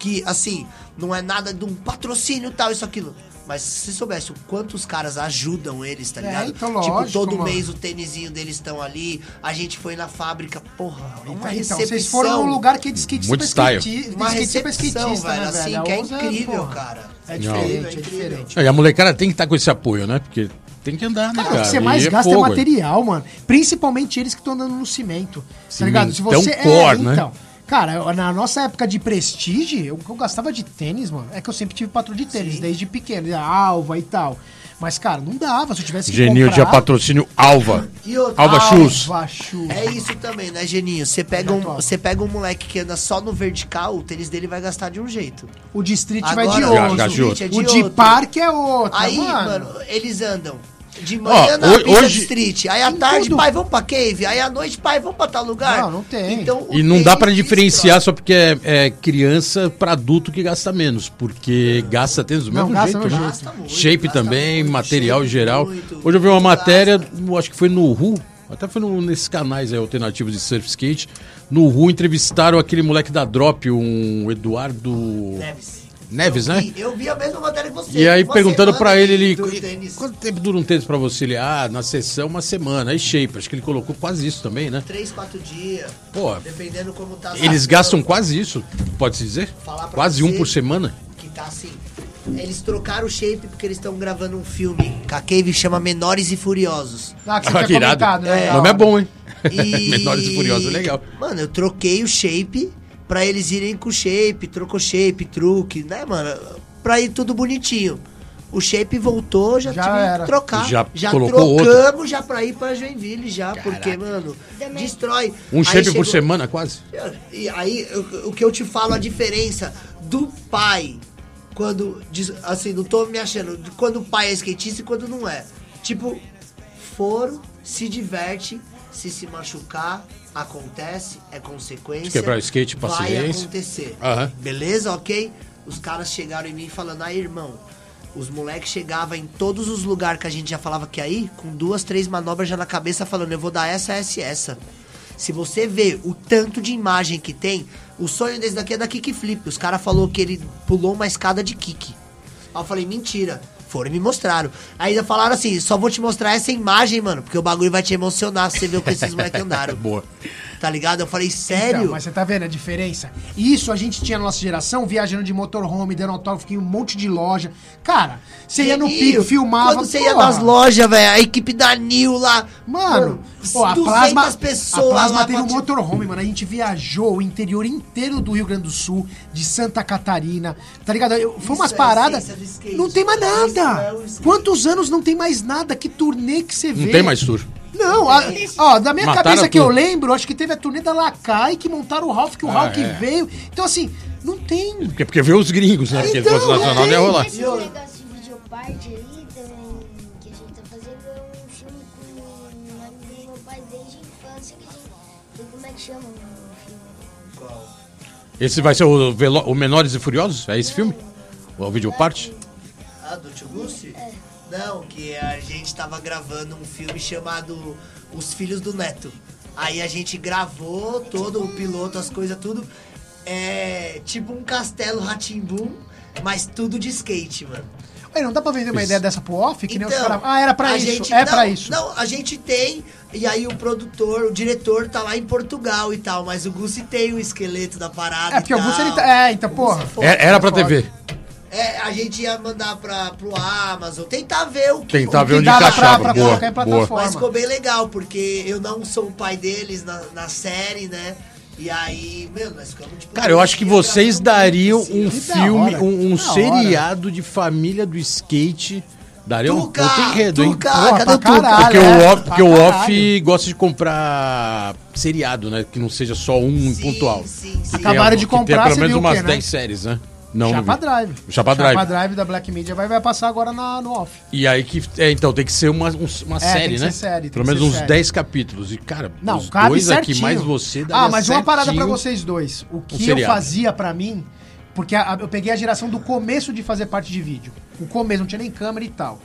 [SPEAKER 3] que, assim, não é nada de um patrocínio tal, isso, aquilo. Mas se você soubesse o quanto os caras ajudam eles, tá
[SPEAKER 2] É,
[SPEAKER 3] ligado?
[SPEAKER 2] então
[SPEAKER 3] tipo,
[SPEAKER 2] lógico,
[SPEAKER 3] todo
[SPEAKER 2] mano.
[SPEAKER 3] mês o tênisinho deles estão ali, a gente foi na fábrica, porra,
[SPEAKER 2] Então,
[SPEAKER 3] uma
[SPEAKER 2] então,
[SPEAKER 3] recepção.
[SPEAKER 2] vocês foram num lugar que é de skate
[SPEAKER 1] Muito
[SPEAKER 2] pra
[SPEAKER 1] style.
[SPEAKER 2] skate- de
[SPEAKER 3] Uma
[SPEAKER 2] skate tipo pra
[SPEAKER 3] recepção,
[SPEAKER 2] skatista,
[SPEAKER 3] velho,
[SPEAKER 2] né,
[SPEAKER 3] assim,
[SPEAKER 2] velho?
[SPEAKER 3] que é
[SPEAKER 2] Ousa,
[SPEAKER 3] incrível,
[SPEAKER 2] porra.
[SPEAKER 3] cara.
[SPEAKER 2] É
[SPEAKER 3] Não.
[SPEAKER 2] diferente, é
[SPEAKER 3] É
[SPEAKER 2] diferente.
[SPEAKER 1] E a molecada tem que estar com esse apoio, né? Porque tem que andar, né,
[SPEAKER 2] Cara,
[SPEAKER 1] cara?
[SPEAKER 2] o que você
[SPEAKER 1] E
[SPEAKER 2] mais gasta
[SPEAKER 1] fogo,
[SPEAKER 2] é material, mano. Principalmente eles que estão andando no cimento. Tá
[SPEAKER 1] Cimentão
[SPEAKER 2] ligado? Se você é, então,
[SPEAKER 1] core, né?
[SPEAKER 2] Cara, eu- na nossa época de prestígio, eu, eu gastava de tênis, mano. É que eu sempre tive patrulho de tênis, desde pequeno, de alva e tal. Mas, cara, não dava. Se eu tivesse que
[SPEAKER 1] Genil de
[SPEAKER 2] comprar-
[SPEAKER 1] patrocínio Alva.
[SPEAKER 3] E outra-
[SPEAKER 1] Alva Shoes.
[SPEAKER 2] Alva Shoes.
[SPEAKER 3] É isso também, né, Geninho? Você pega, um, você pega um moleque que anda só no vertical, o tênis dele vai gastar de um jeito.
[SPEAKER 2] O Distrito
[SPEAKER 3] Agora,
[SPEAKER 2] vai de
[SPEAKER 3] o
[SPEAKER 2] outro.
[SPEAKER 1] Gaga de
[SPEAKER 3] Street é
[SPEAKER 2] o de
[SPEAKER 3] outro.
[SPEAKER 2] Parque é outro.
[SPEAKER 3] Aí,
[SPEAKER 2] mano.
[SPEAKER 3] mano. eles andam. De manhã na
[SPEAKER 1] ho-
[SPEAKER 3] pista
[SPEAKER 1] hoje-
[SPEAKER 3] de street. Aí à
[SPEAKER 2] Em
[SPEAKER 3] tarde,
[SPEAKER 2] tudo.
[SPEAKER 3] pai, vamos pra cave. Aí à noite, pai, vamos pra tal lugar. Então,
[SPEAKER 2] Não, não tem.
[SPEAKER 3] o
[SPEAKER 1] E não dá pra
[SPEAKER 3] tênis
[SPEAKER 1] diferenciar só porque é, é criança pra adulto que gasta menos, porque gasta tênis do
[SPEAKER 2] Não,
[SPEAKER 1] mesmo
[SPEAKER 2] gasta
[SPEAKER 1] jeito.
[SPEAKER 2] mesmo
[SPEAKER 1] né?
[SPEAKER 2] jeito.
[SPEAKER 3] Gasta muito,
[SPEAKER 1] shape
[SPEAKER 3] gasta
[SPEAKER 1] também,
[SPEAKER 3] muito,
[SPEAKER 1] material
[SPEAKER 3] shape
[SPEAKER 1] geral.
[SPEAKER 3] muito,
[SPEAKER 1] Hoje eu vi uma
[SPEAKER 3] muito
[SPEAKER 1] matéria,
[SPEAKER 3] gasta.
[SPEAKER 1] eu acho que foi no Ru, até foi no- nesses canais aí, alternativos de surf skate. No Ru entrevistaram aquele moleque da Drop, um Eduardo
[SPEAKER 3] Neves.
[SPEAKER 1] Neves,
[SPEAKER 3] Eu
[SPEAKER 1] né?
[SPEAKER 3] vi- Eu vi a mesma matéria que você.
[SPEAKER 1] E aí
[SPEAKER 3] Você
[SPEAKER 1] perguntando
[SPEAKER 3] manda
[SPEAKER 1] pra ele, ele
[SPEAKER 3] do tênis.
[SPEAKER 1] quanto tempo dura um tênis pra você? Ele, ah, na sessão uma semana. Aí shape, acho que ele colocou quase isso também, né?
[SPEAKER 3] Três, quatro dias.
[SPEAKER 1] Pô,
[SPEAKER 3] Dependendo como tá.
[SPEAKER 1] Eles
[SPEAKER 3] sacando,
[SPEAKER 1] gastam quase isso, pode-se dizer?
[SPEAKER 3] Falar pra
[SPEAKER 1] Quase
[SPEAKER 3] você.
[SPEAKER 1] um por semana?
[SPEAKER 3] Que tá assim. Eles trocaram o shape porque eles estão gravando um filme. Com a Cave chama Menores e Furiosos.
[SPEAKER 2] Ah, que você
[SPEAKER 1] Ah,
[SPEAKER 2] tinha
[SPEAKER 1] que irado.
[SPEAKER 2] comentado, né?
[SPEAKER 1] O nome é bom, hein?
[SPEAKER 3] E-
[SPEAKER 1] Menores e Furiosos, é legal.
[SPEAKER 3] Mano, eu troquei o shape pra eles irem com shape, trocou shape, truque, né, mano? Pra ir tudo bonitinho. O shape voltou, já,
[SPEAKER 2] Já
[SPEAKER 3] tive
[SPEAKER 2] era.
[SPEAKER 3] que trocar.
[SPEAKER 1] Já colocou
[SPEAKER 3] trocamos já pra ir pra Joinville já, porque, mano, destrói.
[SPEAKER 1] Um
[SPEAKER 3] Aí
[SPEAKER 1] shape
[SPEAKER 3] chegou-
[SPEAKER 1] por semana, quase.
[SPEAKER 3] E aí, o- o que eu te falo, a diferença do pai, quando, diz- assim, não tô me achando, de quando o pai é skatista e quando não é. Tipo, foro, se diverte, se se machucar, acontece, é consequência.
[SPEAKER 1] Se quebrar o skate,
[SPEAKER 3] Vai
[SPEAKER 1] paciência.
[SPEAKER 3] acontecer.
[SPEAKER 1] Aham.
[SPEAKER 3] Beleza, ok? Os caras chegaram em mim falando, aí, irmão, os moleques chegavam em todos os lugares que a gente já falava que aí, com duas, três manobras já na cabeça, falando, eu vou dar essa, essa e essa. Se você vê o tanto de imagem que tem, o sonho desse daqui é da kickflip. Os caras falou que ele pulou uma escada de kick. Aí eu falei, mentira. Foram e me mostraram. Aí ainda falaram assim, só vou te mostrar essa imagem, mano, porque o bagulho vai te emocionar se você ver o que esses moleques andaram.
[SPEAKER 1] Boa.
[SPEAKER 3] Tá ligado? Eu falei, sério?
[SPEAKER 2] Então, mas você tá vendo a diferença? Isso a gente tinha na nossa geração, viajando de motorhome, dando autógrafo em um monte de loja. Cara, você ia no
[SPEAKER 3] Ih,
[SPEAKER 2] pico, filmava.
[SPEAKER 3] Quando você ia
[SPEAKER 2] porra.
[SPEAKER 3] nas lojas, velho, a equipe da Nil lá.
[SPEAKER 2] Mano, pô, a
[SPEAKER 3] 200
[SPEAKER 2] plasma,
[SPEAKER 3] pessoas
[SPEAKER 2] a plasma
[SPEAKER 3] lá
[SPEAKER 2] teve um
[SPEAKER 3] pra-
[SPEAKER 2] motorhome, mano. A gente viajou o interior inteiro do Rio Grande do Sul, de Santa Catarina, tá ligado? Eu- foi umas
[SPEAKER 3] Isso é a
[SPEAKER 2] paradas.
[SPEAKER 3] essência do skate.
[SPEAKER 2] Não tem mais
[SPEAKER 3] Isso é
[SPEAKER 2] nada.
[SPEAKER 3] o skate.
[SPEAKER 2] Quantos anos não tem mais nada? Que turnê que você vê?
[SPEAKER 1] Não tem mais tour.
[SPEAKER 2] Não, a- ó, da minha
[SPEAKER 1] Mataram
[SPEAKER 2] cabeça que
[SPEAKER 1] tudo.
[SPEAKER 2] eu lembro, acho que teve a turnê da Lacai que montaram o Ralph, que o
[SPEAKER 1] Ah,
[SPEAKER 2] Ralph
[SPEAKER 1] é.
[SPEAKER 2] veio. Então, assim, não tem.
[SPEAKER 1] Porque, porque vê os gringos, né? Porque
[SPEAKER 2] Então,
[SPEAKER 1] então,
[SPEAKER 3] é.
[SPEAKER 1] nacional não ia rolar.
[SPEAKER 4] Esse negócio de videoparte aí também, que a gente tá fazendo é um filme com um amigo do meu pai desde a infância, que a gente... que- Como é que chama o filme?
[SPEAKER 1] Esse vai ser o, Velo- o Menores e Furiosos? É esse filme? Ou o videoparte?
[SPEAKER 3] Ah, do Tio Gucci? Não, que a gente tava gravando um filme chamado Os Filhos do Neto. Aí a gente gravou todo o piloto, as coisas, tudo. É tipo um castelo Ratimbum, mas tudo de skate, mano.
[SPEAKER 2] Aí, não dá pra vender uma
[SPEAKER 1] Isso.
[SPEAKER 2] ideia dessa pro off, que nem os
[SPEAKER 3] Então,
[SPEAKER 2] caras. Ah, era pra
[SPEAKER 3] a
[SPEAKER 2] isso,
[SPEAKER 3] gente-
[SPEAKER 2] é
[SPEAKER 3] não,
[SPEAKER 2] pra isso.
[SPEAKER 3] Não, a gente tem, e aí o produtor, o diretor tá lá em Portugal e tal, mas o Gussi tem o esqueleto da parada.
[SPEAKER 2] É, porque
[SPEAKER 3] e
[SPEAKER 2] o Gussi,
[SPEAKER 3] tal.
[SPEAKER 2] ele tá- é, então,
[SPEAKER 3] O
[SPEAKER 2] porra.
[SPEAKER 3] Gussi foi.
[SPEAKER 1] É- Era pra TV.
[SPEAKER 3] É, a gente ia mandar pra, pro Amazon, tentar ver o que.
[SPEAKER 1] Tentar
[SPEAKER 3] o
[SPEAKER 1] ver
[SPEAKER 3] que
[SPEAKER 1] onde
[SPEAKER 3] dava
[SPEAKER 1] encaixava.
[SPEAKER 3] pra-
[SPEAKER 1] Boa,
[SPEAKER 2] colocar em
[SPEAKER 1] boa.
[SPEAKER 2] plataforma.
[SPEAKER 3] Mas ficou bem legal, porque eu não sou o pai deles na, na série, né? E aí, meu, nós ficamos tipo.
[SPEAKER 1] Cara, eu acho que vocês dariam um
[SPEAKER 2] Que da
[SPEAKER 1] filme,
[SPEAKER 2] hora.
[SPEAKER 1] um, um
[SPEAKER 2] Que da hora.
[SPEAKER 1] seriado de família do skate. Daria um
[SPEAKER 3] Tuca,
[SPEAKER 1] puta enredo, hein?
[SPEAKER 3] Tuca,
[SPEAKER 2] Porra,
[SPEAKER 3] cadê o
[SPEAKER 2] pra
[SPEAKER 3] Tuca?
[SPEAKER 2] caralho.
[SPEAKER 1] Porque o off,
[SPEAKER 2] É, pra
[SPEAKER 1] porque o off
[SPEAKER 2] caralho.
[SPEAKER 1] gosta de comprar seriado, né? Que não seja só um
[SPEAKER 3] Sim,
[SPEAKER 1] pontual.
[SPEAKER 3] sim, sim.
[SPEAKER 1] Que
[SPEAKER 2] Acabaram
[SPEAKER 1] tem-
[SPEAKER 2] de
[SPEAKER 1] que tem
[SPEAKER 2] comprar,
[SPEAKER 1] pelo
[SPEAKER 2] você
[SPEAKER 1] menos
[SPEAKER 2] viu o
[SPEAKER 1] umas
[SPEAKER 2] quê, né?
[SPEAKER 1] 10 séries, né? Não, não
[SPEAKER 2] Chapa
[SPEAKER 1] vi.
[SPEAKER 2] Drive.
[SPEAKER 1] Chapa Drive.
[SPEAKER 2] da Black Media vai, vai passar agora na, no off.
[SPEAKER 1] E aí que. É, então, tem que ser uma, um- uma
[SPEAKER 2] É, tem
[SPEAKER 1] série,
[SPEAKER 2] que
[SPEAKER 1] né?
[SPEAKER 2] ser série, tem
[SPEAKER 1] Pelo
[SPEAKER 2] que
[SPEAKER 1] menos
[SPEAKER 2] ser
[SPEAKER 1] uns
[SPEAKER 2] série.
[SPEAKER 1] 10 capítulos. E, cara,
[SPEAKER 2] Não,
[SPEAKER 1] os
[SPEAKER 2] cabe
[SPEAKER 1] dois
[SPEAKER 2] certinho.
[SPEAKER 1] aqui, mais você, daria
[SPEAKER 2] Ah, mas uma parada pra
[SPEAKER 1] certinho.
[SPEAKER 2] vocês dois. O que eu
[SPEAKER 1] seriado.
[SPEAKER 2] fazia pra mim, porque a- a- eu peguei a geração do começo de fazer parte de vídeo. O começo, não tinha nem câmera e tal.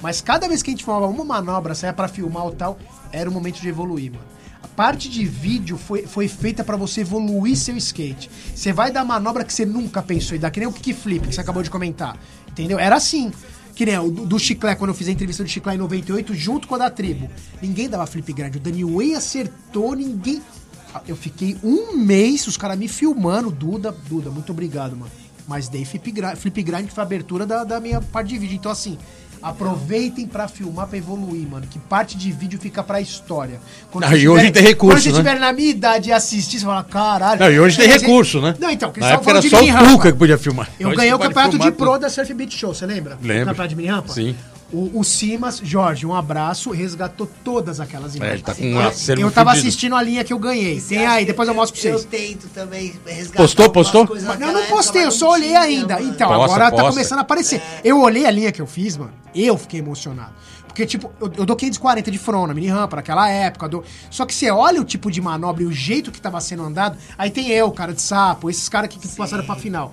[SPEAKER 2] Mas cada vez que a gente formava uma manobra, saia pra filmar ou tal, era o momento de evoluir, mano. A parte de vídeo foi, foi feita pra você evoluir seu skate. Você vai dar manobra que você nunca pensou e dá, que nem o kickflip que você acabou de comentar. Entendeu? Era assim. Que nem o do, do Chiclé, quando eu fiz a entrevista do Chiclé em 98, junto com a da tribo. Ninguém dava flip grande. O Dani Way acertou, ninguém. Ah, Eu fiquei um mês, os caras me filmando. Duda, Duda, muito obrigado, mano. Mas dei flip, gra flip grind, que foi a abertura da, da minha parte de vídeo. Então, assim, aproveitem pra filmar, pra evoluir, mano. Que parte de vídeo fica pra história. Quando
[SPEAKER 1] Ah,
[SPEAKER 2] vocês
[SPEAKER 1] e hoje tem recurso,
[SPEAKER 2] Quando vocês
[SPEAKER 1] né?
[SPEAKER 2] estiver na minha idade e assistir, você fala, caralho.
[SPEAKER 1] Não, e hoje tem
[SPEAKER 2] Quer dizer-
[SPEAKER 1] recurso, né?
[SPEAKER 2] Não, então,
[SPEAKER 1] Na
[SPEAKER 2] Cristal
[SPEAKER 1] época era
[SPEAKER 2] de
[SPEAKER 1] só
[SPEAKER 2] mini
[SPEAKER 1] o
[SPEAKER 2] rampa.
[SPEAKER 1] Cuca que podia filmar.
[SPEAKER 2] Eu
[SPEAKER 1] Hoje
[SPEAKER 2] ganhei
[SPEAKER 1] você
[SPEAKER 2] o
[SPEAKER 1] Então, pode
[SPEAKER 2] campeonato de
[SPEAKER 1] filmar
[SPEAKER 2] pro
[SPEAKER 1] tudo.
[SPEAKER 2] da Surf Beat Show, você lembra?
[SPEAKER 1] Lembro.
[SPEAKER 2] Campeonato de mini rampa?
[SPEAKER 1] Sim.
[SPEAKER 2] O, o Simas, Jorge, um abraço, resgatou todas aquelas imagens.
[SPEAKER 1] ele tá com um acervo
[SPEAKER 2] eu tava
[SPEAKER 1] fudido.
[SPEAKER 2] assistindo a linha que eu ganhei. Tem aí, depois eu mostro pra vocês.
[SPEAKER 3] Eu tento também resgatar.
[SPEAKER 1] Postou,
[SPEAKER 3] algumas
[SPEAKER 1] postou?
[SPEAKER 3] coisas
[SPEAKER 2] Mas eu
[SPEAKER 3] daquela
[SPEAKER 2] não
[SPEAKER 3] época,
[SPEAKER 2] postei, eu
[SPEAKER 3] mas
[SPEAKER 2] só
[SPEAKER 3] não
[SPEAKER 2] olhei
[SPEAKER 3] tinha, né?
[SPEAKER 2] ainda.
[SPEAKER 3] mano.
[SPEAKER 2] Então,
[SPEAKER 1] Posta,
[SPEAKER 2] agora tá
[SPEAKER 1] posta.
[SPEAKER 2] começando a aparecer. Eu olhei a linha que eu fiz, mano. Eu fiquei emocionado. Porque, tipo, eu, eu dou 540 de frona, mini rampa, naquela época. eu dou- Só que você olha o tipo de manobra e o jeito que tava sendo andado. Aí tem eu, cara de sapo, esses caras que, que passaram pra final.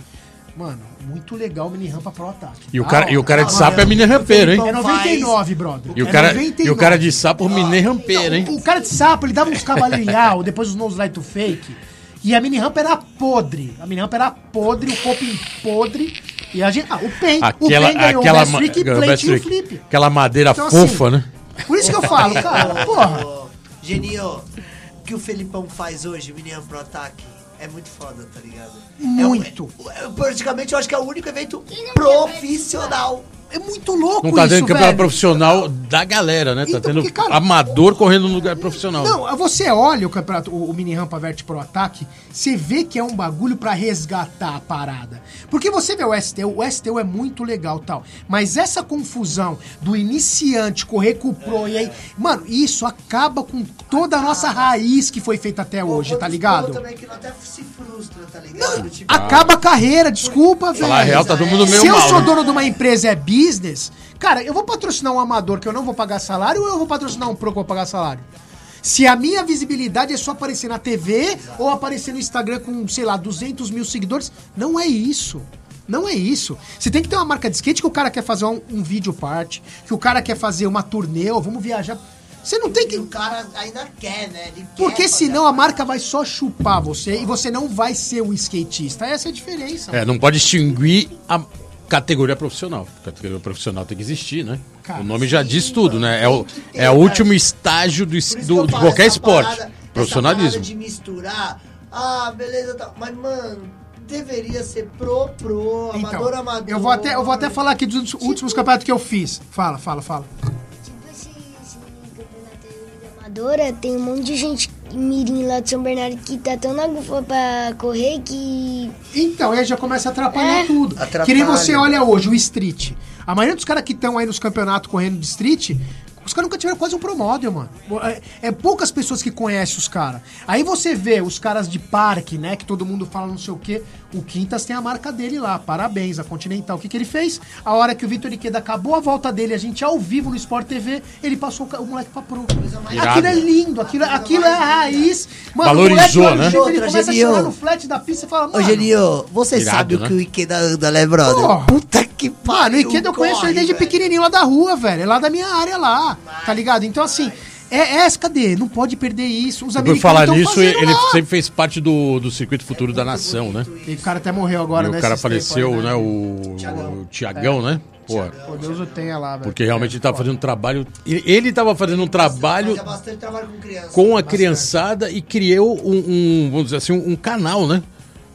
[SPEAKER 2] Mano, muito legal o mini rampa pro ataque.
[SPEAKER 1] E o
[SPEAKER 2] Da
[SPEAKER 1] cara,
[SPEAKER 2] hora.
[SPEAKER 1] e o cara de
[SPEAKER 3] Não,
[SPEAKER 1] sapo é
[SPEAKER 3] não,
[SPEAKER 1] mini rampeiro, hein?
[SPEAKER 2] É 99, brother.
[SPEAKER 1] E o
[SPEAKER 2] É
[SPEAKER 1] cara, e o
[SPEAKER 2] 99.
[SPEAKER 1] cara de sapo mini rampeiro, hein?
[SPEAKER 2] Ah, O cara de sapo, ele dava uns cavalinhal, depois os nose light to fake. E a mini rampa era podre. A mini rampa era podre, o coping podre. E a gente. Ah, o Pen.
[SPEAKER 1] Aquela,
[SPEAKER 2] o Pen ganhou
[SPEAKER 1] aquela,
[SPEAKER 2] o
[SPEAKER 1] ma-
[SPEAKER 2] Best Trick,
[SPEAKER 1] ganhou o
[SPEAKER 2] Plant
[SPEAKER 1] best
[SPEAKER 2] e o
[SPEAKER 1] trick.
[SPEAKER 2] Flip.
[SPEAKER 1] aquela madeira
[SPEAKER 2] Então, assim,
[SPEAKER 1] fofa, né?
[SPEAKER 2] Por isso que eu falo, cara, porra.
[SPEAKER 3] Ô, Geninho, o que o Felipão faz hoje, menino pro ataque, é muito foda, tá ligado?
[SPEAKER 2] Muito.
[SPEAKER 3] É, um- é- praticamente eu acho que é o único evento profissional.
[SPEAKER 2] É muito louco
[SPEAKER 1] Não tá
[SPEAKER 2] isso,
[SPEAKER 1] tendo campeonato
[SPEAKER 2] velho.
[SPEAKER 1] profissional da galera, né?
[SPEAKER 2] Então,
[SPEAKER 1] tá tendo
[SPEAKER 2] porque, cara-
[SPEAKER 1] amador correndo no lugar profissional.
[SPEAKER 2] Não, você olha o campeonato, o, o mini rampa vert pro ataque, você vê que é um bagulho pra resgatar a parada. Porque você vê o STU, o STU é muito legal tal, mas essa confusão do iniciante correr com o pro e aí, mano, isso acaba com toda a nossa raiz que foi feita até hoje, tá
[SPEAKER 3] Quando
[SPEAKER 2] ligado?
[SPEAKER 3] explode Também que não até se frustra, tá ligado? Tipo,
[SPEAKER 2] Acaba a carreira, desculpa, velho.
[SPEAKER 1] Ah. Falar a real, tá todo mundo meio
[SPEAKER 2] Se eu
[SPEAKER 1] mal,
[SPEAKER 2] sou
[SPEAKER 1] né?
[SPEAKER 2] dono de uma empresa e é business, cara, eu vou patrocinar um amador que eu não vou pagar salário ou eu vou patrocinar um pro que eu vou pagar salário? Se a minha visibilidade é só aparecer na TV ou aparecer no Instagram com, sei lá, 200 mil seguidores, não é isso. Não é isso. Você tem que ter uma marca de skate que o cara quer fazer um, um vídeo parte, que o cara quer fazer uma turnê, ou vamos viajar. Você não tem
[SPEAKER 3] que
[SPEAKER 2] que
[SPEAKER 3] o cara ainda quer, né? Ele quer
[SPEAKER 2] porque
[SPEAKER 3] fazer
[SPEAKER 2] senão
[SPEAKER 3] a
[SPEAKER 2] a marca vai só chupar você e você não vai ser um skatista. Essa é a diferença.
[SPEAKER 1] É, não pode extinguir a categoria profissional. A categoria profissional tem que existir, né?
[SPEAKER 2] Cara,
[SPEAKER 1] o nome já diz tudo, né? É o,
[SPEAKER 3] Tem que ter,
[SPEAKER 1] é o
[SPEAKER 3] cara.
[SPEAKER 1] último estágio do, es-
[SPEAKER 3] Por isso que
[SPEAKER 1] do,
[SPEAKER 3] eu
[SPEAKER 1] de
[SPEAKER 3] falo,
[SPEAKER 1] qualquer
[SPEAKER 3] essa
[SPEAKER 1] esporte.
[SPEAKER 3] parada- essa
[SPEAKER 1] Profissionalismo.
[SPEAKER 3] parada de misturar, ah, beleza, tá. mas mano, deveria ser pro, pro, amador, amador.
[SPEAKER 2] Então,
[SPEAKER 3] Tipo
[SPEAKER 2] eu vou até, eu vou até falar aqui dos últimos campeonatos que eu fiz. Fala, fala, fala.
[SPEAKER 4] Tipo esse, esse campeonato aí da Amadora, tem um monte de gente mirim lá de São Bernardo que tá tão na gufa pra correr que...
[SPEAKER 2] Então, aí já começa a atrapalhar
[SPEAKER 4] É.
[SPEAKER 2] tudo.
[SPEAKER 3] Atrapalha.
[SPEAKER 2] Que nem você olha hoje, o street. A maioria dos caras que estão aí nos campeonatos correndo de street, os caras nunca tiveram quase um promódio, mano. É, é poucas pessoas que conhecem os caras. Aí você vê os caras de parque, né? Que todo mundo fala não sei o quê. O Quintas tem a marca dele lá. Parabéns, a Continental. O que, que ele fez? A hora que o Vitor Iqueda acabou a volta dele, a gente ao vivo no Sport TV, ele passou o ca- o moleque pra pro.
[SPEAKER 1] Irado.
[SPEAKER 2] Aquilo é lindo, aquilo, aquilo é a raiz. Mano,
[SPEAKER 1] Valorizou,
[SPEAKER 2] o moleque, olha o
[SPEAKER 1] né?
[SPEAKER 2] jeito que ele
[SPEAKER 3] Outra,
[SPEAKER 2] começa a
[SPEAKER 3] Geninho.
[SPEAKER 2] chorar no flat da pista e fala,
[SPEAKER 3] Ô,
[SPEAKER 2] mano.
[SPEAKER 3] Genio, você
[SPEAKER 1] Irado,
[SPEAKER 3] sabe
[SPEAKER 1] né?
[SPEAKER 3] o que o Ikeda anda, né, brother?
[SPEAKER 2] Porra.
[SPEAKER 3] Puta que
[SPEAKER 2] Mano,
[SPEAKER 3] pariu.
[SPEAKER 2] o Ikeda eu conheço
[SPEAKER 3] corre,
[SPEAKER 2] ele desde
[SPEAKER 3] velho.
[SPEAKER 2] pequenininho lá da rua, velho. É lá da minha área lá, tá ligado? Então, assim, é, é cadê? Não pode perder isso. Os
[SPEAKER 1] Por
[SPEAKER 2] americanos
[SPEAKER 1] falar
[SPEAKER 2] tão
[SPEAKER 1] nisso,
[SPEAKER 2] fazendo
[SPEAKER 1] ele
[SPEAKER 2] lá.
[SPEAKER 1] sempre fez parte do, do circuito futuro da nação, né?
[SPEAKER 2] E o cara até morreu agora,
[SPEAKER 1] E o
[SPEAKER 2] né,
[SPEAKER 1] cara
[SPEAKER 2] esses tempos
[SPEAKER 1] faleceu,
[SPEAKER 2] aí,
[SPEAKER 1] né? O o Tiagão, né?
[SPEAKER 3] É.
[SPEAKER 1] Pô,
[SPEAKER 2] Pô, Deus o tenha lá, velho.
[SPEAKER 1] porque realmente ele tava fazendo um trabalho. Ele ele tava fazendo um trabalho
[SPEAKER 3] Fazia bastante trabalho com criança.
[SPEAKER 1] com a criançada e criou um, um, vamos dizer assim, um canal, né?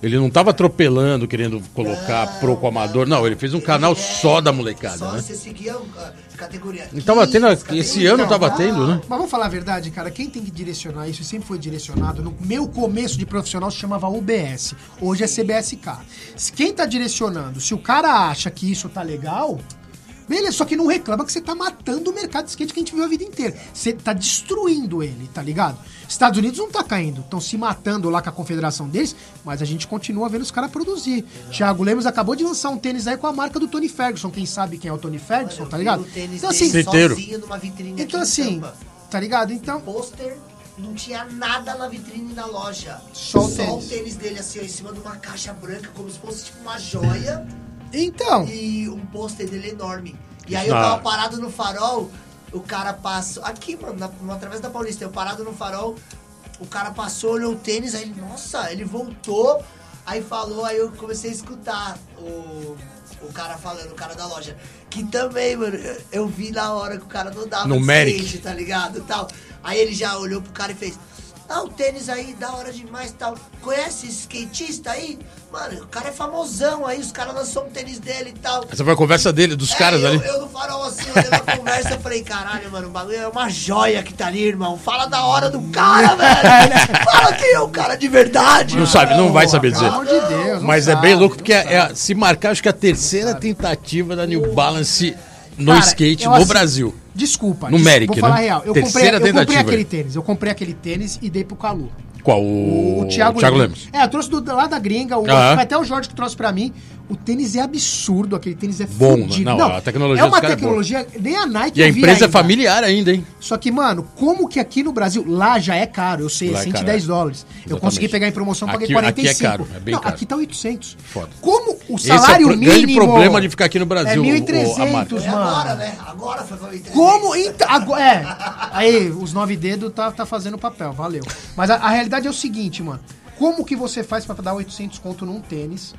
[SPEAKER 1] Ele não tava atropelando, querendo colocar pro com amador. Não, ele fez um canal só da molecada,
[SPEAKER 3] Só
[SPEAKER 1] né?
[SPEAKER 3] você seguia a categoria.
[SPEAKER 1] E
[SPEAKER 2] Então,
[SPEAKER 1] tava tendo, esse ano tava
[SPEAKER 2] tá.
[SPEAKER 1] tendo, né?
[SPEAKER 2] Mas vamos falar a verdade, cara. Quem tem que direcionar isso e sempre foi direcionado. No meu começo de profissional se chamava UBS. Hoje é CBSK. Se- Quem tá direcionando, se o cara acha que isso tá legal. Beleza, só que não reclama que você tá matando o mercado de skate que a gente viu a vida inteira. Você tá destruindo ele, tá ligado? Estados Unidos não tá caindo, estão se matando lá com a confederação deles, mas a gente continua vendo os caras produzir. Thiago Lemos acabou de lançar um tênis aí com a marca do Tony Ferguson. Quem sabe quem é o Tony Ferguson, tá ligado?
[SPEAKER 3] Então,
[SPEAKER 2] Então,
[SPEAKER 3] assim,
[SPEAKER 2] assim,
[SPEAKER 1] Friteiro.
[SPEAKER 3] sozinho numa vitrine
[SPEAKER 2] então
[SPEAKER 3] aqui em
[SPEAKER 2] assim,
[SPEAKER 3] Sampa.
[SPEAKER 2] tá ligado? Então,
[SPEAKER 3] pôster, não tinha nada na vitrine da loja.
[SPEAKER 2] Só o
[SPEAKER 3] o
[SPEAKER 2] tênis.
[SPEAKER 3] tênis dele, assim, ó, em cima de uma caixa branca, como se fosse tipo uma joia,
[SPEAKER 2] então,
[SPEAKER 3] e um pôster dele enorme. E aí
[SPEAKER 1] Ah.
[SPEAKER 3] eu tava parado no farol, o cara passa. Aqui, mano, na- através da Paulista, eu parado no farol, o cara passou, olhou o tênis, aí ele, nossa, ele voltou, aí falou, aí eu comecei a escutar o. O cara falando, o cara da loja. Que também, mano, eu, eu vi na hora que o cara não dava
[SPEAKER 1] No
[SPEAKER 3] de
[SPEAKER 1] Merrick.
[SPEAKER 3] skate, tá ligado? Tal. Aí ele já olhou pro cara e fez. Ah, o tênis aí, da hora demais tal. Conhece esse skatista aí? Mano, o cara é famosão aí, os caras lançou um tênis dele e tal.
[SPEAKER 1] Essa foi a conversa dele, dos
[SPEAKER 3] É,
[SPEAKER 1] caras
[SPEAKER 3] eu,
[SPEAKER 1] ali.
[SPEAKER 3] Eu no farol assim, olhando a conversa, eu falei, caralho, mano, o bagulho é uma joia que tá ali, irmão. Fala da hora do cara, velho. Fala quem é o cara de verdade.
[SPEAKER 1] Não sabe, não vai saber
[SPEAKER 2] pelo
[SPEAKER 1] dizer.
[SPEAKER 2] amor de Deus. não
[SPEAKER 1] Mas é
[SPEAKER 2] sabe,
[SPEAKER 1] bem louco, porque
[SPEAKER 2] não
[SPEAKER 1] é- é- se marcar, acho que é a terceira tentativa da New Balance no
[SPEAKER 2] Cara,
[SPEAKER 1] skate
[SPEAKER 2] eu
[SPEAKER 1] no
[SPEAKER 2] assi-
[SPEAKER 1] Brasil.
[SPEAKER 2] Desculpa,
[SPEAKER 1] No
[SPEAKER 2] des-
[SPEAKER 1] Merrick,
[SPEAKER 2] vou falar
[SPEAKER 1] né?
[SPEAKER 2] a real. Eu comprei,
[SPEAKER 1] Terceira
[SPEAKER 2] eu comprei
[SPEAKER 1] tentativa.
[SPEAKER 2] aquele tênis, eu comprei aquele tênis e dei pro Calu.
[SPEAKER 1] Qual?
[SPEAKER 2] O,
[SPEAKER 1] O,
[SPEAKER 2] Thiago,
[SPEAKER 1] Lemos.
[SPEAKER 2] É, eu trouxe do, lá da gringa, o,
[SPEAKER 1] Aham.
[SPEAKER 2] foi até o Jorge que trouxe pra mim. O tênis é absurdo, aquele tênis é
[SPEAKER 1] Bom,
[SPEAKER 2] fudido.
[SPEAKER 1] não, a tecnologia
[SPEAKER 2] é
[SPEAKER 1] dos
[SPEAKER 2] uma
[SPEAKER 1] caras é boa.
[SPEAKER 2] tecnologia, nem a Nike
[SPEAKER 1] E a
[SPEAKER 2] eu vi
[SPEAKER 1] empresa é
[SPEAKER 2] ainda.
[SPEAKER 1] familiar ainda, hein?
[SPEAKER 2] Só que, mano, como que aqui no Brasil, lá já é caro, eu sei,
[SPEAKER 1] Lá
[SPEAKER 2] é
[SPEAKER 1] é
[SPEAKER 2] 110
[SPEAKER 1] caro, é.
[SPEAKER 2] dólares. Eu
[SPEAKER 1] Exatamente.
[SPEAKER 2] consegui pegar em promoção, paguei
[SPEAKER 1] Aqui- aqui é
[SPEAKER 2] 45.
[SPEAKER 1] caro, é bem
[SPEAKER 2] não,
[SPEAKER 1] caro.
[SPEAKER 2] aqui tá 800.
[SPEAKER 1] Foda.
[SPEAKER 2] Como o
[SPEAKER 1] Esse é o
[SPEAKER 2] salário
[SPEAKER 1] pro-
[SPEAKER 2] mínimo...
[SPEAKER 1] grande problema de ficar aqui no Brasil,
[SPEAKER 2] É
[SPEAKER 1] o- o- a
[SPEAKER 2] 1.300,
[SPEAKER 1] marca.
[SPEAKER 3] É
[SPEAKER 2] mano.
[SPEAKER 3] agora, né? Agora foi pra mim.
[SPEAKER 2] Como? Então, agora, é. Aí, os nove dedos tá, tá fazendo o papel, valeu. Mas a, a realidade é o seguinte, mano. Como que você faz pra dar 800 conto num tênis?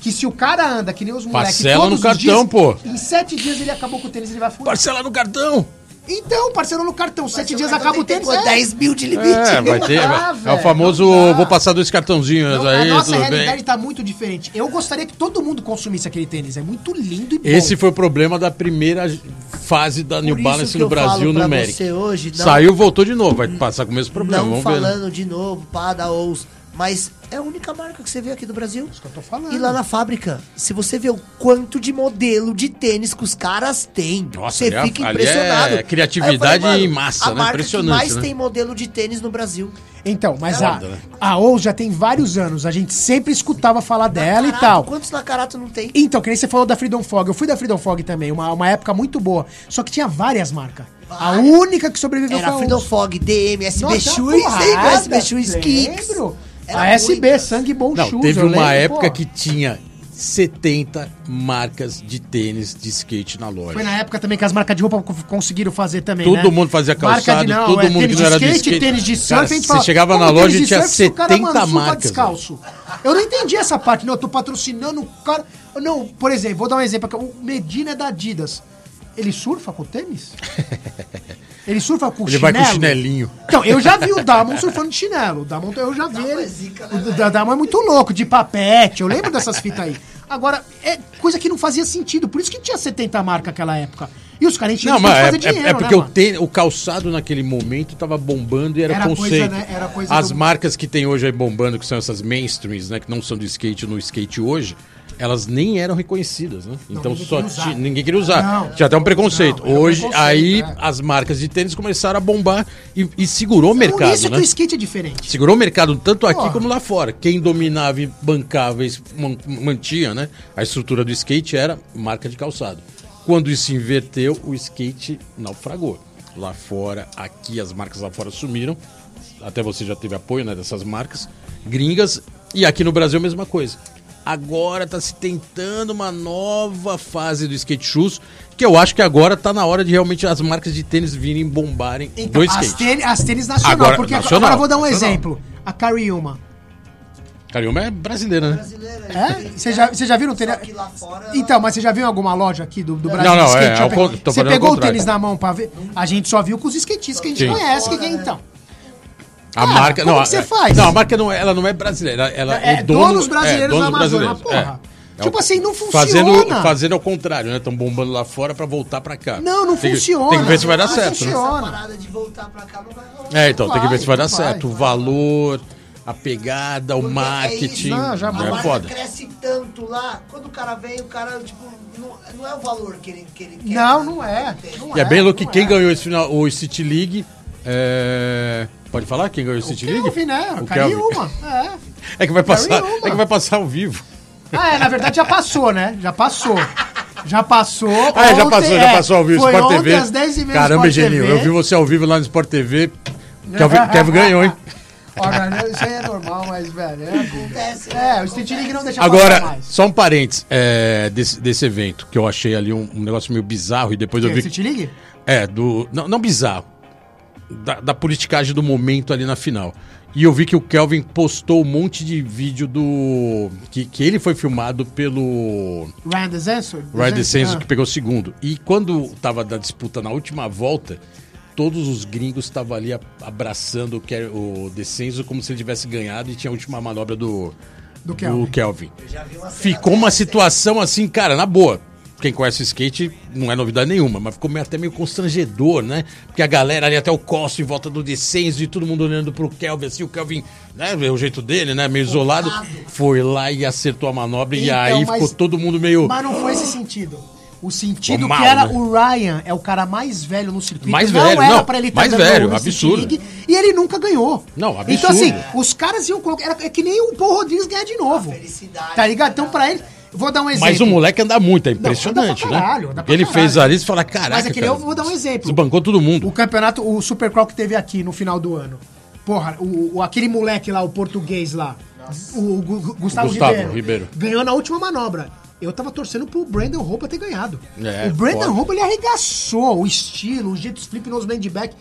[SPEAKER 2] Que se o cara anda que nem os moleques
[SPEAKER 1] Parcela no cartão, pô.
[SPEAKER 2] Em sete dias ele acabou com o tênis, ele vai fuder.
[SPEAKER 1] Parcela no cartão.
[SPEAKER 2] Então, parceiro, no cartão, sete dias acaba o
[SPEAKER 3] tem
[SPEAKER 2] tênis.
[SPEAKER 3] pô,
[SPEAKER 2] é.
[SPEAKER 3] 10 mil de limite.
[SPEAKER 1] É, vai ter.
[SPEAKER 2] dá,
[SPEAKER 1] vai- é
[SPEAKER 2] velho,
[SPEAKER 1] o famoso
[SPEAKER 2] não dá.
[SPEAKER 1] vou passar dois cartãozinhos
[SPEAKER 2] Então, a
[SPEAKER 1] aí,
[SPEAKER 2] nossa
[SPEAKER 1] tudo bem.
[SPEAKER 2] realidade tá muito diferente. Eu gostaria que todo mundo consumisse aquele tênis. É muito lindo e bom.
[SPEAKER 1] Esse foi o problema da primeira fase da New
[SPEAKER 3] isso
[SPEAKER 1] Balance
[SPEAKER 3] que
[SPEAKER 1] no
[SPEAKER 3] eu falo
[SPEAKER 1] Brasil
[SPEAKER 3] pra
[SPEAKER 1] no Merrick.
[SPEAKER 3] você hoje, não-
[SPEAKER 1] Saiu, voltou de novo. Vai passar com o mesmo problema.
[SPEAKER 3] não
[SPEAKER 1] Vamos ver. né?
[SPEAKER 3] falando de novo, Pada Ous, mas é a única marca que você vê aqui do Brasil. Isso
[SPEAKER 2] que eu tô falando.
[SPEAKER 3] E lá na fábrica, se você vê o quanto de modelo de tênis que os caras têm,
[SPEAKER 1] Nossa,
[SPEAKER 3] você
[SPEAKER 1] ali é-
[SPEAKER 3] fica
[SPEAKER 1] ali é
[SPEAKER 3] impressionado. Aí eu
[SPEAKER 1] criatividade
[SPEAKER 3] mano,
[SPEAKER 1] em massa,
[SPEAKER 3] a
[SPEAKER 1] né?
[SPEAKER 3] marca
[SPEAKER 1] Impressionante,
[SPEAKER 3] que mais
[SPEAKER 1] né?
[SPEAKER 3] tem modelo de tênis no Brasil.
[SPEAKER 2] Então, mas a,
[SPEAKER 1] Foda, né?
[SPEAKER 2] a OUS já tem vários anos. A gente sempre escutava falar dela e
[SPEAKER 3] Caraca,
[SPEAKER 2] tal.
[SPEAKER 3] Quantos Nakarato não tem?
[SPEAKER 2] Então, que nem você falou da Freedom Fog. Eu fui da Freedom Fog também, uma, uma época muito boa. Só que tinha várias marcas. A única que sobreviveu
[SPEAKER 3] Era
[SPEAKER 2] foi
[SPEAKER 3] Freedom
[SPEAKER 2] Fog.
[SPEAKER 3] Fog, DM, SB
[SPEAKER 2] Nossa, é
[SPEAKER 3] Shoes, lembra? SB Shoes
[SPEAKER 2] lembro.
[SPEAKER 3] Kicks. Era
[SPEAKER 2] A SB,
[SPEAKER 3] muita.
[SPEAKER 2] Sangue Bom
[SPEAKER 1] Não,
[SPEAKER 2] Shoes,
[SPEAKER 1] teve
[SPEAKER 2] eu
[SPEAKER 1] uma
[SPEAKER 2] lembro,
[SPEAKER 1] época
[SPEAKER 2] pô.
[SPEAKER 1] que tinha 70 marcas de tênis de skate na loja.
[SPEAKER 2] Foi na época também que as marcas de roupa co- conseguiram fazer também,
[SPEAKER 1] Todo
[SPEAKER 2] né?
[SPEAKER 1] mundo fazia
[SPEAKER 2] Marca de-
[SPEAKER 1] calçado,
[SPEAKER 2] não,
[SPEAKER 1] todo
[SPEAKER 2] é,
[SPEAKER 1] mundo
[SPEAKER 2] tênis
[SPEAKER 1] que não era
[SPEAKER 2] de
[SPEAKER 1] do
[SPEAKER 2] skate,
[SPEAKER 1] skate.
[SPEAKER 2] tênis de surf,
[SPEAKER 1] Cara,
[SPEAKER 2] a gente
[SPEAKER 1] você
[SPEAKER 2] fala,
[SPEAKER 1] chegava
[SPEAKER 2] "Como
[SPEAKER 1] na
[SPEAKER 2] tênis
[SPEAKER 1] loja e
[SPEAKER 2] de
[SPEAKER 1] tinha
[SPEAKER 2] surf, o cara,
[SPEAKER 1] 70
[SPEAKER 2] mano, surfa
[SPEAKER 1] marcas,
[SPEAKER 2] descalço. Eu não entendi essa parte, não, eu tô patrocinando o cara... Não, por exemplo, vou dar um exemplo aqui, o Medina é da Adidas. Ele surfa com tênis? Ele surfa com
[SPEAKER 1] Ele vai com chinelinho.
[SPEAKER 2] Então, eu já vi o Damon surfando de chinelo. O Damon, eu já vi ele. O da- Damon é muito louco, de papete. Eu lembro dessas fitas aí. Agora, é coisa que não fazia sentido. Por isso que tinha 70 marcas naquela época. E os caras enchiam
[SPEAKER 1] Não,
[SPEAKER 2] de saco
[SPEAKER 1] mas
[SPEAKER 2] pra
[SPEAKER 1] é,
[SPEAKER 2] fazer
[SPEAKER 1] é- é
[SPEAKER 2] dinheiro,
[SPEAKER 1] porque
[SPEAKER 2] né,
[SPEAKER 1] o,
[SPEAKER 2] mano?
[SPEAKER 1] tê- o calçado naquele momento tava bombando e era,
[SPEAKER 2] Era coisa,
[SPEAKER 1] conceito.
[SPEAKER 2] né? Era coisa
[SPEAKER 1] As
[SPEAKER 2] do-
[SPEAKER 1] marcas que tem hoje aí bombando, que são essas mainstreams, né? Que não são do skate no skate hoje, elas nem eram reconhecidas, né? então
[SPEAKER 2] ninguém
[SPEAKER 1] só
[SPEAKER 2] queria usar.
[SPEAKER 1] ti- ninguém queria usar.
[SPEAKER 2] Não.
[SPEAKER 1] Tinha até um preconceito.
[SPEAKER 2] Não, era um
[SPEAKER 1] hoje,
[SPEAKER 2] preconceito,
[SPEAKER 1] aí
[SPEAKER 2] é.
[SPEAKER 1] as marcas de tênis começaram a bombar e, e segurou o
[SPEAKER 2] Por
[SPEAKER 1] mercado,
[SPEAKER 2] Então, isso
[SPEAKER 1] né?
[SPEAKER 2] que o skate é diferente.
[SPEAKER 1] Segurou o mercado tanto aqui
[SPEAKER 2] Porra.
[SPEAKER 1] como lá fora. Quem dominava e bancava e man- mantinha né, a estrutura do skate era marca de calçado. Quando isso inverteu, o skate naufragou. Lá fora, aqui, as marcas lá fora sumiram. Até você já teve apoio né, dessas marcas gringas. E aqui no Brasil, a mesma coisa. Agora está se tentando uma nova fase do skate shoes, que eu acho que agora está na hora de realmente as marcas de tênis virem bombarem do
[SPEAKER 2] Então, as,
[SPEAKER 1] skate.
[SPEAKER 2] tênis, as tênis nacional.
[SPEAKER 1] Agora,
[SPEAKER 2] porque
[SPEAKER 1] nacional,
[SPEAKER 2] agora eu vou dar um
[SPEAKER 1] nacional.
[SPEAKER 2] exemplo. A Cariuma.
[SPEAKER 1] Cariúma é brasileira, né?
[SPEAKER 2] É? Você já, você já viu o tênis?
[SPEAKER 3] que lá fora-
[SPEAKER 2] Então, mas você já viu em alguma loja aqui do, do Brasil
[SPEAKER 1] não,
[SPEAKER 2] de
[SPEAKER 1] é,
[SPEAKER 2] skate?
[SPEAKER 1] é o con- tô
[SPEAKER 2] você
[SPEAKER 1] falando
[SPEAKER 2] pegou
[SPEAKER 1] ao
[SPEAKER 2] o tênis
[SPEAKER 1] contrário.
[SPEAKER 2] na mão pra ver? A gente só viu com os skatistas que a gente
[SPEAKER 1] Sim.
[SPEAKER 2] conhece. Que, que- então.
[SPEAKER 1] A
[SPEAKER 2] Cara,
[SPEAKER 1] marca
[SPEAKER 2] Ah, como
[SPEAKER 1] não,
[SPEAKER 2] que você
[SPEAKER 1] é-
[SPEAKER 2] faz?
[SPEAKER 1] Não, a marca não, é- ela não é brasileira. Ela, ela-
[SPEAKER 2] É,
[SPEAKER 1] o dono-
[SPEAKER 2] donos brasileiros
[SPEAKER 1] é, donos
[SPEAKER 2] da Amazônia,
[SPEAKER 1] brasileiros,
[SPEAKER 2] porra.
[SPEAKER 1] é.
[SPEAKER 2] Tipo
[SPEAKER 1] É o-
[SPEAKER 2] assim, não funciona.
[SPEAKER 1] Fazendo, fazendo ao contrário, né? Estão bombando lá fora pra voltar pra cá.
[SPEAKER 2] Não, não
[SPEAKER 1] Tem que-
[SPEAKER 2] funciona.
[SPEAKER 1] Tem que ver se vai dar
[SPEAKER 2] Não
[SPEAKER 1] certo. né?
[SPEAKER 2] funciona.
[SPEAKER 3] Essa parada de voltar pra cá não vai rolar.
[SPEAKER 1] É, então, tem que ver se vai
[SPEAKER 2] Vai,
[SPEAKER 1] dar
[SPEAKER 2] vai,
[SPEAKER 1] certo. O valor, a pegada, o
[SPEAKER 3] Porque é
[SPEAKER 1] marketing.
[SPEAKER 3] isso,
[SPEAKER 2] Não, já
[SPEAKER 3] a
[SPEAKER 2] vai.
[SPEAKER 1] é
[SPEAKER 3] marca
[SPEAKER 1] foda.
[SPEAKER 3] cresce tanto lá, quando o cara vem, o cara, tipo, não, não é o valor que ele, que ele quer.
[SPEAKER 2] Não, não é. Não
[SPEAKER 1] E é bem louco que
[SPEAKER 2] não
[SPEAKER 1] quem
[SPEAKER 2] é.
[SPEAKER 1] ganhou esse final, o City League. é, Pode falar quem ganhou o City League?
[SPEAKER 2] Kelvin, né?
[SPEAKER 1] O Kelvin.
[SPEAKER 2] Cariúma. É.
[SPEAKER 1] É que vai passar,
[SPEAKER 2] Cariúma.
[SPEAKER 1] é que vai passar ao vivo.
[SPEAKER 2] Ah, é, na verdade já passou, né? Já passou. Já passou.
[SPEAKER 1] Ah, é, já
[SPEAKER 2] ontem,
[SPEAKER 1] passou, já
[SPEAKER 2] é,
[SPEAKER 1] passou ao vivo,
[SPEAKER 2] foi
[SPEAKER 1] Sport
[SPEAKER 2] ontem
[SPEAKER 1] TV.
[SPEAKER 2] às 10 e meia
[SPEAKER 1] Caramba,
[SPEAKER 2] Sport
[SPEAKER 1] Eugênio,
[SPEAKER 2] TV.
[SPEAKER 1] eu vi você ao vivo lá no Sport TV. Kevin, Kevin ganhou, hein?
[SPEAKER 2] Olha, isso aí é normal, mas, velho, é a vida.
[SPEAKER 3] Acontece, né?
[SPEAKER 2] É, o Street League não deixa passar
[SPEAKER 1] Agora,
[SPEAKER 2] mais.
[SPEAKER 1] só um parênteses é, desse, desse evento, que eu achei ali um, um negócio meio bizarro e depois eu
[SPEAKER 2] Que,
[SPEAKER 1] vi.
[SPEAKER 2] Street League?
[SPEAKER 1] É, do. Não, não bizarro. Da, da politicagem do momento ali na final. E eu vi que o Kelvin postou um monte de vídeo do. que, que ele foi filmado pelo.
[SPEAKER 2] Ryan DeSensor?
[SPEAKER 1] Ryan DeSenso
[SPEAKER 2] ah.
[SPEAKER 1] que pegou o segundo. E quando tava da disputa na última volta, todos os gringos estavam ali a- abraçando o, Kel- o DeSenso como se ele tivesse ganhado e tinha a última manobra do,
[SPEAKER 2] Do Kelvin.
[SPEAKER 1] Kelvin. Ficou uma situação assim, cara, na boa. Quem conhece o skate não é novidade nenhuma, mas ficou meio- até meio constrangedor, né? Porque a galera ali até o costo em volta do descenso e todo mundo olhando pro Kelvin assim, o Kelvin, né? É o jeito dele, né? Meio isolado. Foi lá e acertou a manobra e
[SPEAKER 2] Então,
[SPEAKER 1] aí
[SPEAKER 2] mas-
[SPEAKER 1] ficou todo mundo meio.
[SPEAKER 2] Mas não foi esse sentido. O sentido
[SPEAKER 1] Pô, mal,
[SPEAKER 2] que era
[SPEAKER 1] né?
[SPEAKER 2] o Ryan é o cara mais velho no circuito.
[SPEAKER 1] Mais
[SPEAKER 2] não
[SPEAKER 1] velho,
[SPEAKER 2] era
[SPEAKER 1] não,
[SPEAKER 2] pra ele estar
[SPEAKER 1] mais
[SPEAKER 2] dando
[SPEAKER 1] velho,
[SPEAKER 2] no
[SPEAKER 1] absurdo.
[SPEAKER 2] City League, e ele nunca ganhou.
[SPEAKER 1] Não,
[SPEAKER 2] Então
[SPEAKER 1] absurdo.
[SPEAKER 2] assim, os caras iam colocar. Era, é que nem o Paul Rodrigues ganhar de novo.
[SPEAKER 3] felicidade.
[SPEAKER 2] Tá ligado? Então pra ele. Vou dar um exemplo.
[SPEAKER 1] Mas o moleque anda muito, é impressionante,
[SPEAKER 2] anda pra caralho,
[SPEAKER 1] né?
[SPEAKER 2] anda pra
[SPEAKER 1] O que ele
[SPEAKER 2] caralho.
[SPEAKER 1] fez ali, você fala, caraca.
[SPEAKER 2] Mas é que nem
[SPEAKER 1] cara,
[SPEAKER 2] eu vou dar um exemplo.
[SPEAKER 1] Desbancou todo mundo.
[SPEAKER 2] O campeonato, o Supercrawl que teve aqui no final do ano. Porra, o, o- aquele moleque lá, o português lá. O, Gu- Gu- Gustavo,
[SPEAKER 1] Gustavo
[SPEAKER 2] Ribeiro,
[SPEAKER 1] Ribeiro.
[SPEAKER 2] Ganhou na última manobra. Eu tava torcendo pro Brandon Roupa ter ganhado.
[SPEAKER 1] É,
[SPEAKER 2] o Brandon
[SPEAKER 1] foda.
[SPEAKER 2] Roupa, ele arregaçou o estilo, os jeitos flip nos bend back.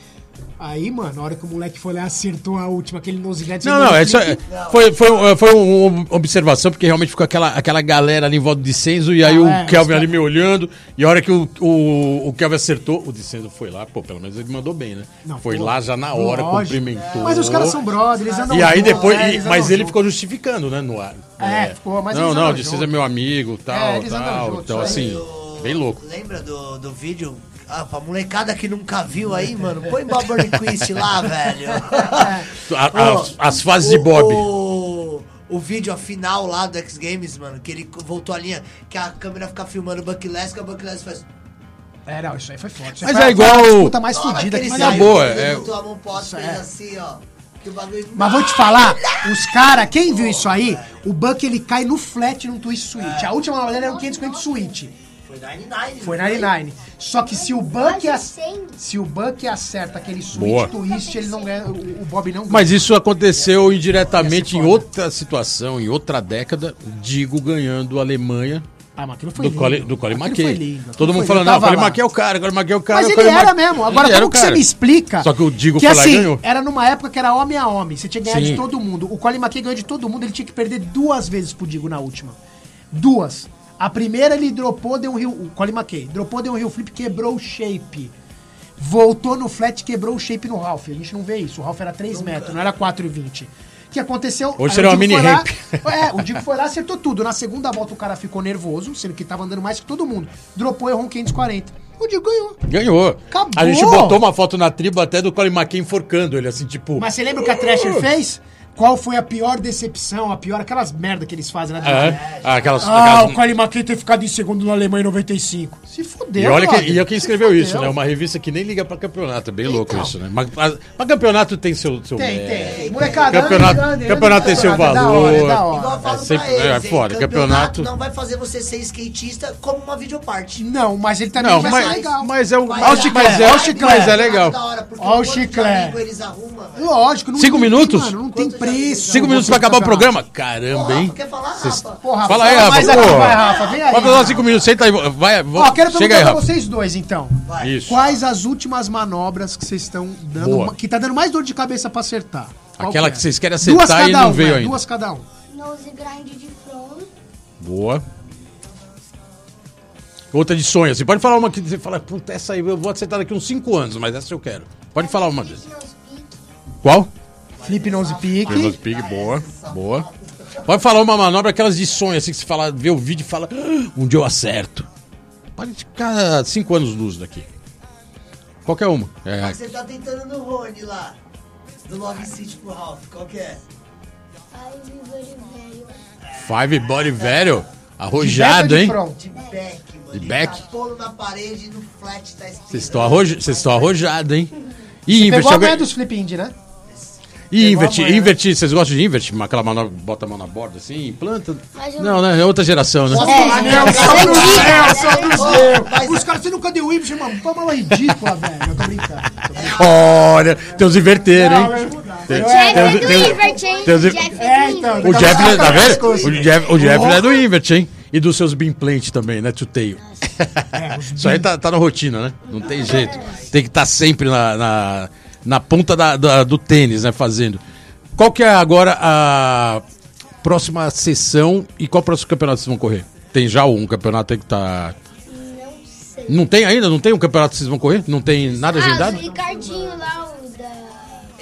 [SPEAKER 2] Aí, mano, na hora que o moleque foi lá e acertou a última, aquele noseglet.
[SPEAKER 1] Não, não, é só- é- foi, foi, um- foi uma observação, porque realmente ficou aquela, aquela galera ali em volta do Dicenzo, e aí
[SPEAKER 2] Ah,
[SPEAKER 1] o
[SPEAKER 2] é,
[SPEAKER 1] Kelvin
[SPEAKER 2] os
[SPEAKER 1] ali me olhando, e a hora que o, o, o Kelvin acertou, o Dicenzo foi lá, pô, pelo menos ele mandou bem, né?
[SPEAKER 2] Não,
[SPEAKER 1] foi
[SPEAKER 2] pô,
[SPEAKER 1] lá já na hora,
[SPEAKER 2] lógico.
[SPEAKER 1] cumprimentou.
[SPEAKER 2] Mas os caras são brothers, eles andam
[SPEAKER 1] E aí
[SPEAKER 2] junto,
[SPEAKER 1] depois,
[SPEAKER 2] né,
[SPEAKER 1] e-
[SPEAKER 2] eles andam
[SPEAKER 1] mas ele
[SPEAKER 2] junto.
[SPEAKER 1] ficou justificando, né, no ar.
[SPEAKER 2] É, ficou, mas
[SPEAKER 1] Não,
[SPEAKER 2] eles
[SPEAKER 1] não,
[SPEAKER 2] andam
[SPEAKER 1] o Dicenzo
[SPEAKER 2] junto.
[SPEAKER 1] é meu amigo, tal,
[SPEAKER 2] eles andam
[SPEAKER 1] tal,
[SPEAKER 2] juntos,
[SPEAKER 1] então
[SPEAKER 2] é.
[SPEAKER 1] assim, bem louco.
[SPEAKER 3] Lembra do, do vídeo? Ah, pra molecada que nunca viu aí, mano, põe Bob Quist lá, velho.
[SPEAKER 2] É.
[SPEAKER 1] A-
[SPEAKER 3] Ó,
[SPEAKER 1] as- as fases de Bob.
[SPEAKER 3] O, o vídeo, a final lá do X Games, mano, que ele voltou a linha, que a câmera fica filmando o Buck Lesk, a Buck Lesk faz...
[SPEAKER 2] É, não, isso aí foi forte.
[SPEAKER 1] Mas
[SPEAKER 2] Foi-
[SPEAKER 1] é
[SPEAKER 2] foi
[SPEAKER 1] igual-
[SPEAKER 2] a disputa mais fodida que
[SPEAKER 3] Aquele
[SPEAKER 1] mas
[SPEAKER 2] teve.
[SPEAKER 1] na
[SPEAKER 3] saiu,
[SPEAKER 1] boa,
[SPEAKER 3] ele
[SPEAKER 1] é-
[SPEAKER 3] botou a mão pro alto, fez assim, ó. Que o bagulho...
[SPEAKER 2] Mas vou te falar, os caras, quem viu isso aí, o Buck ele cai no flat num twist switch. A última manobra dele era um 550 switch.
[SPEAKER 3] Foi 99.
[SPEAKER 2] Foi 99. Só que se o Buck
[SPEAKER 4] Eu
[SPEAKER 2] ac-
[SPEAKER 4] acho que cem.
[SPEAKER 2] se o Buck acerta aquele switch
[SPEAKER 1] Boa.
[SPEAKER 2] twist, ele não ganha, o o Bob não ganha.
[SPEAKER 1] Mas isso aconteceu indiretamente em outra situação, em outra década, Digo ganhando a Alemanha
[SPEAKER 2] ah, mas aquilo
[SPEAKER 1] do
[SPEAKER 2] lindo.
[SPEAKER 1] Colin, do Colin
[SPEAKER 2] Aquilo
[SPEAKER 1] McKay.
[SPEAKER 2] foi lindo,
[SPEAKER 1] Todo
[SPEAKER 2] aquilo foi
[SPEAKER 1] mundo
[SPEAKER 2] lindo.
[SPEAKER 1] falando,
[SPEAKER 2] Eu
[SPEAKER 1] não, o
[SPEAKER 2] tava
[SPEAKER 1] Colin
[SPEAKER 2] lá.
[SPEAKER 1] McKay é o cara, o Colin McKay é o cara.
[SPEAKER 2] Mas
[SPEAKER 1] o
[SPEAKER 2] ele
[SPEAKER 1] Colin
[SPEAKER 2] era
[SPEAKER 1] Mc-
[SPEAKER 2] mesmo. Agora,
[SPEAKER 1] Ele era
[SPEAKER 2] como
[SPEAKER 1] o
[SPEAKER 2] que você
[SPEAKER 1] cara.
[SPEAKER 2] me explica?
[SPEAKER 1] Só que o Digo
[SPEAKER 2] que,
[SPEAKER 1] foi lá e
[SPEAKER 2] assim,
[SPEAKER 1] ganhou.
[SPEAKER 2] Era numa época que era homem a homem. Você tinha que ganhar
[SPEAKER 1] Sim.
[SPEAKER 2] de todo mundo. O Colin McKay ganhou de todo mundo. Ele tinha que perder duas vezes pro Digo na última. Duas. A primeira ele dropou, deu um rio. O Colin McKay dropou, deu um rio flip, quebrou o shape. Voltou no flat, quebrou o shape no Ralph. A gente não vê isso. O Ralph era 3 metros, não era 4,20. O que aconteceu? Aí o
[SPEAKER 1] seria uma
[SPEAKER 2] Digo
[SPEAKER 1] mini
[SPEAKER 2] foi lá-
[SPEAKER 1] ramp.
[SPEAKER 2] é, o Digo foi lá, acertou tudo. Na segunda volta o cara ficou nervoso, sendo que tava andando mais que todo mundo. Dropou, errou um 540. O Digo ganhou.
[SPEAKER 1] Ganhou.
[SPEAKER 2] Acabou.
[SPEAKER 1] A gente botou uma foto na tribo até do Colin McKay enforcando ele, assim, tipo...
[SPEAKER 2] Mas você lembra o que a Thrasher fez? Qual foi a pior decepção, a pior, aquelas merda que eles fazem lá dentro?
[SPEAKER 1] Ah, ah, aquelas,
[SPEAKER 2] Ah,
[SPEAKER 1] aquelas-
[SPEAKER 2] o Colin McKay ter ficado em segundo na Alemanha em 95. Se fudeu,
[SPEAKER 1] E olha
[SPEAKER 2] brother.
[SPEAKER 1] quem, e é quem
[SPEAKER 2] Se
[SPEAKER 1] escreveu
[SPEAKER 2] fudeu.
[SPEAKER 1] isso, né? Uma revista que nem liga pra campeonato. É bem louco isso, né? Mas, mas- mas campeonato tem seu... seu
[SPEAKER 2] Então. Tem,
[SPEAKER 1] mérito.
[SPEAKER 2] tem. Molecada,
[SPEAKER 1] É. Campeonato-
[SPEAKER 2] anda, anda, anda,
[SPEAKER 1] campeonato tem seu
[SPEAKER 2] campeonato, é da hora, é da
[SPEAKER 1] valor.
[SPEAKER 2] hora.
[SPEAKER 3] Igual eu falo
[SPEAKER 1] É sempre-
[SPEAKER 3] pra eles,
[SPEAKER 1] é
[SPEAKER 3] hein,
[SPEAKER 1] fora,
[SPEAKER 3] campeonato,
[SPEAKER 1] campeonato-
[SPEAKER 3] não vai fazer você ser skatista como uma videoparte.
[SPEAKER 2] Não, mas ele também
[SPEAKER 1] Não,
[SPEAKER 2] vai
[SPEAKER 1] mas,
[SPEAKER 2] ser legal.
[SPEAKER 1] mas é o...
[SPEAKER 3] Vai
[SPEAKER 1] Mas,
[SPEAKER 3] dar-
[SPEAKER 1] mas, é,
[SPEAKER 2] Olha o
[SPEAKER 1] mas,
[SPEAKER 2] chiclete.
[SPEAKER 1] é legal.
[SPEAKER 3] Da hora, porque
[SPEAKER 2] Ó o
[SPEAKER 3] quantos
[SPEAKER 2] chiclete.
[SPEAKER 3] amigos eles arrumam,
[SPEAKER 1] Tá
[SPEAKER 3] velho.
[SPEAKER 2] Lógico. Não
[SPEAKER 1] Cinco
[SPEAKER 2] não-
[SPEAKER 1] minutos?
[SPEAKER 2] Mano, não tem
[SPEAKER 3] Quantos
[SPEAKER 2] preço.
[SPEAKER 3] amigos?
[SPEAKER 1] Cinco minutos pra acabar o programa? Caramba,
[SPEAKER 3] Porra,
[SPEAKER 1] hein?
[SPEAKER 3] quer falar,
[SPEAKER 1] Cês-
[SPEAKER 3] Rafa?
[SPEAKER 2] Porra, Rafa,
[SPEAKER 1] Fala aí, Rafa.
[SPEAKER 2] mais aqui,
[SPEAKER 1] porra.
[SPEAKER 2] vai, Rafa, vem aí,
[SPEAKER 1] Vai pra lá
[SPEAKER 2] Rafa.
[SPEAKER 1] cinco minutos, senta aí. Vai, vou-
[SPEAKER 2] Ó, quero
[SPEAKER 1] chega aí,
[SPEAKER 2] perguntar pra
[SPEAKER 1] Rafa.
[SPEAKER 2] vocês dois, então.
[SPEAKER 3] Vai.
[SPEAKER 1] Isso.
[SPEAKER 2] Quais as últimas manobras que vocês estão dando,
[SPEAKER 1] Boa.
[SPEAKER 2] que tá dando mais dor de cabeça pra acertar? Qual
[SPEAKER 1] Aquela
[SPEAKER 2] é?
[SPEAKER 1] que vocês querem acertar
[SPEAKER 2] Duas cada
[SPEAKER 1] e não
[SPEAKER 2] um,
[SPEAKER 1] veio
[SPEAKER 2] é,
[SPEAKER 1] ainda.
[SPEAKER 2] Duas cada um.
[SPEAKER 4] Nose grind é de front.
[SPEAKER 1] Boa. Outra de sonho. Você pode falar uma que você fala, puta, essa aí eu vou acertar daqui uns cinco anos, mas essa eu quero. Pode falar uma delas.
[SPEAKER 4] Nose pick.
[SPEAKER 1] Qual?
[SPEAKER 2] Flip nose pick.
[SPEAKER 1] Pernod Pig, boa, boa. Pode falar uma manobra, aquelas de sonho, assim, que você fala, vê o vídeo e fala, "Ah, um dia eu acerto. Pode ficar cinco anos luz daqui. Qualquer uma. É,
[SPEAKER 3] Você tá tentando no Rony lá. Do Love City pro Ralph, qual que é?
[SPEAKER 4] Ai, me vejo velho.
[SPEAKER 1] five body velho,
[SPEAKER 2] Beta
[SPEAKER 1] arrojado,
[SPEAKER 2] de
[SPEAKER 1] hein?
[SPEAKER 2] front.
[SPEAKER 3] De back, mano.
[SPEAKER 1] De
[SPEAKER 3] Ele
[SPEAKER 1] back?
[SPEAKER 3] Tá polo na parede e no flat tá espinando.
[SPEAKER 1] Vocês estão arroja vocês estão arrojados, hein? E
[SPEAKER 2] Pegou
[SPEAKER 1] inverte,
[SPEAKER 2] É a manha
[SPEAKER 1] alguém...
[SPEAKER 2] dos flip indie, né?
[SPEAKER 1] e inverte,
[SPEAKER 2] amanhã, né?
[SPEAKER 1] inverte. Vocês gostam de inverte? Aquela manobra que bota a mão na borda assim, e planta.
[SPEAKER 4] Mas eu
[SPEAKER 1] Não, né? É outra geração, né?
[SPEAKER 2] Ah, É, Mas os caras, você nunca deu whip, mano. Foi é uma ridícula, velho. Eu tô brincando. Tô brincando.
[SPEAKER 1] Olha, tem os inverteiros,
[SPEAKER 2] Não,
[SPEAKER 1] hein?
[SPEAKER 2] eu-
[SPEAKER 1] Tem-
[SPEAKER 4] Jeff
[SPEAKER 1] tem
[SPEAKER 4] é
[SPEAKER 1] os-
[SPEAKER 4] do
[SPEAKER 1] tem os-
[SPEAKER 4] Invert, hein?
[SPEAKER 1] tem os-
[SPEAKER 4] Jeff
[SPEAKER 2] É,
[SPEAKER 4] é do
[SPEAKER 2] então,
[SPEAKER 4] Invert.
[SPEAKER 1] O
[SPEAKER 2] Tá
[SPEAKER 1] Jeff,
[SPEAKER 2] bom,
[SPEAKER 1] tá
[SPEAKER 2] tá bom,
[SPEAKER 1] vendo?
[SPEAKER 2] pescoço.
[SPEAKER 1] O Jeff, o Jeff é do Invert, hein? E dos seus beam plant também, né? Tuteio. Isso aí tá, tá na rotina, né? Não tem jeito. Tem que estar sempre na, na, na ponta da- da- do tênis, né? Fazendo. Qual que é agora a próxima sessão e qual próximo campeonato vocês vão correr? Tem já um campeonato aí que tá.
[SPEAKER 4] Não sei.
[SPEAKER 1] Não tem ainda? Não tem um campeonato que vocês vão correr? Não tem nada
[SPEAKER 4] Ah, o
[SPEAKER 1] agendado?
[SPEAKER 4] Ricardinho lá, o da...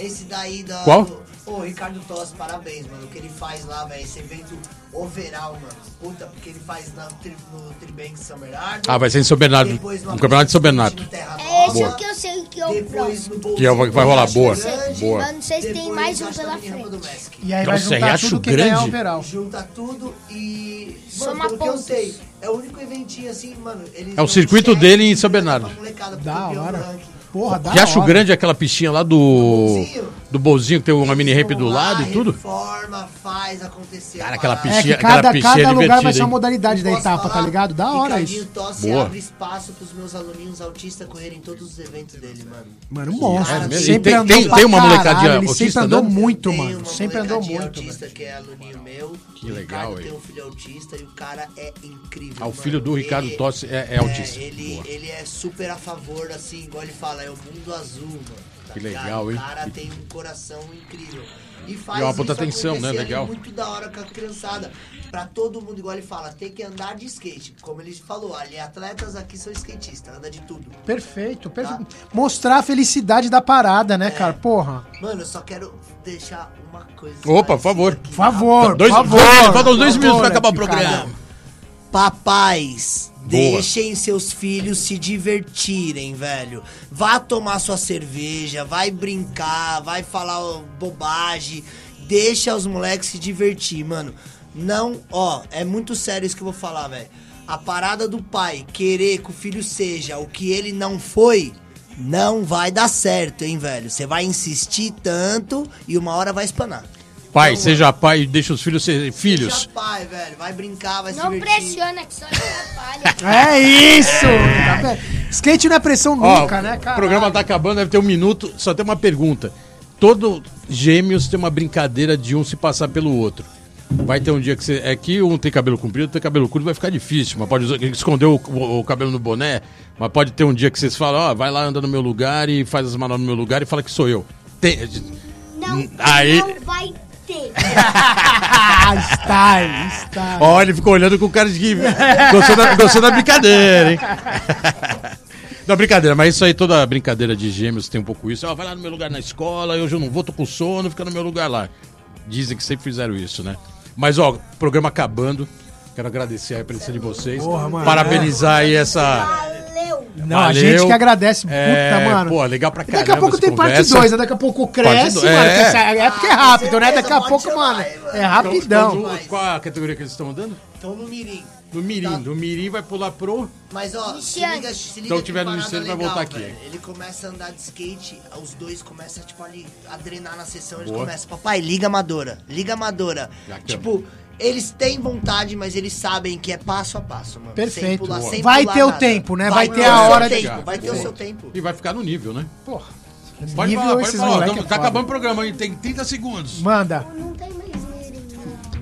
[SPEAKER 3] Esse daí da.
[SPEAKER 1] Qual?
[SPEAKER 3] do- Ô, Ricardo Toss, parabéns, mano. O que ele faz lá, velho, esse evento overall, mano. Puta, porque ele faz na, tri- no Tribank São Bernardo.
[SPEAKER 1] Ah, vai ser em São Bernardo.
[SPEAKER 3] Depois
[SPEAKER 1] No campeonato de São Bernardo.
[SPEAKER 3] no Terra
[SPEAKER 4] É esse
[SPEAKER 3] Nova,
[SPEAKER 4] que eu sei que é o
[SPEAKER 3] Depois
[SPEAKER 4] próximo.
[SPEAKER 3] no Bolsa
[SPEAKER 1] Que é o que vai rolar, boa.
[SPEAKER 4] Sei,
[SPEAKER 1] Boa.
[SPEAKER 4] Mas não sei se tem mais um pela frente.
[SPEAKER 2] E aí
[SPEAKER 1] Então,
[SPEAKER 2] vai
[SPEAKER 1] você
[SPEAKER 2] juntar
[SPEAKER 1] acha
[SPEAKER 2] tudo que
[SPEAKER 1] grande?
[SPEAKER 2] ganhar o overall.
[SPEAKER 3] Junta tudo e.
[SPEAKER 4] Soma
[SPEAKER 3] Mano, pelo que eu
[SPEAKER 4] pontos.
[SPEAKER 3] sei, é o único eventinho assim, mano. eles
[SPEAKER 1] É o
[SPEAKER 3] não
[SPEAKER 1] circuito
[SPEAKER 3] querem
[SPEAKER 1] dele em São
[SPEAKER 3] pra
[SPEAKER 1] Bernardo.
[SPEAKER 3] molecada, porque
[SPEAKER 2] Da
[SPEAKER 3] ganhou o
[SPEAKER 2] hora.
[SPEAKER 3] ranking.
[SPEAKER 2] Porra, da
[SPEAKER 1] Que acho
[SPEAKER 2] hora.
[SPEAKER 1] grande aquela pistinha lá do.
[SPEAKER 3] bolzinho?
[SPEAKER 1] Do bolzinho, que tem uma mini ramp do
[SPEAKER 3] Vão lá,
[SPEAKER 1] lado e tudo.
[SPEAKER 3] Reforma, faz acontecer. a
[SPEAKER 1] Cara, aquela
[SPEAKER 3] parada.
[SPEAKER 2] É
[SPEAKER 1] piscina-
[SPEAKER 2] que
[SPEAKER 1] aquela
[SPEAKER 2] cada,
[SPEAKER 1] piscina é
[SPEAKER 2] cada lugar vai
[SPEAKER 1] divertida,
[SPEAKER 2] ser uma
[SPEAKER 1] hein?
[SPEAKER 2] modalidade da
[SPEAKER 3] Posso
[SPEAKER 2] etapa, tá
[SPEAKER 3] falar?
[SPEAKER 2] ligre? ligado? Da hora
[SPEAKER 3] Ricardinho
[SPEAKER 2] isso.
[SPEAKER 3] Tosse
[SPEAKER 1] Boa.
[SPEAKER 3] abre espaço pros meus aluninhos autistas correrem todos os eventos dele, mano.
[SPEAKER 2] Mano, monstro.
[SPEAKER 3] É mesmo? E
[SPEAKER 2] sempre
[SPEAKER 3] tem-
[SPEAKER 2] andou
[SPEAKER 3] tem-
[SPEAKER 2] pra
[SPEAKER 3] tem
[SPEAKER 1] uma
[SPEAKER 2] caralho,
[SPEAKER 1] molecadinha
[SPEAKER 2] Ele sempre
[SPEAKER 1] autista
[SPEAKER 2] andou
[SPEAKER 3] né?
[SPEAKER 1] andando?
[SPEAKER 2] muito,
[SPEAKER 3] Tem
[SPEAKER 2] mano.
[SPEAKER 3] uma
[SPEAKER 2] Sempre andou
[SPEAKER 3] molecadinha
[SPEAKER 2] muito,
[SPEAKER 3] autista
[SPEAKER 2] velho.
[SPEAKER 3] que é aluninho meu.
[SPEAKER 1] Que
[SPEAKER 3] o
[SPEAKER 1] legal,
[SPEAKER 3] Ricardo tem
[SPEAKER 1] hein?
[SPEAKER 3] um filho autista e o cara é incrível.
[SPEAKER 1] Ah, o
[SPEAKER 3] mano.
[SPEAKER 1] filho do Ricardo
[SPEAKER 3] Ele-
[SPEAKER 1] Tosse é- é autista.
[SPEAKER 3] Ele,
[SPEAKER 1] Boa.
[SPEAKER 3] ele é super a favor, assim, igual ele fala, é o mundo azul, mano. tá
[SPEAKER 1] Que
[SPEAKER 3] ligado?
[SPEAKER 1] legal, hein?
[SPEAKER 3] O cara tem um coração incrível. E faz
[SPEAKER 1] E é uma puta
[SPEAKER 3] isso
[SPEAKER 1] atenção, né?
[SPEAKER 3] acontecer ali
[SPEAKER 1] Legal.
[SPEAKER 3] muito da hora com a criançada. Pra todo mundo, igual ele fala, tem que andar de skate. Como ele falou, ali, atletas aqui são skatistas, anda de tudo.
[SPEAKER 2] Perfeito, perfeito. Mostrar a felicidade da parada, né, cara? Porra.
[SPEAKER 3] Mano, eu só quero deixar uma coisa.
[SPEAKER 1] Opa, por
[SPEAKER 3] parecida
[SPEAKER 1] favor.
[SPEAKER 3] aqui.
[SPEAKER 2] Por favor,
[SPEAKER 1] Tá Dois,
[SPEAKER 2] por favor.
[SPEAKER 1] dois- faltam uns
[SPEAKER 2] por
[SPEAKER 1] dois minutos
[SPEAKER 2] favor,
[SPEAKER 1] pra acabar o
[SPEAKER 2] Edson,
[SPEAKER 1] programa.
[SPEAKER 3] Papais,
[SPEAKER 1] Boa.
[SPEAKER 3] deixem seus filhos se divertirem, velho. Vá tomar sua cerveja, vai brincar, vai falar ó, bobagem. Deixa os moleques se divertir, mano. Não, ó, é muito sério isso que eu vou falar, velho. A parada do pai querer que o filho seja o que ele não foi, não vai dar certo, hein, velho. Você vai insistir tanto e uma hora vai espanar.
[SPEAKER 1] Pai, seja pai e deixa os filhos serem filhos.
[SPEAKER 3] Deixa pai, velho. Vai brincar, vai se
[SPEAKER 4] Não
[SPEAKER 3] divertir.
[SPEAKER 4] pressiona, que só atrapalha.
[SPEAKER 2] É isso! tá vendo? Skate não é pressão
[SPEAKER 1] Ó,
[SPEAKER 2] nunca, né,
[SPEAKER 1] o
[SPEAKER 2] cara?
[SPEAKER 1] programa tá acabando, deve ter um minuto. Só tem uma pergunta. Todo gêmeos tem uma brincadeira de um se passar pelo outro. Vai ter um dia que você. É que um tem cabelo comprido, outro tem cabelo curto, vai ficar difícil. Mas pode usar- esconder o, o- o cabelo no boné. Mas pode ter um dia que vocês falam, ó, vai lá, anda no meu lugar e faz as manobras no meu lugar e fala que sou eu. Tem,
[SPEAKER 4] Não,
[SPEAKER 2] Hum,
[SPEAKER 1] Aí-
[SPEAKER 4] não vai ter.
[SPEAKER 2] Ah, style, style.
[SPEAKER 1] Ó, ele ficou olhando com cara de que gostou da, gostou da brincadeira, hein? Não, brincadeira, mas isso aí, toda brincadeira de gêmeos tem um pouco isso. Ó, vai lá no meu lugar na escola, hoje eu não vou, tô com sono, fica no meu lugar lá. Dizem que sempre fizeram isso, né? Mas, ó, programa acabando. Quero agradecer aí a presença de vocês.
[SPEAKER 2] Porra, mano.
[SPEAKER 1] Parabenizar aí essa.
[SPEAKER 4] Valeu.
[SPEAKER 2] Não,
[SPEAKER 1] Valeu.
[SPEAKER 2] a gente que agradece.
[SPEAKER 1] É,
[SPEAKER 2] puta, mano.
[SPEAKER 1] Pô, legal pra caramba.
[SPEAKER 2] Daqui a pouco
[SPEAKER 1] essa
[SPEAKER 2] tem parte né?
[SPEAKER 1] conversa.
[SPEAKER 2] 2, daqui a pouco cresce,
[SPEAKER 1] dois,
[SPEAKER 2] mano.
[SPEAKER 1] é.
[SPEAKER 2] que essa- É porque é rápido, né? Daqui a
[SPEAKER 3] Pode
[SPEAKER 2] pouco,
[SPEAKER 3] chamar,
[SPEAKER 2] mano,
[SPEAKER 3] hein, mano.
[SPEAKER 2] é
[SPEAKER 1] Então,
[SPEAKER 2] rapidão.
[SPEAKER 1] então, Qual a categoria que eles estão andando?
[SPEAKER 3] Então no mirim.
[SPEAKER 1] Do Mirim. Do Mirim vai pular pro.
[SPEAKER 3] Mas ó, se
[SPEAKER 4] Iniciante.
[SPEAKER 3] liga, se liga
[SPEAKER 1] Então,
[SPEAKER 3] que
[SPEAKER 1] tiver no
[SPEAKER 3] parada
[SPEAKER 1] iniciante, vai
[SPEAKER 3] legal,
[SPEAKER 1] voltar aqui.
[SPEAKER 3] velho. Ele começa a andar de skate, os dois começam tipo ali a drenar na sessão, eles
[SPEAKER 1] Boa.
[SPEAKER 3] começam, papai, liga amadora, liga amadora.
[SPEAKER 1] Já que
[SPEAKER 3] Tipo, eles têm vontade, mas eles sabem que é passo a passo, mano.
[SPEAKER 2] Perfeito. Vai ter o tempo, né? Vai ter
[SPEAKER 3] o
[SPEAKER 2] a
[SPEAKER 1] é,
[SPEAKER 3] seu
[SPEAKER 2] hora de-
[SPEAKER 3] tempo, Vai ter o seu tempo.
[SPEAKER 1] E vai ficar no nível, né?
[SPEAKER 2] Porra,
[SPEAKER 1] Pode
[SPEAKER 2] nível
[SPEAKER 1] falar, pode
[SPEAKER 2] esses
[SPEAKER 1] falar.
[SPEAKER 2] moleque
[SPEAKER 1] Tamo-
[SPEAKER 2] é
[SPEAKER 1] tá
[SPEAKER 2] foda.
[SPEAKER 1] acabando o programa aí, tem 30 segundos.
[SPEAKER 2] Manda.
[SPEAKER 4] Não tem mais mirim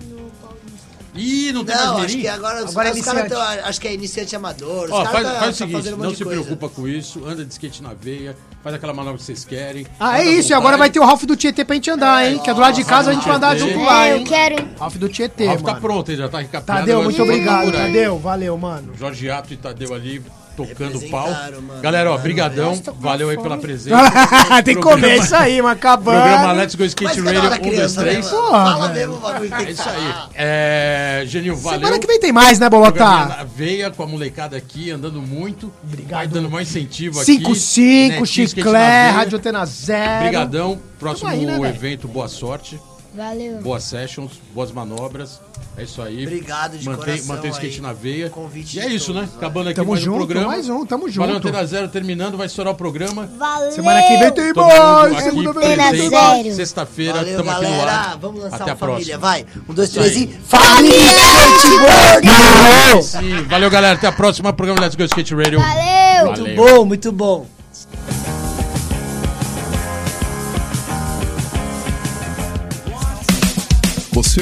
[SPEAKER 4] no, no Paulista.
[SPEAKER 1] Ih, não tem
[SPEAKER 3] Não,
[SPEAKER 1] mais
[SPEAKER 3] acho
[SPEAKER 1] mirim?
[SPEAKER 3] que agora, os-
[SPEAKER 2] Agora é
[SPEAKER 3] os caras
[SPEAKER 2] iniciante.
[SPEAKER 3] tão- acho que é iniciante amador, os
[SPEAKER 1] Ó,
[SPEAKER 3] caras
[SPEAKER 1] faz,
[SPEAKER 3] tá-
[SPEAKER 1] faz o
[SPEAKER 3] tá
[SPEAKER 1] seguinte,
[SPEAKER 3] fazendo um monte
[SPEAKER 1] não
[SPEAKER 3] de
[SPEAKER 1] se
[SPEAKER 3] coisa.
[SPEAKER 1] preocupa com isso, anda de skate na veia, faz aquela manobra que vocês querem.
[SPEAKER 2] Ah, é isso, e agora vai ter o Ralph do Tietê pra gente andar, hein? Que é do lado de casa, a gente vai andar
[SPEAKER 1] Tietê.
[SPEAKER 2] junto lá,
[SPEAKER 4] É, eu
[SPEAKER 2] hein?
[SPEAKER 4] quero, hein?
[SPEAKER 2] Ralph do Tietê,
[SPEAKER 1] Rafa tá
[SPEAKER 2] mano.
[SPEAKER 1] pronto, ele já tá recapitulado.
[SPEAKER 2] Tadeu, muito obrigado, Tadeu. Valeu, mano.
[SPEAKER 1] Jorge Ato e Tadeu ali tocando o pau.
[SPEAKER 3] Representaram, mano.
[SPEAKER 1] Galera, ó,
[SPEAKER 3] Mano,
[SPEAKER 1] brigadão,
[SPEAKER 4] tô com
[SPEAKER 1] valeu aí
[SPEAKER 4] fome.
[SPEAKER 1] pela presença.
[SPEAKER 2] Tem que comer isso aí, mano. Acabando.
[SPEAKER 1] Programa Let's Go
[SPEAKER 3] Mas
[SPEAKER 1] Skate
[SPEAKER 3] fica da
[SPEAKER 1] Radio
[SPEAKER 3] hora,
[SPEAKER 1] 1, 2,
[SPEAKER 3] criança, né,
[SPEAKER 1] 3.
[SPEAKER 3] mano?
[SPEAKER 2] Porra,
[SPEAKER 3] Fala
[SPEAKER 2] velho.
[SPEAKER 3] mesmo o bagulho. tem que
[SPEAKER 1] um, É isso aí.
[SPEAKER 3] falar.
[SPEAKER 1] É, Genil, valeu.
[SPEAKER 2] Semana que vem tem mais, né,
[SPEAKER 1] Programinha
[SPEAKER 2] Bolota?
[SPEAKER 1] na veia com a molecada aqui, andando muito.
[SPEAKER 2] Obrigado.
[SPEAKER 1] Vai dando mais incentivo aqui.
[SPEAKER 2] 5-5,
[SPEAKER 1] Netinho, skate na
[SPEAKER 2] Chiclé,
[SPEAKER 1] veia.
[SPEAKER 2] Rádio Antena Zero.
[SPEAKER 1] Obrigadão. Próximo
[SPEAKER 2] aí, né, velho?
[SPEAKER 1] evento, boa sorte.
[SPEAKER 4] Valeu.
[SPEAKER 1] Boas sessions, boas manobras. É isso aí.
[SPEAKER 3] Obrigado de
[SPEAKER 1] mantém,
[SPEAKER 3] coração
[SPEAKER 1] Mantém o skate
[SPEAKER 3] aí.
[SPEAKER 1] na veia.
[SPEAKER 3] Convite
[SPEAKER 1] e é
[SPEAKER 3] de
[SPEAKER 1] isso, né?
[SPEAKER 3] todos,
[SPEAKER 1] Acabando aqui
[SPEAKER 2] Tamo
[SPEAKER 1] mais um
[SPEAKER 2] junto,
[SPEAKER 1] programa.
[SPEAKER 2] mais um, tamo
[SPEAKER 1] Valeu,
[SPEAKER 2] junto.
[SPEAKER 1] Antena Zero terminando, vai estourar o programa.
[SPEAKER 4] Valeu.
[SPEAKER 2] Semana que vem tem
[SPEAKER 1] Todo mundo
[SPEAKER 2] mais.
[SPEAKER 1] aqui
[SPEAKER 2] Segunda vez.
[SPEAKER 4] Antena
[SPEAKER 1] presente.
[SPEAKER 4] Zero.
[SPEAKER 1] Sexta-feira,
[SPEAKER 3] Valeu,
[SPEAKER 1] estamos aqui no
[SPEAKER 3] galera.
[SPEAKER 1] ar.
[SPEAKER 3] Vamos lançar
[SPEAKER 1] Até
[SPEAKER 3] uma
[SPEAKER 1] a próxima.
[SPEAKER 3] família. Vai. Um, dois, três
[SPEAKER 1] aí.
[SPEAKER 3] e. Família!
[SPEAKER 1] Sim, valeu, galera. Até a próxima. Programa Let's Go Skate Radio. Valeu.
[SPEAKER 4] Valeu.
[SPEAKER 3] Muito bom, muito bom.
[SPEAKER 6] Você